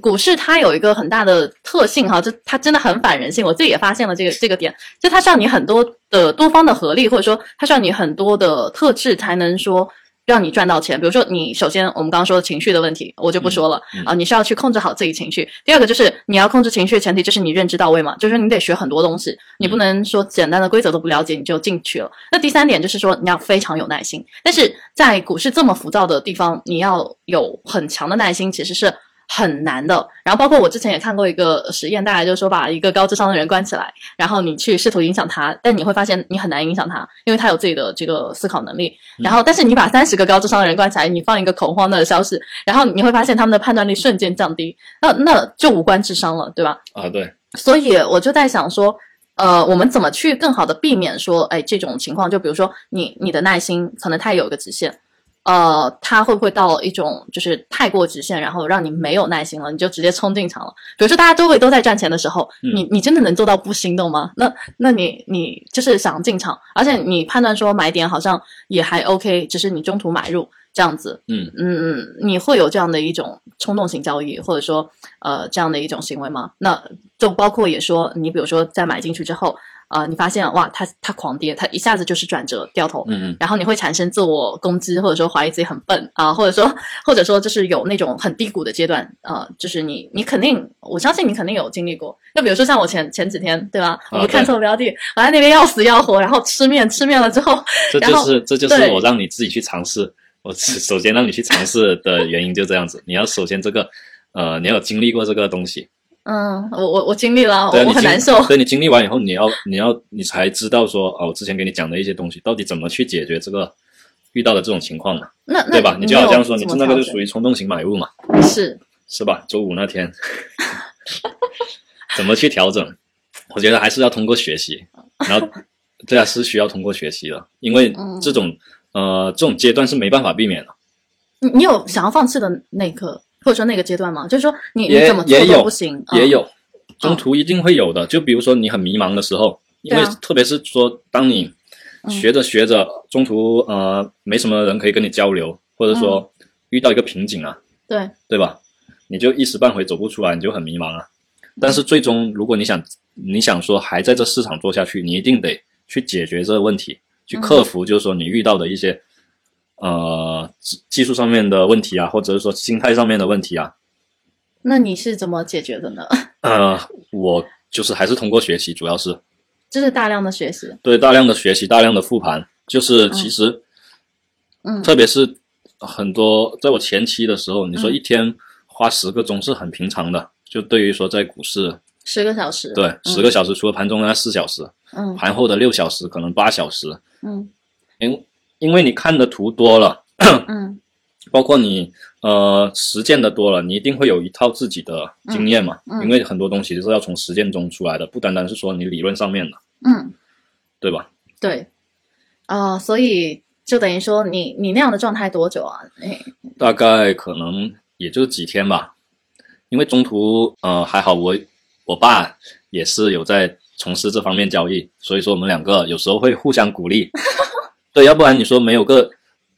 [SPEAKER 1] 股市它有一个很大的特性哈，就它真的很反人性，我自己也发现了这个这个点，就它需要你很多的多方的合力，或者说它需要你很多的特质才能说。让你赚到钱，比如说你首先我们刚刚说的情绪的问题，我就不说了啊、
[SPEAKER 2] 嗯嗯
[SPEAKER 1] 你是要去控制好自己情绪。第二个就是你要控制情绪，前提就是你认知到位嘛，就是你得学很多东西，你不能说简单的规则都不了解你就进去了。那第三点就是说你要非常有耐心，但是在股市这么浮躁的地方，你要有很强的耐心，其实是很难的。然后包括我之前也看过一个实验，大概就是说把一个高智商的人关起来，然后你去试图影响他，但你会发现你很难影响他，因为他有自己的这个思考能力。然后，但是你把三十个高智商的人关起来，你放一个恐慌的消息，然后你会发现他们的判断力瞬间降低，那那就无关智商了，对吧？
[SPEAKER 2] 啊，对，
[SPEAKER 1] 所以我就在想说，呃，我们怎么去更好的避免说，哎，这种情况？就比如说你你的耐心可能太有一个极限，呃，它会不会到一种就是太过极限，然后让你没有耐心了，你就直接冲进场了？比如说大家周围都在赚钱的时候，
[SPEAKER 2] 嗯
[SPEAKER 1] 你你真的能做到不心动吗？那那你你就是想进场，而且你判断说买点好像也还 OK，只是你中途买入这样子，
[SPEAKER 2] 嗯，
[SPEAKER 1] 嗯，你会有这样的一种冲动型交易，或者说呃这样的一种行为吗？那就包括也说，你比如说在买进去之后，啊，你发现哇，它它狂跌，它一下子就是转折掉头，
[SPEAKER 2] 嗯嗯，
[SPEAKER 1] 然后你会产生自我攻击，或者说怀疑自己很笨啊、或者说或者说就是有那种很低谷的阶段啊、就是你你肯定，我相信你肯定有经历过。就比如说像我前前几天对吧，我们看
[SPEAKER 2] 对
[SPEAKER 1] 错标的，我在那边要死要活，然后吃面吃面了之后，
[SPEAKER 2] 这
[SPEAKER 1] 然
[SPEAKER 2] 就
[SPEAKER 1] 后
[SPEAKER 2] 是这就是
[SPEAKER 1] 对
[SPEAKER 2] 我让你自己去尝试，我首首先让你去尝试的原因就这样子，你要首先这个。呃，你要有经历过这个东西，
[SPEAKER 1] 嗯，我我我经历了，我
[SPEAKER 2] 对啊，
[SPEAKER 1] 哦我
[SPEAKER 2] 你
[SPEAKER 1] 很
[SPEAKER 2] 经
[SPEAKER 1] 难受。
[SPEAKER 2] 对你经历完以后，你要你要你才知道说，哦，我之前给你讲的一些东西，到底怎么去解决这个遇到的这种情况嘛，
[SPEAKER 1] 那那
[SPEAKER 2] 对吧？你就好像说，你
[SPEAKER 1] 真
[SPEAKER 2] 那个就属于冲动型买入嘛，
[SPEAKER 1] 是
[SPEAKER 2] 是吧？周五那天， [LAUGHS] 怎么去调整？我觉得还是要通过学习，然后对啊，是需要通过学习的，因为
[SPEAKER 1] 嗯
[SPEAKER 2] 这种、呃这种阶段是没办法避免的，
[SPEAKER 1] 你你有想要放弃的那一刻，或者说那个阶段吗？就是说你你
[SPEAKER 2] 也
[SPEAKER 1] 怎么做
[SPEAKER 2] 也
[SPEAKER 1] 都
[SPEAKER 2] 有
[SPEAKER 1] 不行，
[SPEAKER 2] 也
[SPEAKER 1] 嗯
[SPEAKER 2] 有中途一定会有的。就比如说你很迷茫的时候，因为
[SPEAKER 1] 对啊
[SPEAKER 2] 特别是说当你
[SPEAKER 1] 嗯
[SPEAKER 2] 学着学着，中途呃没什么人可以跟你交流，或者说
[SPEAKER 1] 嗯
[SPEAKER 2] 遇到一个瓶颈啊，
[SPEAKER 1] 对，
[SPEAKER 2] 对吧？你就一时半会走不出来，你就很迷茫啊。但是最终，如果你想你想说还在这市场做下去，你一定得去解决这个问题，去克服，就是说你遇到的一些、呃技技术上面的问题啊，或者是说心态上面的问题啊。
[SPEAKER 1] 那你是怎么解决的呢？ [LAUGHS]
[SPEAKER 2] 呃，我就是还是通过学习，主要是
[SPEAKER 1] 就是大量的学习，
[SPEAKER 2] 对大量的学习、大量的复盘，就是其实、
[SPEAKER 1] 嗯
[SPEAKER 2] 特别是很多在我前期的时候，你说一天花十个钟是很平常的，就对于说在股市
[SPEAKER 1] 十个小时，
[SPEAKER 2] 对，十个小时，除了盘中那四小时，
[SPEAKER 1] 嗯
[SPEAKER 2] 盘后的六小时，可能八小时，
[SPEAKER 1] 嗯
[SPEAKER 2] 因因为你看的图多了，
[SPEAKER 1] 嗯嗯
[SPEAKER 2] 包括你呃实践的多了，你一定会有一套自己的经验嘛，
[SPEAKER 1] 嗯嗯
[SPEAKER 2] 因为很多东西都是要从实践中出来的，不单单是说你理论上面的，
[SPEAKER 1] 嗯，
[SPEAKER 2] 对吧？
[SPEAKER 1] 对，啊、所以就等于说你你那样的状态多久啊？哎，
[SPEAKER 2] 大概可能也就几天吧，因为中途呃还好我我爸也是有在从事这方面交易，所以说我们两个有时候会互相
[SPEAKER 1] [LAUGHS]
[SPEAKER 2] 鼓励，对，要不然你说没有个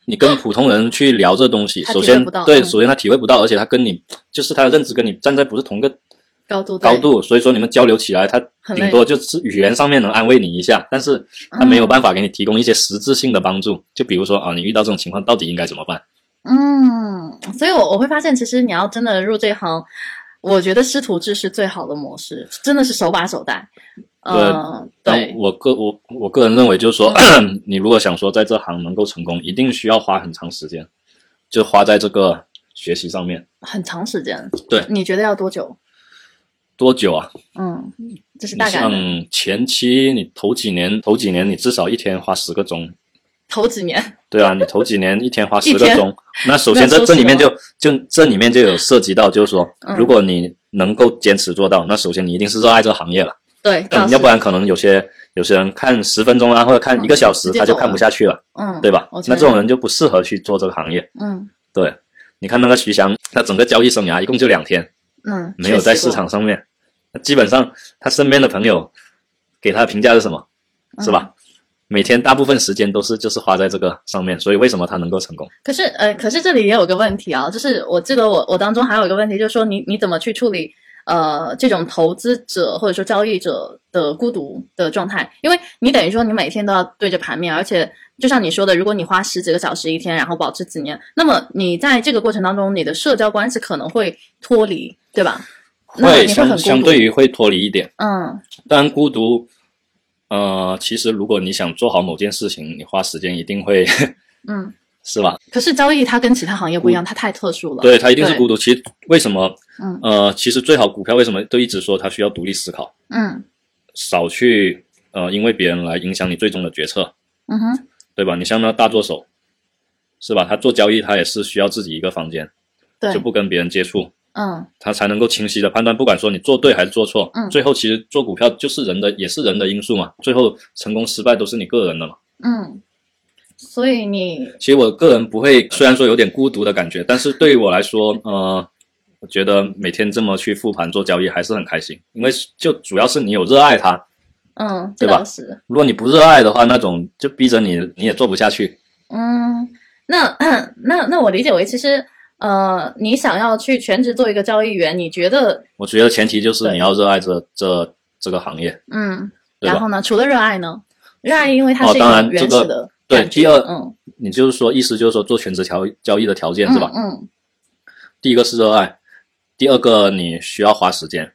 [SPEAKER 2] 你跟普通人去聊这东西，
[SPEAKER 1] 他
[SPEAKER 2] 首
[SPEAKER 1] 体会
[SPEAKER 2] 先
[SPEAKER 1] 不到
[SPEAKER 2] 对，
[SPEAKER 1] 嗯
[SPEAKER 2] 首先他体会不到，而且他跟你就是他的认知跟你站在不是同一个
[SPEAKER 1] 高度对
[SPEAKER 2] 高，度，所以说你们交流起来，他
[SPEAKER 1] 很累嗯
[SPEAKER 2] 顶多就是语言上面能安慰你一下，但是他没有办法给你提供一些实质性的帮助，就比如说啊，你遇到这种情况到底应该怎么办？
[SPEAKER 1] 嗯，所以我我会发现，其实你要真的入这行，我觉得师徒制是最好的模式，真的是手把手带，嗯，
[SPEAKER 2] 但
[SPEAKER 1] 对，嗯
[SPEAKER 2] 我个我我个人认为，就是说， [CLEARS THROAT] 你如果想说在这行能够成功，一定需要花很长时间，就花在这个学习上面。
[SPEAKER 1] 很长时间，
[SPEAKER 2] 对
[SPEAKER 1] 你觉得要多久？
[SPEAKER 2] 多久啊？
[SPEAKER 1] 嗯，这是
[SPEAKER 2] 你
[SPEAKER 1] 大概的
[SPEAKER 2] 像前期你头几年，头几年你至少一天花十个钟，
[SPEAKER 1] 头几年， [LAUGHS]
[SPEAKER 2] 对啊，你头几年一天花
[SPEAKER 1] 一
[SPEAKER 2] 十
[SPEAKER 1] 天 [LAUGHS]
[SPEAKER 2] 个钟，那首
[SPEAKER 1] 那
[SPEAKER 2] 先这
[SPEAKER 1] 说
[SPEAKER 2] 这
[SPEAKER 1] 实
[SPEAKER 2] 里面
[SPEAKER 1] 话
[SPEAKER 2] 就就这里面就有涉及到，就是说
[SPEAKER 1] 嗯，
[SPEAKER 2] 如果你能够坚持做到，那首先你一定是热爱这个行业了，
[SPEAKER 1] 对，倒是嗯
[SPEAKER 2] 嗯要不然可能有些有些人看十分钟啊，或者看一个小时
[SPEAKER 1] 直接
[SPEAKER 2] 他就
[SPEAKER 1] 走
[SPEAKER 2] 看
[SPEAKER 1] 了
[SPEAKER 2] 不下去了，
[SPEAKER 1] 嗯，
[SPEAKER 2] 对吧
[SPEAKER 1] 我？觉
[SPEAKER 2] 那
[SPEAKER 1] 得
[SPEAKER 2] 这种人就不适合去做这个行业。
[SPEAKER 1] 嗯
[SPEAKER 2] 对，你看那个徐翔，他整个交易生涯一共就两天，
[SPEAKER 1] 嗯，
[SPEAKER 2] 没有在市
[SPEAKER 1] 学习
[SPEAKER 2] 场上面，那基本上他身边的朋友给他的评价是什么？
[SPEAKER 1] 过
[SPEAKER 2] 是？
[SPEAKER 1] 嗯
[SPEAKER 2] 吧？每天大部分时间都是就是花在这个上面，所以为什么他能够成功？
[SPEAKER 1] 可是呃，可是这里也有个问题啊，就是我记得我我当中还有一个问题，就是说你你怎么去处理呃这种投资者或者说交易者的孤独的状态？因为你等于说你每天都要对着盘面，而且就像你说的，如果你花十几个小时一天，然后保持几年，那么你在这个过程当中，你的社交关系可能会脱离，对吧？那你会
[SPEAKER 2] 相
[SPEAKER 1] 很孤独
[SPEAKER 2] 相对于会脱离一点，
[SPEAKER 1] 嗯
[SPEAKER 2] 但孤独，呃，其实如果你想做好某件事情，你花时间一定会
[SPEAKER 1] 嗯。
[SPEAKER 2] [LAUGHS] 是吧？
[SPEAKER 1] 可是交易它跟其他行业不一样，它太特殊了。
[SPEAKER 2] 对，它一定是孤独。其实为什么？
[SPEAKER 1] 嗯
[SPEAKER 2] 呃，其实最好股票为什么都一直说它需要独立思考，
[SPEAKER 1] 嗯
[SPEAKER 2] 少去呃因为别人来影响你最终的决策。
[SPEAKER 1] 嗯哼，
[SPEAKER 2] 对吧？你像那大作手，是吧？他做交易，他也是需要自己一个房间，
[SPEAKER 1] 对
[SPEAKER 2] 就，不跟别人接触，
[SPEAKER 1] 嗯
[SPEAKER 2] 他才能够清晰的判断，不管说你做对还是做错，
[SPEAKER 1] 嗯
[SPEAKER 2] 最后其实做股票就是人的，也是人的因素嘛，最后成功失败都是你个人的嘛。
[SPEAKER 1] 嗯。所以你
[SPEAKER 2] 其实我个人不会，虽然说有点孤独的感觉，但是对于我来说，呃，我觉得每天这么去复盘做交易还是很开心，因为就主要是你有热爱它，
[SPEAKER 1] 嗯，这
[SPEAKER 2] 对吧
[SPEAKER 1] 倒是，
[SPEAKER 2] 如果你不热爱的话，那种就逼着你你也做不下去。
[SPEAKER 1] 嗯，那那那我理解为，其实呃，你想要去全职做一个交易员，你觉得
[SPEAKER 2] 我觉得前提就是
[SPEAKER 1] 对
[SPEAKER 2] 你要热爱这这这个行业。
[SPEAKER 1] 嗯，
[SPEAKER 2] 对吧
[SPEAKER 1] 然后呢，除了热爱呢，热爱因为它
[SPEAKER 2] 哦
[SPEAKER 1] 是一
[SPEAKER 2] 当
[SPEAKER 1] 种
[SPEAKER 2] 然
[SPEAKER 1] 原
[SPEAKER 2] 这个
[SPEAKER 1] 始的
[SPEAKER 2] 对
[SPEAKER 1] 感觉
[SPEAKER 2] 第二
[SPEAKER 1] 嗯
[SPEAKER 2] 你就是说，意思就是说，做全职条交易的条件
[SPEAKER 1] 嗯
[SPEAKER 2] 是吧？
[SPEAKER 1] 嗯
[SPEAKER 2] 第一个是热爱，第二个你需要花时间，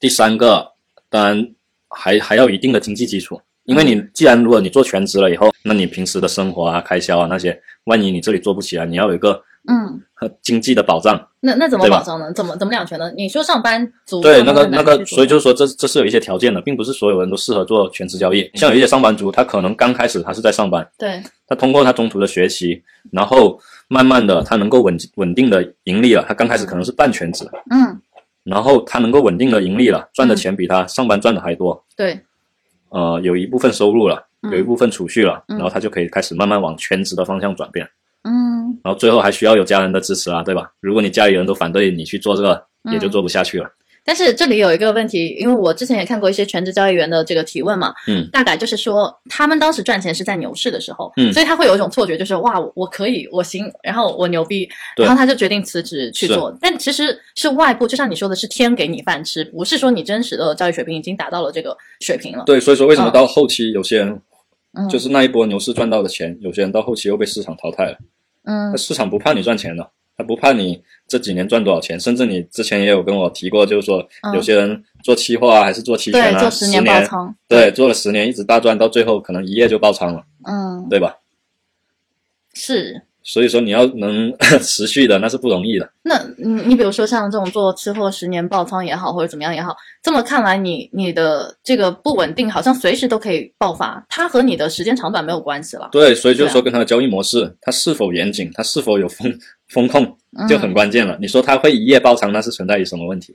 [SPEAKER 2] 第三个当然还还要有一定的经济基础，因为你既然如果你做全职了以后，那你平时的生活啊、开销啊那些，万一你这里做不起来，你要有一个
[SPEAKER 1] 嗯，
[SPEAKER 2] 呃经济的保障。
[SPEAKER 1] 那那怎么
[SPEAKER 2] 对吧
[SPEAKER 1] 保障呢？怎么怎么两全呢？你说上班族
[SPEAKER 2] 对，
[SPEAKER 1] 他
[SPEAKER 2] 那
[SPEAKER 1] 们
[SPEAKER 2] 个
[SPEAKER 1] 很
[SPEAKER 2] 那
[SPEAKER 1] 嗯难
[SPEAKER 2] 个
[SPEAKER 1] 去，做
[SPEAKER 2] 所以就是说这这是有一些条件的，并不是所有人都适合做全职交易。像有一些上班族，他可能刚开始他是在上班，
[SPEAKER 1] 对
[SPEAKER 2] 他通过他中途的学习，然后慢慢的他能够稳稳定的盈利了。他刚开始可能是半全职，
[SPEAKER 1] 嗯
[SPEAKER 2] 然后他能够稳定的盈利了，赚的钱比他上班赚的还多，
[SPEAKER 1] 对
[SPEAKER 2] 呃，有一部分收入了，
[SPEAKER 1] 嗯
[SPEAKER 2] 有一部分储蓄了，
[SPEAKER 1] 嗯
[SPEAKER 2] 然后他就可以开始慢慢往全职的方向转变。
[SPEAKER 1] 嗯
[SPEAKER 2] 然后最后还需要有家人的支持啊，对吧？如果你家里人都反对你去做这个，
[SPEAKER 1] 嗯
[SPEAKER 2] 也就做不下去了。
[SPEAKER 1] 但是这里有一个问题，因为我之前也看过一些全职交易员的这个提问嘛，
[SPEAKER 2] 嗯，
[SPEAKER 1] 大概就是说他们当时赚钱是在牛市的时候，
[SPEAKER 2] 嗯
[SPEAKER 1] 所以他会有一种错觉，就是哇，我我可以，我行，然后我牛逼，
[SPEAKER 2] 对
[SPEAKER 1] 然后他就决定辞职去做。但其实是外部，就像你说的，是天给你饭吃，不是说你真实的教育水平已经达到了这个水平了。
[SPEAKER 2] 对，所以说为
[SPEAKER 1] 什么
[SPEAKER 2] 到后期有些人
[SPEAKER 1] 嗯，
[SPEAKER 2] 是那一波牛市赚到的钱，有些人到后期又被市场淘汰了。
[SPEAKER 1] 嗯
[SPEAKER 2] 那市场不怕你赚钱的，他不怕你这几年赚多少钱，甚至你之前也有跟我提过，就是说
[SPEAKER 1] 嗯
[SPEAKER 2] 有些人做期货啊，还是做期权
[SPEAKER 1] 对，
[SPEAKER 2] 啊，
[SPEAKER 1] 做
[SPEAKER 2] 十
[SPEAKER 1] 十年爆仓，
[SPEAKER 2] 对，做了十年一直大赚，到最后可能一夜就爆仓了，
[SPEAKER 1] 嗯，
[SPEAKER 2] 对吧？
[SPEAKER 1] 是。
[SPEAKER 2] 所以说你要能 [LAUGHS] 持续的，那是不容易的。
[SPEAKER 1] 那你你比如说像这种做期货十年爆仓也好，或者怎么样也好，这么看来你，你的这个不稳定好像随时都可以爆发，它和你的时间长短没有关系了。
[SPEAKER 2] 对，所以就
[SPEAKER 1] 对
[SPEAKER 2] 是
[SPEAKER 1] 啊
[SPEAKER 2] 说跟他的交易模式，它是否严谨，它是否有风 [LAUGHS] 风控，就很关键了。你说他会一夜爆仓，那是存在于什么问题？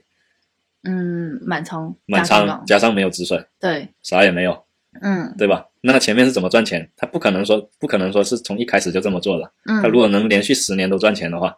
[SPEAKER 1] 嗯，满仓
[SPEAKER 2] 满
[SPEAKER 1] 加杠
[SPEAKER 2] 仓
[SPEAKER 1] 杠
[SPEAKER 2] 加上没有止损，
[SPEAKER 1] 对，
[SPEAKER 2] 啥也没有，
[SPEAKER 1] 嗯
[SPEAKER 2] 对吧？那他前面是怎么赚钱？他不可能说不可能说是从一开始就这么做的。
[SPEAKER 1] 嗯，
[SPEAKER 2] 他如果能连续十年都赚钱的话，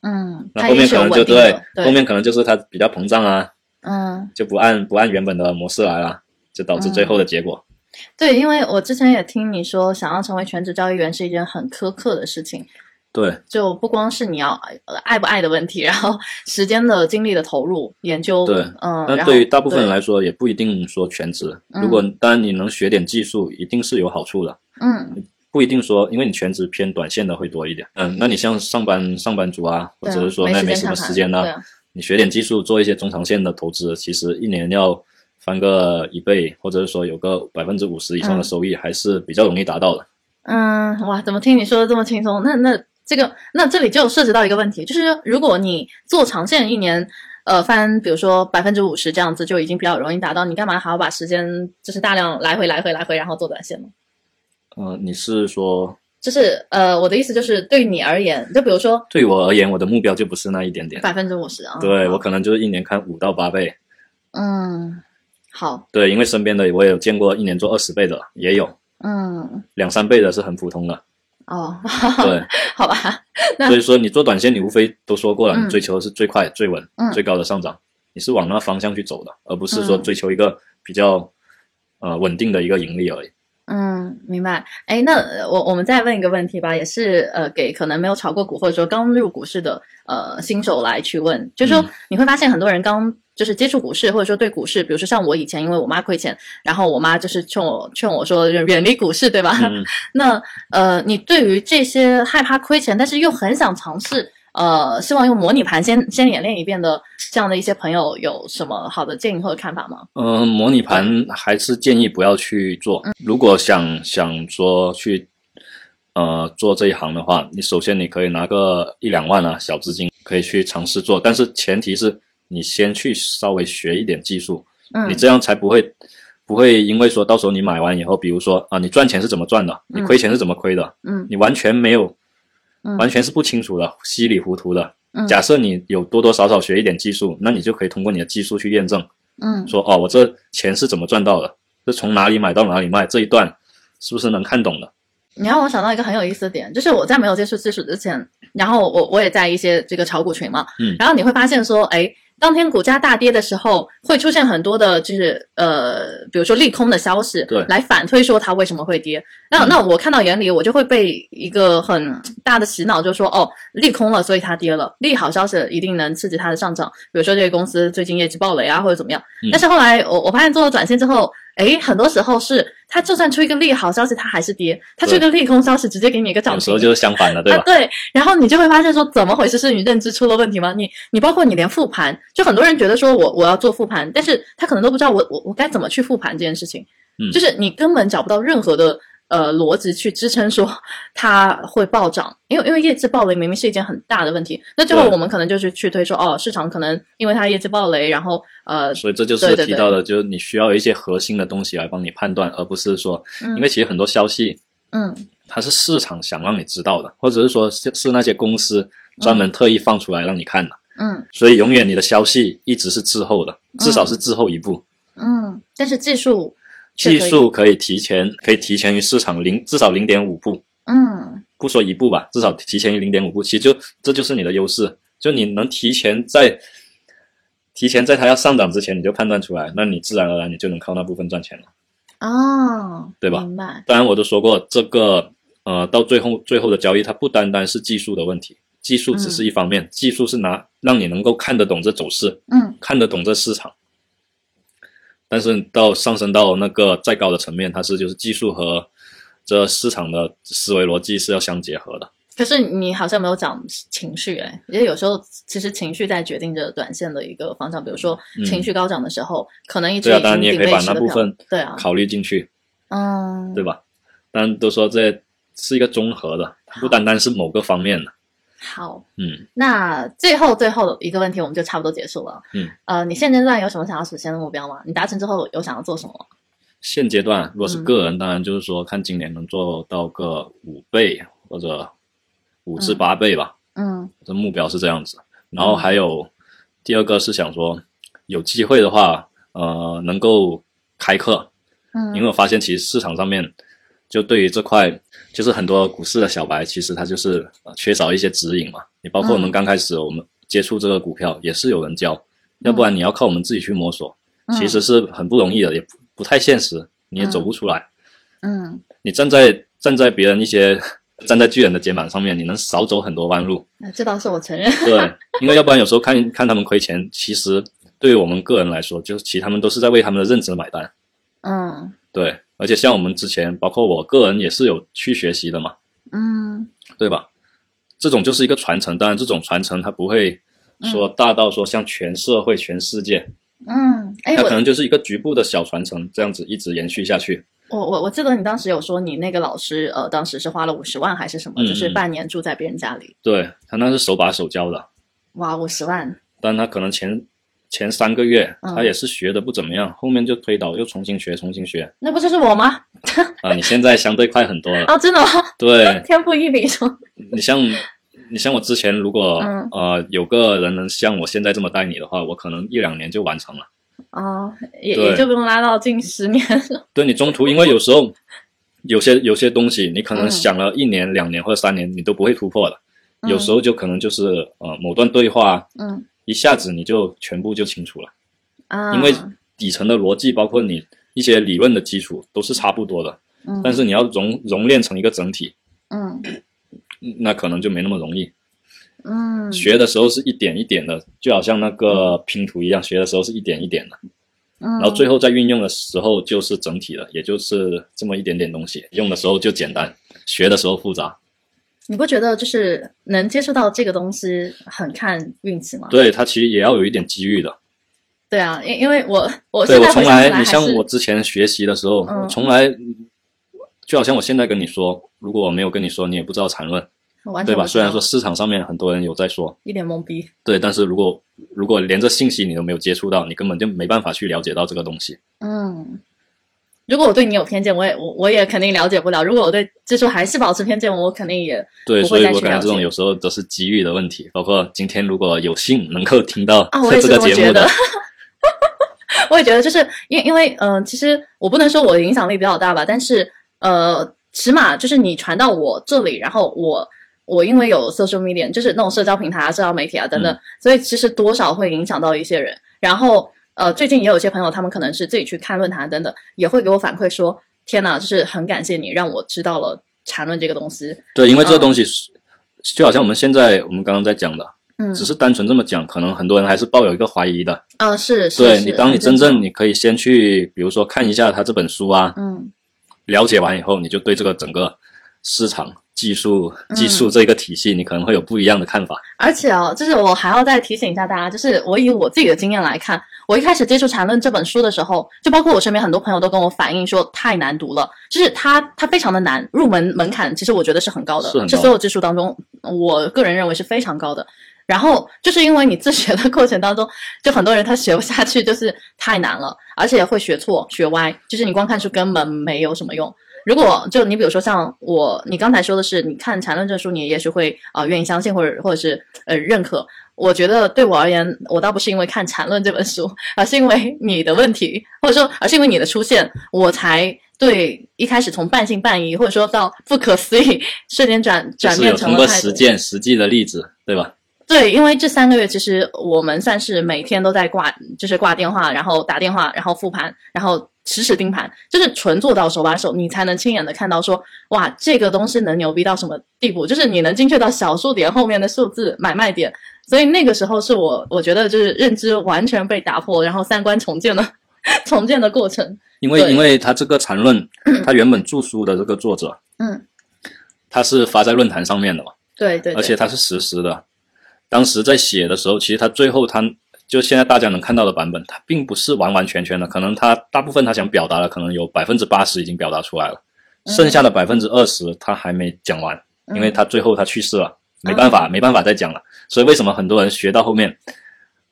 [SPEAKER 1] 嗯，
[SPEAKER 2] 那
[SPEAKER 1] 它
[SPEAKER 2] 后
[SPEAKER 1] 也
[SPEAKER 2] 面
[SPEAKER 1] 是
[SPEAKER 2] 可
[SPEAKER 1] 有
[SPEAKER 2] 能
[SPEAKER 1] 稳
[SPEAKER 2] 就
[SPEAKER 1] 定的对，
[SPEAKER 2] 后面可能就是他比较膨胀啊，
[SPEAKER 1] 嗯
[SPEAKER 2] 就不按不按原本的模式来了，就导致最后的结果。
[SPEAKER 1] 嗯对，因为我之前也听你说，想要成为全职交易员是一件很苛刻的事情，
[SPEAKER 2] 对
[SPEAKER 1] 就不光是你要呃爱不爱的问题，然后时间的精力的投入研究，
[SPEAKER 2] 对
[SPEAKER 1] 嗯，
[SPEAKER 2] 那
[SPEAKER 1] 然后
[SPEAKER 2] 对于大部分人
[SPEAKER 1] 对
[SPEAKER 2] 来说，也不一定说全职。
[SPEAKER 1] 嗯
[SPEAKER 2] 如果当然你能学点技术，一定是有好处的。
[SPEAKER 1] 嗯
[SPEAKER 2] 不一定说，因为你全职偏短线的会多一点。嗯，那你像上班上班族啊，或
[SPEAKER 1] 对啊，
[SPEAKER 2] 者是说
[SPEAKER 1] 没
[SPEAKER 2] 那
[SPEAKER 1] 时
[SPEAKER 2] 没
[SPEAKER 1] 间
[SPEAKER 2] 什么
[SPEAKER 1] 看
[SPEAKER 2] 时
[SPEAKER 1] 盘
[SPEAKER 2] 间呢、
[SPEAKER 1] 对啊，
[SPEAKER 2] 你学点技术，做一些中长线的投资，其实一年要翻个一倍，或者是说有个百分之五十以上
[SPEAKER 1] 嗯
[SPEAKER 2] 的收益，还是比较容易达到的。
[SPEAKER 1] 嗯，哇，怎么听你说的这么轻松？那那这个，那这里就涉及到一个问题，就是如果你做长线一年，呃翻，比如说百分之五十这样子就已经比较容易达到，你干嘛还要把时间就是大量来回来回来回，然后做短线呢？
[SPEAKER 2] 呃，你是说
[SPEAKER 1] 就是呃，我的意思就是对你而言，就比如说
[SPEAKER 2] 对我而言，我的目标就不是那一点点，
[SPEAKER 1] 百分之五十啊，
[SPEAKER 2] 对
[SPEAKER 1] 好
[SPEAKER 2] 我可能就是一年看五到八倍，
[SPEAKER 1] 嗯，好，
[SPEAKER 2] 对，因为身边的我也有见过一年做二十倍的，也有
[SPEAKER 1] 嗯，
[SPEAKER 2] 两三倍的是很普通的，
[SPEAKER 1] [LAUGHS] 哦，
[SPEAKER 2] 对，
[SPEAKER 1] 好吧，
[SPEAKER 2] 所以说你做短线，你无非都说过了，
[SPEAKER 1] 嗯
[SPEAKER 2] 你追求的是最快、最稳、
[SPEAKER 1] 嗯
[SPEAKER 2] 最高的上涨，你是往那方向去走的，而不是说
[SPEAKER 1] 嗯
[SPEAKER 2] 追求一个比较呃稳定的一个盈利而已。
[SPEAKER 1] 嗯，明白。哎，那呃我我们再问一个问题吧，也是呃，给可能没有炒过股或者说刚入股市的呃新手来去问，就是说
[SPEAKER 2] 嗯
[SPEAKER 1] 你会发现很多人刚就是接触股市或者说对股市，比如说像我以前因为我妈亏钱，然后我妈就是劝我劝我说远离股市，对吧？
[SPEAKER 2] 嗯，
[SPEAKER 1] [LAUGHS] 那呃，你对于这些害怕亏钱，但是又很想尝试，呃，希望用模拟盘先先演练一遍的这样的一些朋友，有什么好的建议或者看法吗？
[SPEAKER 2] 呃，模拟盘还是建议不要去做。
[SPEAKER 1] 嗯
[SPEAKER 2] 如果想想说去呃做这一行的话，你首先你可以拿个一两万啊小资金，可以去尝试做，但是前提是你先去稍微学一点技术，
[SPEAKER 1] 嗯
[SPEAKER 2] 你这样才不会不会因为说到时候你买完以后，比如说啊你赚钱是怎么赚的，
[SPEAKER 1] 嗯
[SPEAKER 2] 你亏钱是怎么亏的，
[SPEAKER 1] 嗯
[SPEAKER 2] 你完全没有
[SPEAKER 1] 嗯，
[SPEAKER 2] 完全是不清楚的，稀里糊涂的。
[SPEAKER 1] 嗯
[SPEAKER 2] 假设你有多多少少学一点技术，那你就可以通过你的技术去验证。
[SPEAKER 1] 嗯
[SPEAKER 2] 说哦，我这钱是怎么赚到的？是从哪里买到哪里卖？这一段是不是能看懂的？
[SPEAKER 1] 你让我想到一个很有意思的点，就是我在没有接触技术之前，然后我我也在一些这个炒股群嘛，
[SPEAKER 2] 嗯
[SPEAKER 1] 然后你会发现说，哎，当天股价大跌的时候，会出现很多的，就是呃，比如说利空的消息，
[SPEAKER 2] 对
[SPEAKER 1] 来反推说它为什么会跌。那
[SPEAKER 2] 嗯
[SPEAKER 1] 那我看到眼里，我就会被一个很大的洗脑，就说哦，利空了，所以它跌了，利好消息一定能刺激它的上涨，比如说这个公司最近业绩暴雷啊，或者怎么样。
[SPEAKER 2] 嗯
[SPEAKER 1] 但是后来我我发现做了短线之后，诶，很多时候是它就算出一个利好消息，它还是跌；它出一个利空消息，直接给你一个涨
[SPEAKER 2] 有时
[SPEAKER 1] 停。
[SPEAKER 2] 候就是相反的，对
[SPEAKER 1] 啊
[SPEAKER 2] 吧？
[SPEAKER 1] 对，然后你就会发现说怎么回事？是你认知出了问题吗？你你包括你连复盘，就很多人觉得说我我要做复盘，但是他可能都不知道我我我该怎么去复盘这件事情，
[SPEAKER 2] 嗯
[SPEAKER 1] 就是你根本找不到任何的。呃，逻辑去支撑说它会暴涨，因为因为业绩暴雷明明是一件很大的问题，那最后
[SPEAKER 2] 对
[SPEAKER 1] 我们可能就是去推说，哦，市场可能因为它业绩暴雷，然后呃，
[SPEAKER 2] 所以这就
[SPEAKER 1] 对
[SPEAKER 2] 是
[SPEAKER 1] 对
[SPEAKER 2] 提到的，就是你需要一些核心的东西来帮你判断，而不是说，
[SPEAKER 1] 嗯
[SPEAKER 2] 因为其实很多消息
[SPEAKER 1] 嗯
[SPEAKER 2] 它是市场想让你知道的，或者是说是是那些公司专门特意放出来让你看的。
[SPEAKER 1] 嗯
[SPEAKER 2] 所以永远你的消息一直是滞后的，至少是滞后一步。
[SPEAKER 1] 嗯，但是技术却
[SPEAKER 2] 技
[SPEAKER 1] 可以
[SPEAKER 2] 术可以提前，可以提前于市场零至少零点五步。
[SPEAKER 1] 嗯
[SPEAKER 2] 不说一步吧，至少提前零点五步，其实就这就是你的优势，就你能提前在提前在它要上涨之前你就判断出来，那你自然而然你就能靠那部分赚钱了。
[SPEAKER 1] 哦，
[SPEAKER 2] 对吧
[SPEAKER 1] 明白，
[SPEAKER 2] 当然，我都说过这个呃，到最后最后的交易，它不单单是技术的问题，技术只是一方面，技术是拿让你能够看得懂这走势，
[SPEAKER 1] 嗯
[SPEAKER 2] 看得懂这市场。但是到上升到那个再高的层面，它是就是技术和这市场的思维逻辑是要相结合的。
[SPEAKER 1] 可是你好像没有讲情绪哎，因为有时候其实情绪在决定着短线的一个方向，比如说
[SPEAKER 2] 嗯
[SPEAKER 1] 情绪高涨的时候，可能一只
[SPEAKER 2] 对啊，
[SPEAKER 1] 已
[SPEAKER 2] 当
[SPEAKER 1] 经
[SPEAKER 2] 然你也
[SPEAKER 1] 顶
[SPEAKER 2] 可以把
[SPEAKER 1] 背时
[SPEAKER 2] 那
[SPEAKER 1] 的
[SPEAKER 2] 部
[SPEAKER 1] 票，
[SPEAKER 2] 分
[SPEAKER 1] 对啊，
[SPEAKER 2] 考虑进去，
[SPEAKER 1] 嗯，
[SPEAKER 2] 对吧？但都说这是一个综合的，不单单是某个方面的。
[SPEAKER 1] 好，
[SPEAKER 2] 嗯，
[SPEAKER 1] 那最后最后一个问题我们就差不多结束了，
[SPEAKER 2] 嗯，
[SPEAKER 1] 呃，你现阶段有什么想要实现的目标吗？你达成之后有想要做什么吗？
[SPEAKER 2] 现阶段如果是
[SPEAKER 1] 嗯
[SPEAKER 2] 个人，当然就是说看今年能做到个五倍或者五至
[SPEAKER 1] 嗯
[SPEAKER 2] 八倍吧，
[SPEAKER 1] 嗯
[SPEAKER 2] 这目标是这样子。然后
[SPEAKER 1] 嗯
[SPEAKER 2] 还有第二个是想说，有机会的话，呃，能够开课，
[SPEAKER 1] 嗯，
[SPEAKER 2] 因为我发现其实市场上面就对于这块，就是很多股市的小白，其实他就是呃缺少一些指引嘛。你包括我们
[SPEAKER 1] 嗯
[SPEAKER 2] 刚开始我们接触这个股票，也是有人教，要不然你要靠我们自己去摸索，
[SPEAKER 1] 嗯
[SPEAKER 2] 其实是很不容易的，也不不太现实，你也走不出来。
[SPEAKER 1] 嗯，
[SPEAKER 2] 你站在站在别人一些 [LAUGHS] 站在巨人的肩膀上面，你能少走很多弯路。
[SPEAKER 1] 那嗯这倒是我承认， [LAUGHS]
[SPEAKER 2] 对，因为要不然有时候看看他们亏钱，其实对于我们个人来说，就是其实他们都是在为他们的认知买单。
[SPEAKER 1] 嗯
[SPEAKER 2] 对，而且像我们之前，包括我个人也是有去学习的嘛，
[SPEAKER 1] 嗯
[SPEAKER 2] 对吧？这种就是一个传承，当然这种传承它不会说大到说像全社会、全世界，
[SPEAKER 1] 嗯，哎，
[SPEAKER 2] 它
[SPEAKER 1] 我
[SPEAKER 2] 可能就是一个局部的小传承，这样子一直延续下去。
[SPEAKER 1] 我我我记得你当时有说你那个老师呃，当时是花了五十万还是什么，
[SPEAKER 2] 嗯
[SPEAKER 1] 就是
[SPEAKER 2] 嗯
[SPEAKER 1] 半年住在别人家里，
[SPEAKER 2] 对，它那是手把手教的，
[SPEAKER 1] 哇，五十万，
[SPEAKER 2] 但它可能前前三个月
[SPEAKER 1] 嗯
[SPEAKER 2] 他也是学的不怎么样，后面就推倒，又重新学，重新学
[SPEAKER 1] 那不就是我吗？
[SPEAKER 2] 啊！你现在相对快很多了，
[SPEAKER 1] 啊，真的吗？
[SPEAKER 2] 对
[SPEAKER 1] 天赋异禀说，
[SPEAKER 2] 你像你像我之前，如果、
[SPEAKER 1] 嗯
[SPEAKER 2] 呃有个人能像我现在这么带你的话，我可能一两年就完成了。
[SPEAKER 1] 哦，也
[SPEAKER 2] 对
[SPEAKER 1] 也就不用拉到近十年了。
[SPEAKER 2] 对你中途，因为有时候有些有些东西，你可能
[SPEAKER 1] 嗯
[SPEAKER 2] 想了一年、两年或者三年，你都不会突破的。
[SPEAKER 1] 嗯
[SPEAKER 2] 有时候就可能就是呃某段对话，
[SPEAKER 1] 嗯
[SPEAKER 2] 一下子你就全部就清楚了，
[SPEAKER 1] 啊，
[SPEAKER 2] 因为底层的逻辑，包括你一些理论的基础，都是差不多的。
[SPEAKER 1] 嗯
[SPEAKER 2] 但是你要融熔炼成一个整体，
[SPEAKER 1] 嗯
[SPEAKER 2] 那可能就没那么容易。
[SPEAKER 1] 嗯，
[SPEAKER 2] 学的时候是一点一点的，就好像那个拼图一样，学的时候是一点一点
[SPEAKER 1] 嗯
[SPEAKER 2] 的，
[SPEAKER 1] 然
[SPEAKER 2] 然后最后在运用的时候就是整体了，也就是这么一点点东西。用的时候就简单，学的时候复杂。
[SPEAKER 1] 你不觉得就是能接触到这个东西很看运气吗？
[SPEAKER 2] 对，它其实也要有一点机遇的。
[SPEAKER 1] 对啊，因因为我我
[SPEAKER 2] 对
[SPEAKER 1] 现
[SPEAKER 2] 我
[SPEAKER 1] 在
[SPEAKER 2] 从
[SPEAKER 1] 回想起
[SPEAKER 2] 你
[SPEAKER 1] 还
[SPEAKER 2] 像
[SPEAKER 1] 是
[SPEAKER 2] 我之前学习的时候，
[SPEAKER 1] 嗯
[SPEAKER 2] 我从来就好像我现在跟你说，如果我没有跟你说，你也不知道缠论，
[SPEAKER 1] 我完全
[SPEAKER 2] 对吧？
[SPEAKER 1] 不知
[SPEAKER 2] 虽然
[SPEAKER 1] 道
[SPEAKER 2] 说市场上面很多人有在说，
[SPEAKER 1] 一脸懵逼，
[SPEAKER 2] 对，但是如果如果连这信息你都没有接触到，你根本就没办法去了解到这个东西。
[SPEAKER 1] 嗯。如果我对你有偏见，我也我我也肯定了解不了。如果我对技术还是保持偏见，我肯定也
[SPEAKER 2] 对，
[SPEAKER 1] 不
[SPEAKER 2] 所
[SPEAKER 1] 会
[SPEAKER 2] 以
[SPEAKER 1] 再
[SPEAKER 2] 我
[SPEAKER 1] 去
[SPEAKER 2] 感觉
[SPEAKER 1] 了
[SPEAKER 2] 这种
[SPEAKER 1] 解
[SPEAKER 2] 有时候都是机遇的问题。包括今天如果有幸能够听到
[SPEAKER 1] 啊，我也
[SPEAKER 2] 这
[SPEAKER 1] 是
[SPEAKER 2] 个
[SPEAKER 1] 这么
[SPEAKER 2] 节
[SPEAKER 1] 觉
[SPEAKER 2] 目的，
[SPEAKER 1] 得。 [LAUGHS] 我也觉得，就是因因为嗯、呃其实我不能说我的影响力比较大吧，但是呃，起码就是你传到我这里，然后我我因为有 social media，就是那种社交平台啊、社交媒体啊等等，
[SPEAKER 2] 嗯
[SPEAKER 1] 所以其实多少会影响到一些人。然后呃，最近也有一些朋友，他们可能是自己去看论坛等等，也会给我反馈说：“天哪，就是很感谢你让我知道了缠论这个东西。
[SPEAKER 2] 对，因为这个东西是就好像我们现在我们刚刚在讲的，”
[SPEAKER 1] 嗯，
[SPEAKER 2] 只是单纯这么讲，可能很多人还是抱有一个怀疑的。
[SPEAKER 1] 呃，是是，
[SPEAKER 2] 对
[SPEAKER 1] 是
[SPEAKER 2] 你，当你真
[SPEAKER 1] 很
[SPEAKER 2] 正
[SPEAKER 1] 正
[SPEAKER 2] 你可以先去，比如说看一下他这本书啊，
[SPEAKER 1] 常嗯
[SPEAKER 2] 了解完以后，你就对这个整个市场、技术、技
[SPEAKER 1] 嗯
[SPEAKER 2] 术这个体系，你可能会有不一样的看法。
[SPEAKER 1] 而且哦，就是我还要再提醒一下大家，就是我以我自己的经验来看，我一开始接触《缠论》这本书的时候，就包括我身边很多朋友都跟我反映说太难读了，就是它它非常的难，入门门槛其实我觉得是很高的，
[SPEAKER 2] 是很高的
[SPEAKER 1] 所有技术当中，我个人认为是非常高的。然后就是因为你自学的过程当中，就很多人他学不下去，就是太难了，而且会学错、学歪，就是你光看书根本没有什么用。如果就你比如说像我，你刚才说的是，你看缠论证书，你也许会啊、呃愿意相信或者或者是呃认可。我觉得对我而言，我倒不是因为看缠论这本书，而是因为你的问题，或者说而是因为你的出现，我才对一开始从半信半疑，或者说到不可思议，瞬间转
[SPEAKER 2] 就
[SPEAKER 1] 转
[SPEAKER 2] 是有
[SPEAKER 1] 变成了
[SPEAKER 2] 通过
[SPEAKER 1] 态度
[SPEAKER 2] 实践、实际的例子，对吧？
[SPEAKER 1] 对，因为这三个月其实我们算是每天都在挂，就是挂电话，然后打电话，然后复盘，然后实时盯盘，就是纯做到手把手，你才能亲眼的看到说，哇，这个东西能牛逼到什么地步，就是你能精确到小数点后面的数字买卖点。所以那个时候是我，我觉得就是认知完全被打破，然后三观重建的 [LAUGHS] 重建的过程。
[SPEAKER 2] 因为
[SPEAKER 1] 对
[SPEAKER 2] 因为他这个
[SPEAKER 1] [CLEARS THROAT]
[SPEAKER 2] 缠论，他原本著书的这个作者，
[SPEAKER 1] 嗯，
[SPEAKER 2] 他是发在论坛上面的嘛，
[SPEAKER 1] 对对对，
[SPEAKER 2] 而且他是实时的。当时在写的时候，其实他最后他就现在大家能看到的版本，他并不是完完全全的，可能他大部分他想表达的，可能有百分之八十已经表达出来了，
[SPEAKER 1] 嗯
[SPEAKER 2] 剩下的百分之二十他还没讲完，因为他最后他去世了，
[SPEAKER 1] 嗯
[SPEAKER 2] 没办法没办法再讲了。所以为什么很多人学到后面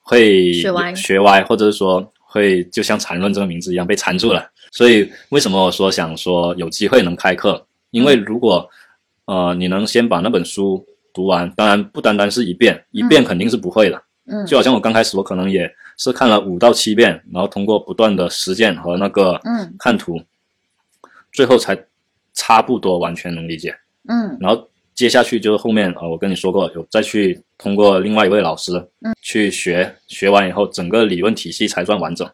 [SPEAKER 2] 会
[SPEAKER 1] 学歪
[SPEAKER 2] 学歪，或者是说会就像缠论这个名字一样被缠住了？所以为什么我说想说有机会能开课？因为如果呃你能先把那本书读完，当然不单单是一遍，一遍肯定是不会的。
[SPEAKER 1] 嗯
[SPEAKER 2] 就好像我刚开始我可能也是看了五到七遍，然后通过不断的实践和那个
[SPEAKER 1] 嗯
[SPEAKER 2] 看图，最后才差不多完全能理解。
[SPEAKER 1] 嗯
[SPEAKER 2] 然后接下去就是后面呃，我跟你说过有再去通过另外一位老师，嗯，去学学完以后，整个理论体系才算完整。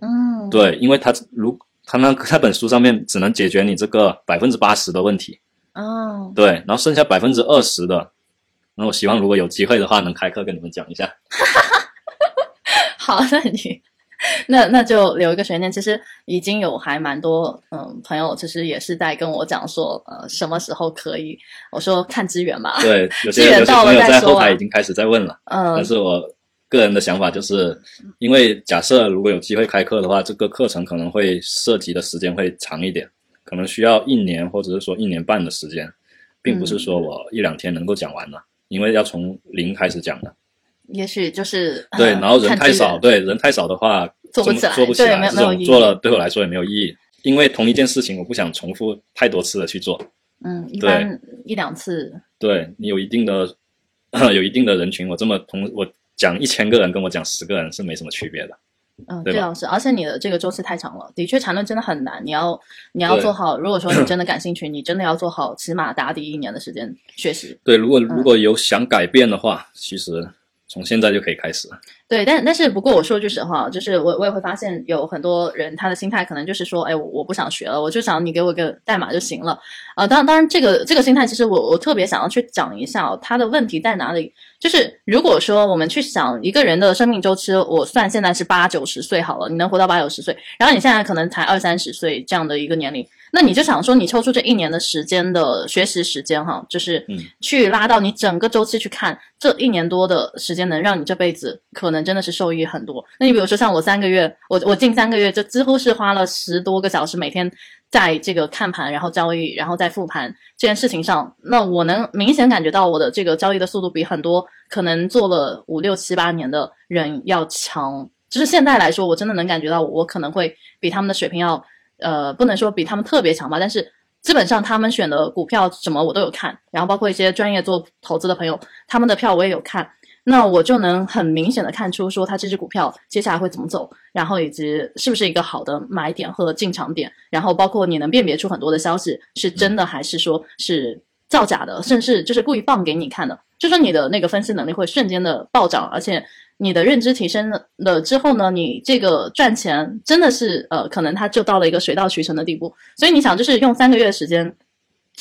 [SPEAKER 1] 嗯，
[SPEAKER 2] 对，因为他如他那那本书上面只能解决你这个百分之八十的问题，
[SPEAKER 1] 哦，
[SPEAKER 2] 对，然后剩下百分之二十的，那我希望如果有机会的话，能开课跟你们讲一下。
[SPEAKER 1] 好，那你那那就留一个悬念。其实已经有还蛮多嗯朋友，其实也是在跟我讲说，呃，什么时候可以？我说看机缘吧。
[SPEAKER 2] 对，有
[SPEAKER 1] 资
[SPEAKER 2] 些
[SPEAKER 1] 源
[SPEAKER 2] 有些
[SPEAKER 1] 到了
[SPEAKER 2] 朋友
[SPEAKER 1] 再
[SPEAKER 2] 在
[SPEAKER 1] 说
[SPEAKER 2] 后
[SPEAKER 1] 啊
[SPEAKER 2] 台已经开始在问了。
[SPEAKER 1] 嗯
[SPEAKER 2] 但是我个人的想法就是，因为假设如果有机会开课的话，这个课程可能会涉及的时间会长一点，可能需要一年或者是说一年半的时
[SPEAKER 1] 嗯
[SPEAKER 2] 间，并不是说我一两天能够讲完的，因为要从零开始讲的。
[SPEAKER 1] 也许就是
[SPEAKER 2] 对，
[SPEAKER 1] 呃
[SPEAKER 2] 然后人
[SPEAKER 1] 看
[SPEAKER 2] 太
[SPEAKER 1] 资
[SPEAKER 2] 少，对人太少的话，
[SPEAKER 1] 做不
[SPEAKER 2] 这么
[SPEAKER 1] 起来
[SPEAKER 2] 做不起
[SPEAKER 1] 对
[SPEAKER 2] 来，
[SPEAKER 1] 没有
[SPEAKER 2] 这
[SPEAKER 1] 没有
[SPEAKER 2] 种
[SPEAKER 1] 意
[SPEAKER 2] 做
[SPEAKER 1] 义
[SPEAKER 2] 了对我来说也没有意义，因为同一件事情，我不想重复太多次的去做。
[SPEAKER 1] 嗯，一
[SPEAKER 2] 对
[SPEAKER 1] 般一两次，
[SPEAKER 2] 对你有一定的 [COUGHS] 有一定的人群，我这么同我讲一千个人跟我讲十个人是没什么区别的。
[SPEAKER 1] 嗯，
[SPEAKER 2] 对
[SPEAKER 1] 这
[SPEAKER 2] 吧
[SPEAKER 1] 倒是，而且你的这个周期太长了，的确缠论真的很难，你要你要
[SPEAKER 2] 对
[SPEAKER 1] 做好，如果说你
[SPEAKER 2] [CLEARS THROAT]
[SPEAKER 1] 真的感兴趣，你真的要做好起码打底一年的时间学习，
[SPEAKER 2] 对，如果如果有想改变的话，其实从现在就可以开始。
[SPEAKER 1] 对，但但是不过我说句实话，就是我我也会发现有很多人他的心态可能就是说，哎，我我不想学了，我就想你给我个代码就行了啊、当然当然，这个这个心态其实我我特别想要去讲一下、哦，他的问题在哪里。就是如果说我们去想一个人的生命周期，我算现在是八九十岁好了，你能活到八九十岁，然后你现在可能才二三十岁这样的一个年龄，那你就想说，你抽出这一年的时间的学习时间，哈，就是
[SPEAKER 2] 嗯
[SPEAKER 1] 去拉到你整个周期去看，这一年多的时间能让你这辈子可能真的是受益很多。那你比如说像我三个月，我我近三个月就几乎是花了十多个小时每天在这个看盘，然后交易，然后再复盘这件事情上，那我能明显感觉到我的这个交易的速度比很多可能做了五六七八年的人要强。就是现在来说，我真的能感觉到我可能会比他们的水平要呃，不能说比他们特别强吧，但是基本上他们选的股票什么我都有看，然后包括一些专业做投资的朋友，他们的票我也有看，那我就能很明显的看出说他这只股票接下来会怎么走，然后以及是不是一个好的买点和进场点，然后包括你能辨别出很多的消息是真的还是说是造假的，甚至就是故意放给你看的，就说你的那个分析能力会瞬间的暴涨，而且你的认知提升了了之后呢，你这个赚钱真的是呃，可能它就到了一个水到渠成的地步。所以你想，就是用三个月的时间，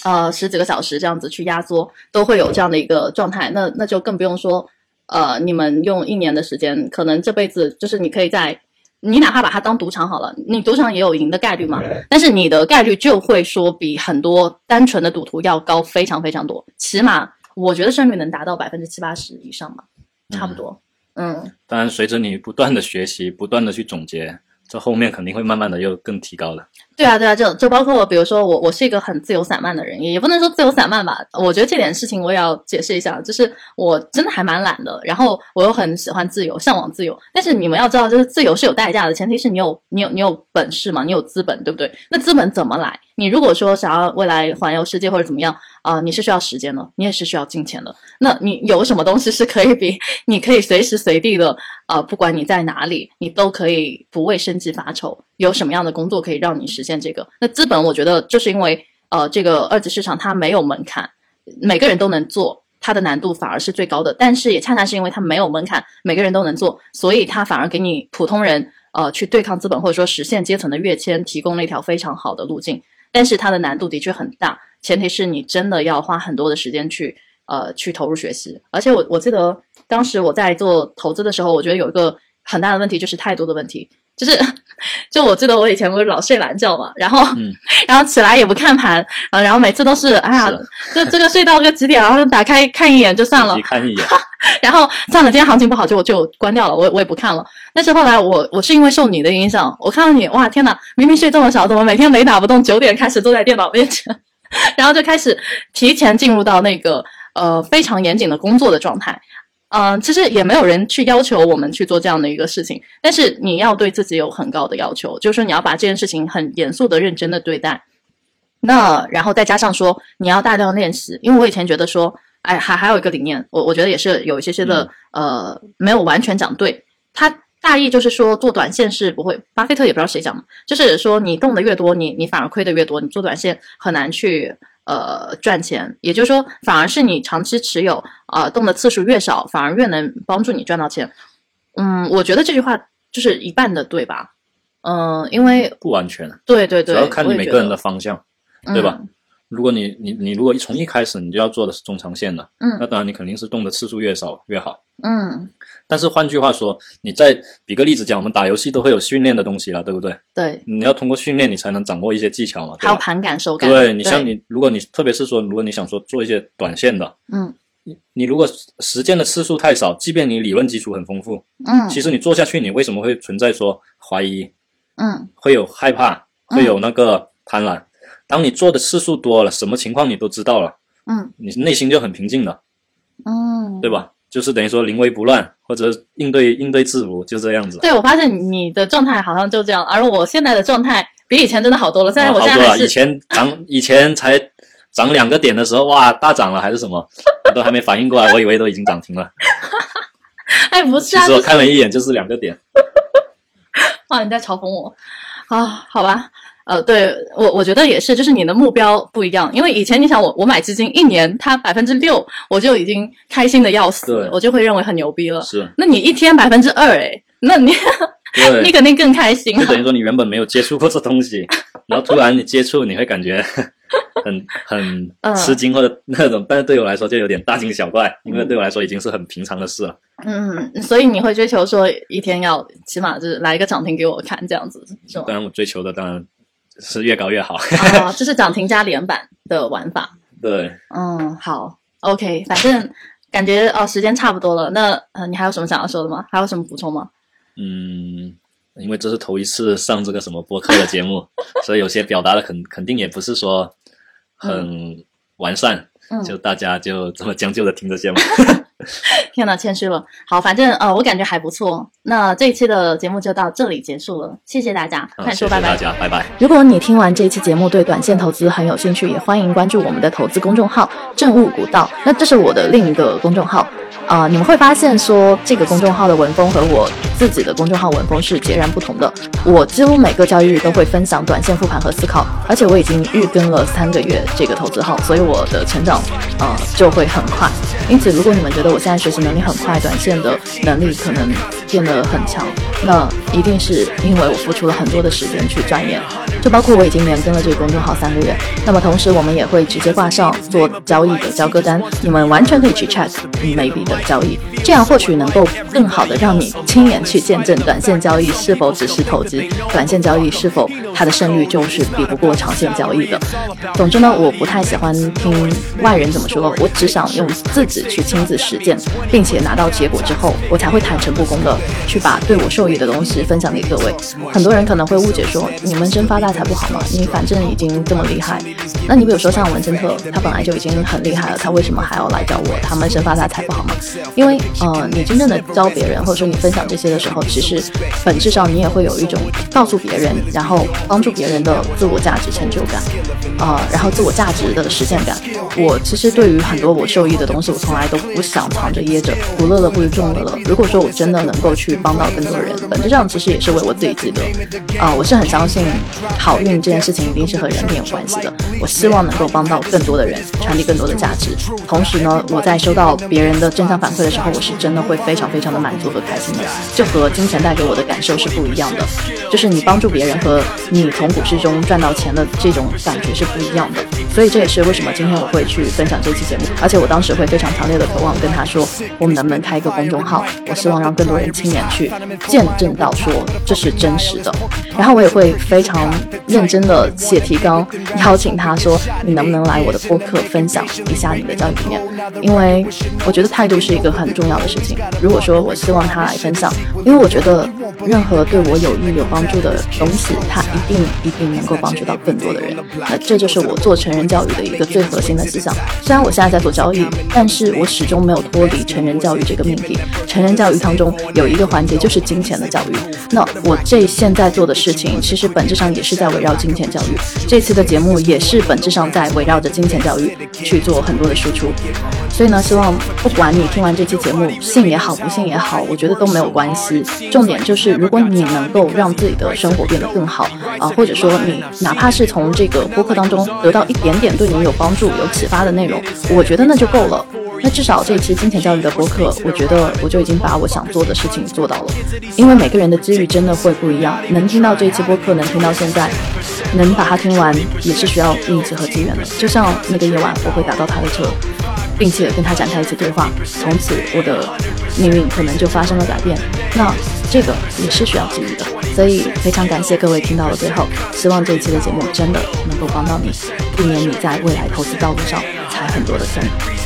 [SPEAKER 1] 呃，十几个小时这样子去压缩，都会有这样的一个状态。那那就更不用说，呃，你们用一年的时间，可能这辈子就是你可以在。你哪怕把它当赌场好了，你赌场也有赢的概率嘛，但是你的概率就会说比很多单纯的赌徒要高非常非常多，起码我觉得胜率能达到百分之七八十以上吧，差不多。嗯，
[SPEAKER 2] 当然，随着你不断的学习，不断的去总结，这后面肯定会慢慢的又更提高的。
[SPEAKER 1] 对啊，对啊，就就包括我，比如说我，我是一个很自由散漫的人，也也不能说自由散漫吧。我觉得这点事情我也要解释一下，就是我真的还蛮懒的，然后我又很喜欢自由，向往自由。但是你们要知道，就是自由是有代价的，前提是你有你有你有本事嘛，你有资本，对不对？那资本怎么来？你如果说想要未来环游世界或者怎么样啊、你是需要时间的，你也是需要金钱的。那你有什么东西是可以比你可以随时随地的啊、呃不管你在哪里，你都可以不为生计发愁？有什么样的工作可以让你实现这个？那资本，我觉得就是因为呃，这个二级市场它没有门槛，每个人都能做，它的难度反而是最高的。但是也恰恰是因为它没有门槛，每个人都能做，所以它反而给你普通人呃去对抗资本或者说实现阶层的跃迁提供了一条非常好的路径。但是它的难度的确很大，前提是你真的要花很多的时间去呃去投入学习。而且我我记得当时我在做投资的时候，我觉得有一个很大的问题就是态度的问题，就是 [LAUGHS] 就我记得我以前不是老睡懒觉嘛，然后、
[SPEAKER 2] 嗯
[SPEAKER 1] 然后起来也不看盘，啊，然后每次都是哎呀
[SPEAKER 2] 是，
[SPEAKER 1] 就这个睡到个几点，然后打开看一眼就算了
[SPEAKER 2] 你，看一眼，
[SPEAKER 1] 然后算了，今天行情不好就就关掉了，我也我也不看了。但是后来我我是因为受你的影响，我看到你哇天哪，明明睡这么少，怎么每天雷打不动，九点开始坐在电脑面前， [LAUGHS] 然后就开始提前进入到那个呃非常严谨的工作的状态。嗯、其实也没有人去要求我们去做这样的一个事情，但是你要对自己有很高的要求，就是说你要把这件事情很严肃的、认真的对待。那然后再加上说你要大量练习，因为我以前觉得说，哎，还还有一个理念，我我觉得也是有一些些的、
[SPEAKER 2] 嗯
[SPEAKER 1] 呃没有完全讲对。他大意就是说做短线是不会，巴菲特也不知道谁讲的，就是说你动的越多，你你反而亏的越多，你做短线很难去。呃，赚钱，也就是说，反而是你长期持有，呃，动的次数越少，反而越能帮助你赚到钱。嗯，我觉得这句话就是一半的对吧？嗯、因为
[SPEAKER 2] 不完全，
[SPEAKER 1] 对 [LAUGHS] 对
[SPEAKER 2] 主
[SPEAKER 1] 对，
[SPEAKER 2] 要看
[SPEAKER 1] 我也
[SPEAKER 2] 你每
[SPEAKER 1] 觉
[SPEAKER 2] 个人
[SPEAKER 1] 得
[SPEAKER 2] 的方向。对吧？如果你你你如果从一开始你就要做的是中长线的，
[SPEAKER 1] 嗯
[SPEAKER 2] 那当然你肯定是动的次数越少越好。
[SPEAKER 1] 嗯。嗯
[SPEAKER 2] 但是换句话说，你再比个例子讲，我们打游戏都会有训练的东西了，对不对？
[SPEAKER 1] 对，
[SPEAKER 2] 你要通过训练，你才能掌握一些技巧嘛，对
[SPEAKER 1] 还有
[SPEAKER 2] 吧？
[SPEAKER 1] 盘感、手感。
[SPEAKER 2] 对你像，你，如果你特别是说，如果你想说做一些短线的，
[SPEAKER 1] 嗯
[SPEAKER 2] 你如果实践的次数太少，即便你理论基础很丰富，
[SPEAKER 1] 嗯
[SPEAKER 2] 其实你做下去，你为什么会存在说怀疑，
[SPEAKER 1] 嗯
[SPEAKER 2] 会有害怕，会
[SPEAKER 3] 嗯
[SPEAKER 2] 有那个贪婪？当你做的次数多了，什么情况你都知道了，
[SPEAKER 1] 嗯
[SPEAKER 2] 你内心就很平静了，
[SPEAKER 1] 嗯，
[SPEAKER 2] 对吧？就是等于说临危不乱，或者应对应对自如，就这样子。
[SPEAKER 3] 对，我发现你的状态好像就这样，而我现在的状态比以前真的好多了。虽然
[SPEAKER 2] 啊
[SPEAKER 3] 我
[SPEAKER 2] 好
[SPEAKER 3] 现
[SPEAKER 2] 多
[SPEAKER 3] 在还
[SPEAKER 2] 了，
[SPEAKER 3] 是、
[SPEAKER 2] 以前涨，以前才涨两个点的时候，哇，大涨了还是什么，我都还没反应过来，我以为都已经涨停了。
[SPEAKER 3] 哎，不 [LAUGHS] 是
[SPEAKER 2] 其
[SPEAKER 3] 啊，
[SPEAKER 2] 实我
[SPEAKER 3] 就是
[SPEAKER 2] 看了一眼就是两个点，
[SPEAKER 3] 啊，你在嘲讽我啊？好吧，呃，对我我觉得也是，就是你的目标不一样，因为以前你想我我买基金一年它百分之六，我就已经开心的要死了
[SPEAKER 2] 对，
[SPEAKER 3] 我就会认为很牛逼了。
[SPEAKER 2] 是
[SPEAKER 3] 那你一天百分之二，哎，那你 [LAUGHS] 你
[SPEAKER 2] 对，
[SPEAKER 3] 肯定更开心啊
[SPEAKER 2] 就
[SPEAKER 3] 了。
[SPEAKER 2] 等于说你原本没有接触过这东西，然后突然你接触，你会感觉很
[SPEAKER 3] 嗯
[SPEAKER 2] 很吃惊或
[SPEAKER 3] [LAUGHS]
[SPEAKER 2] 者那种，但是对我来说就有点大惊小怪，因为对我来说已经是很平常的事了。
[SPEAKER 3] 嗯，所以你会追求说一天要起码就是来一个涨停给我看这样子，是吗？
[SPEAKER 2] 当然我追求的当然是越高越好， [LAUGHS]
[SPEAKER 3] 啊，这是涨停加连板的玩法。
[SPEAKER 2] 对。
[SPEAKER 3] 嗯，好，OK，反正感觉哦，时间差不多了。那呃，你还有什么想要说的吗？还有什么补充吗？ [LAUGHS]
[SPEAKER 2] 嗯，因为这是头一次上这个什么播客的节目，所以有些表达的肯肯定也不是说很完善，
[SPEAKER 3] 嗯，
[SPEAKER 2] 就大家就这么将就的听这些
[SPEAKER 3] [LAUGHS]
[SPEAKER 2] 嘛。
[SPEAKER 3] 天呐，谦虚了。好，反正呃，我感觉还不错。那这一期的节目就到这里结束了，谢谢大家，
[SPEAKER 2] 好
[SPEAKER 3] 快
[SPEAKER 2] 谢
[SPEAKER 3] 说
[SPEAKER 2] 谢
[SPEAKER 3] 拜拜。
[SPEAKER 2] 大家，拜拜。
[SPEAKER 3] 如果你听完这期节目对短线投资很有兴趣，也欢迎关注我们的投资公众号“正悟古道”。那这是我的另一个公众号，啊、你们会发现说这个公众号的文风和我自己的公众号文风是截然不同的。我几乎每个交易日都会分享短线复盘和思考，而且我已经日更了三个月这个投资号，所以我的成长呃就会很快。因此，如果你们觉得我现在学习能力很快，短线的能力可能变得很强，那一定是因为我付出了很多的时间去钻研，就包括我已经连跟了这个公众号三个月。那么同时，我们也会直接挂上做交易的交割单，你们完全可以去 check maybe 的交易，这样或许能够更好的让你亲眼去见证短线交易是否只是投机，短线交易是否它的胜率就是比不过长线交易的。总之呢，我不太喜欢听外人怎么说，我只想用自己去亲自实践，并且拿到结果之后，我才会坦诚不公的去把对我受益的东西分享给各位。很多人可能会误解说，你们真发大财不好吗？你反正已经这么厉害，那你比如说像文森特，他本来就已经很厉害了，他为什么还要来找我？他闷声发大财不好吗？因为呃，你真正的教别人，或者说你分享这些的时候，其实本质上你也会有一种告诉别人，然后帮助别人的自我价值成就感，呃，然后自我价值的实现感。我其实对于很多我受益的东西，我从来都不想藏着掖着，不乐乐不如众乐乐。如果说我真的能够去帮到更多人，本质上其实也是为我自己积德。啊、我是很相信好运这件事情一定是和人品有关系的。我希望能够帮到更多的人，传递更多的价值。同时呢，我在收到别人的正向反馈的时候，我是真的会非常非常的满足和开心的，就和金钱带给我的感受是不一样的。就是你帮助别人和你从股市中赚到钱的这种感觉是不一样的。所以这也是为什么今天我会去分享这期节目，而且我当时会非常强烈的渴望跟他说，我们能不能开一个公众号？我希望让更多人亲眼去见证到说这是真实的。然后我也会非常认真的写提纲，邀请他说你能不能来我的播客分享一下你的教育理念，因为我觉得态度是一个很重要的事情。如果说我希望他来分享，因为我觉得任何对我有益有帮助的东西，它一定一定能够帮助到更多 [LAUGHS] 的人。那这就是我做成人教育的一个最核心的思想。虽然我现在在做交易，但是我始终没有脱离成人教育这个命题。成人教育当中有一个环节就是金钱的教育。那我这现在做的事情，其实本质上也是在围绕金钱教育。这期的节目也是本质上在围绕着金钱教育去做很多的输出。所以呢，希望不管你听完这期节目信也好，不信也好，我觉得都没有关系。重点就是，如果你能够让自己的生活变得更好啊，或者说你哪怕是从这个播客当中得到一点点对你有帮助、有启发的内容，我觉得那就够了。那至少这一期金钱教育的播客，我觉得我就已经把我想做的事情做到了。因为每个人的机遇真的会不一样，能听到这一期播客，能听到现在，能把它听完，也是需要运气和机缘的。就像那个夜晚，我会打到他的车，并且跟他展开一次对话，从此我的命运可能就发生了改变。那这个也是需要机遇的，所以非常感谢各位听到了最后，希望这一期的节目真的能够帮到你，避免你在未来投资道路上踩很多的坑，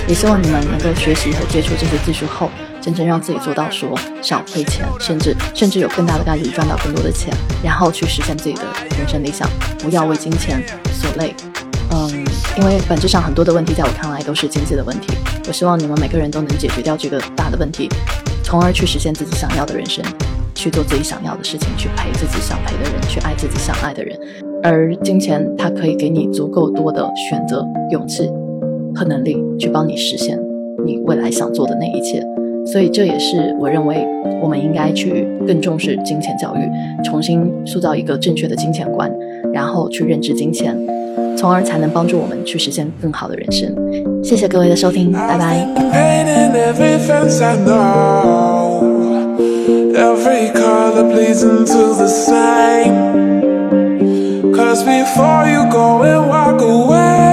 [SPEAKER 3] 也希望你们能够学习和接触这些技术后。真正让自己做到说少亏钱，甚至甚至有更大的概率赚到更多的钱，然后去实现自己的人生理想，不要为金钱所累。嗯，因为本质上很多的问题，在我看来都是经济的问题。我希望你们每个人都能解决掉这个大的问题，从而去实现自己想要的人生，去做自己想要的事情，去陪自己想陪的人，去爱自己想爱的人。而金钱，它可以给你足够多的选择、勇气和能力，去帮你实现你未来想做的那一切。所以，这也是我认为我们应该去更重视金钱教育，重新塑造一个正确的金钱观，然后去认知金钱，从而才能帮助我们去实现更好的人生。谢谢各位的收听，拜
[SPEAKER 4] I've
[SPEAKER 3] 拜。
[SPEAKER 4] been painting every fence I know. Every color bleeds into the same. Cause before you go and walk away.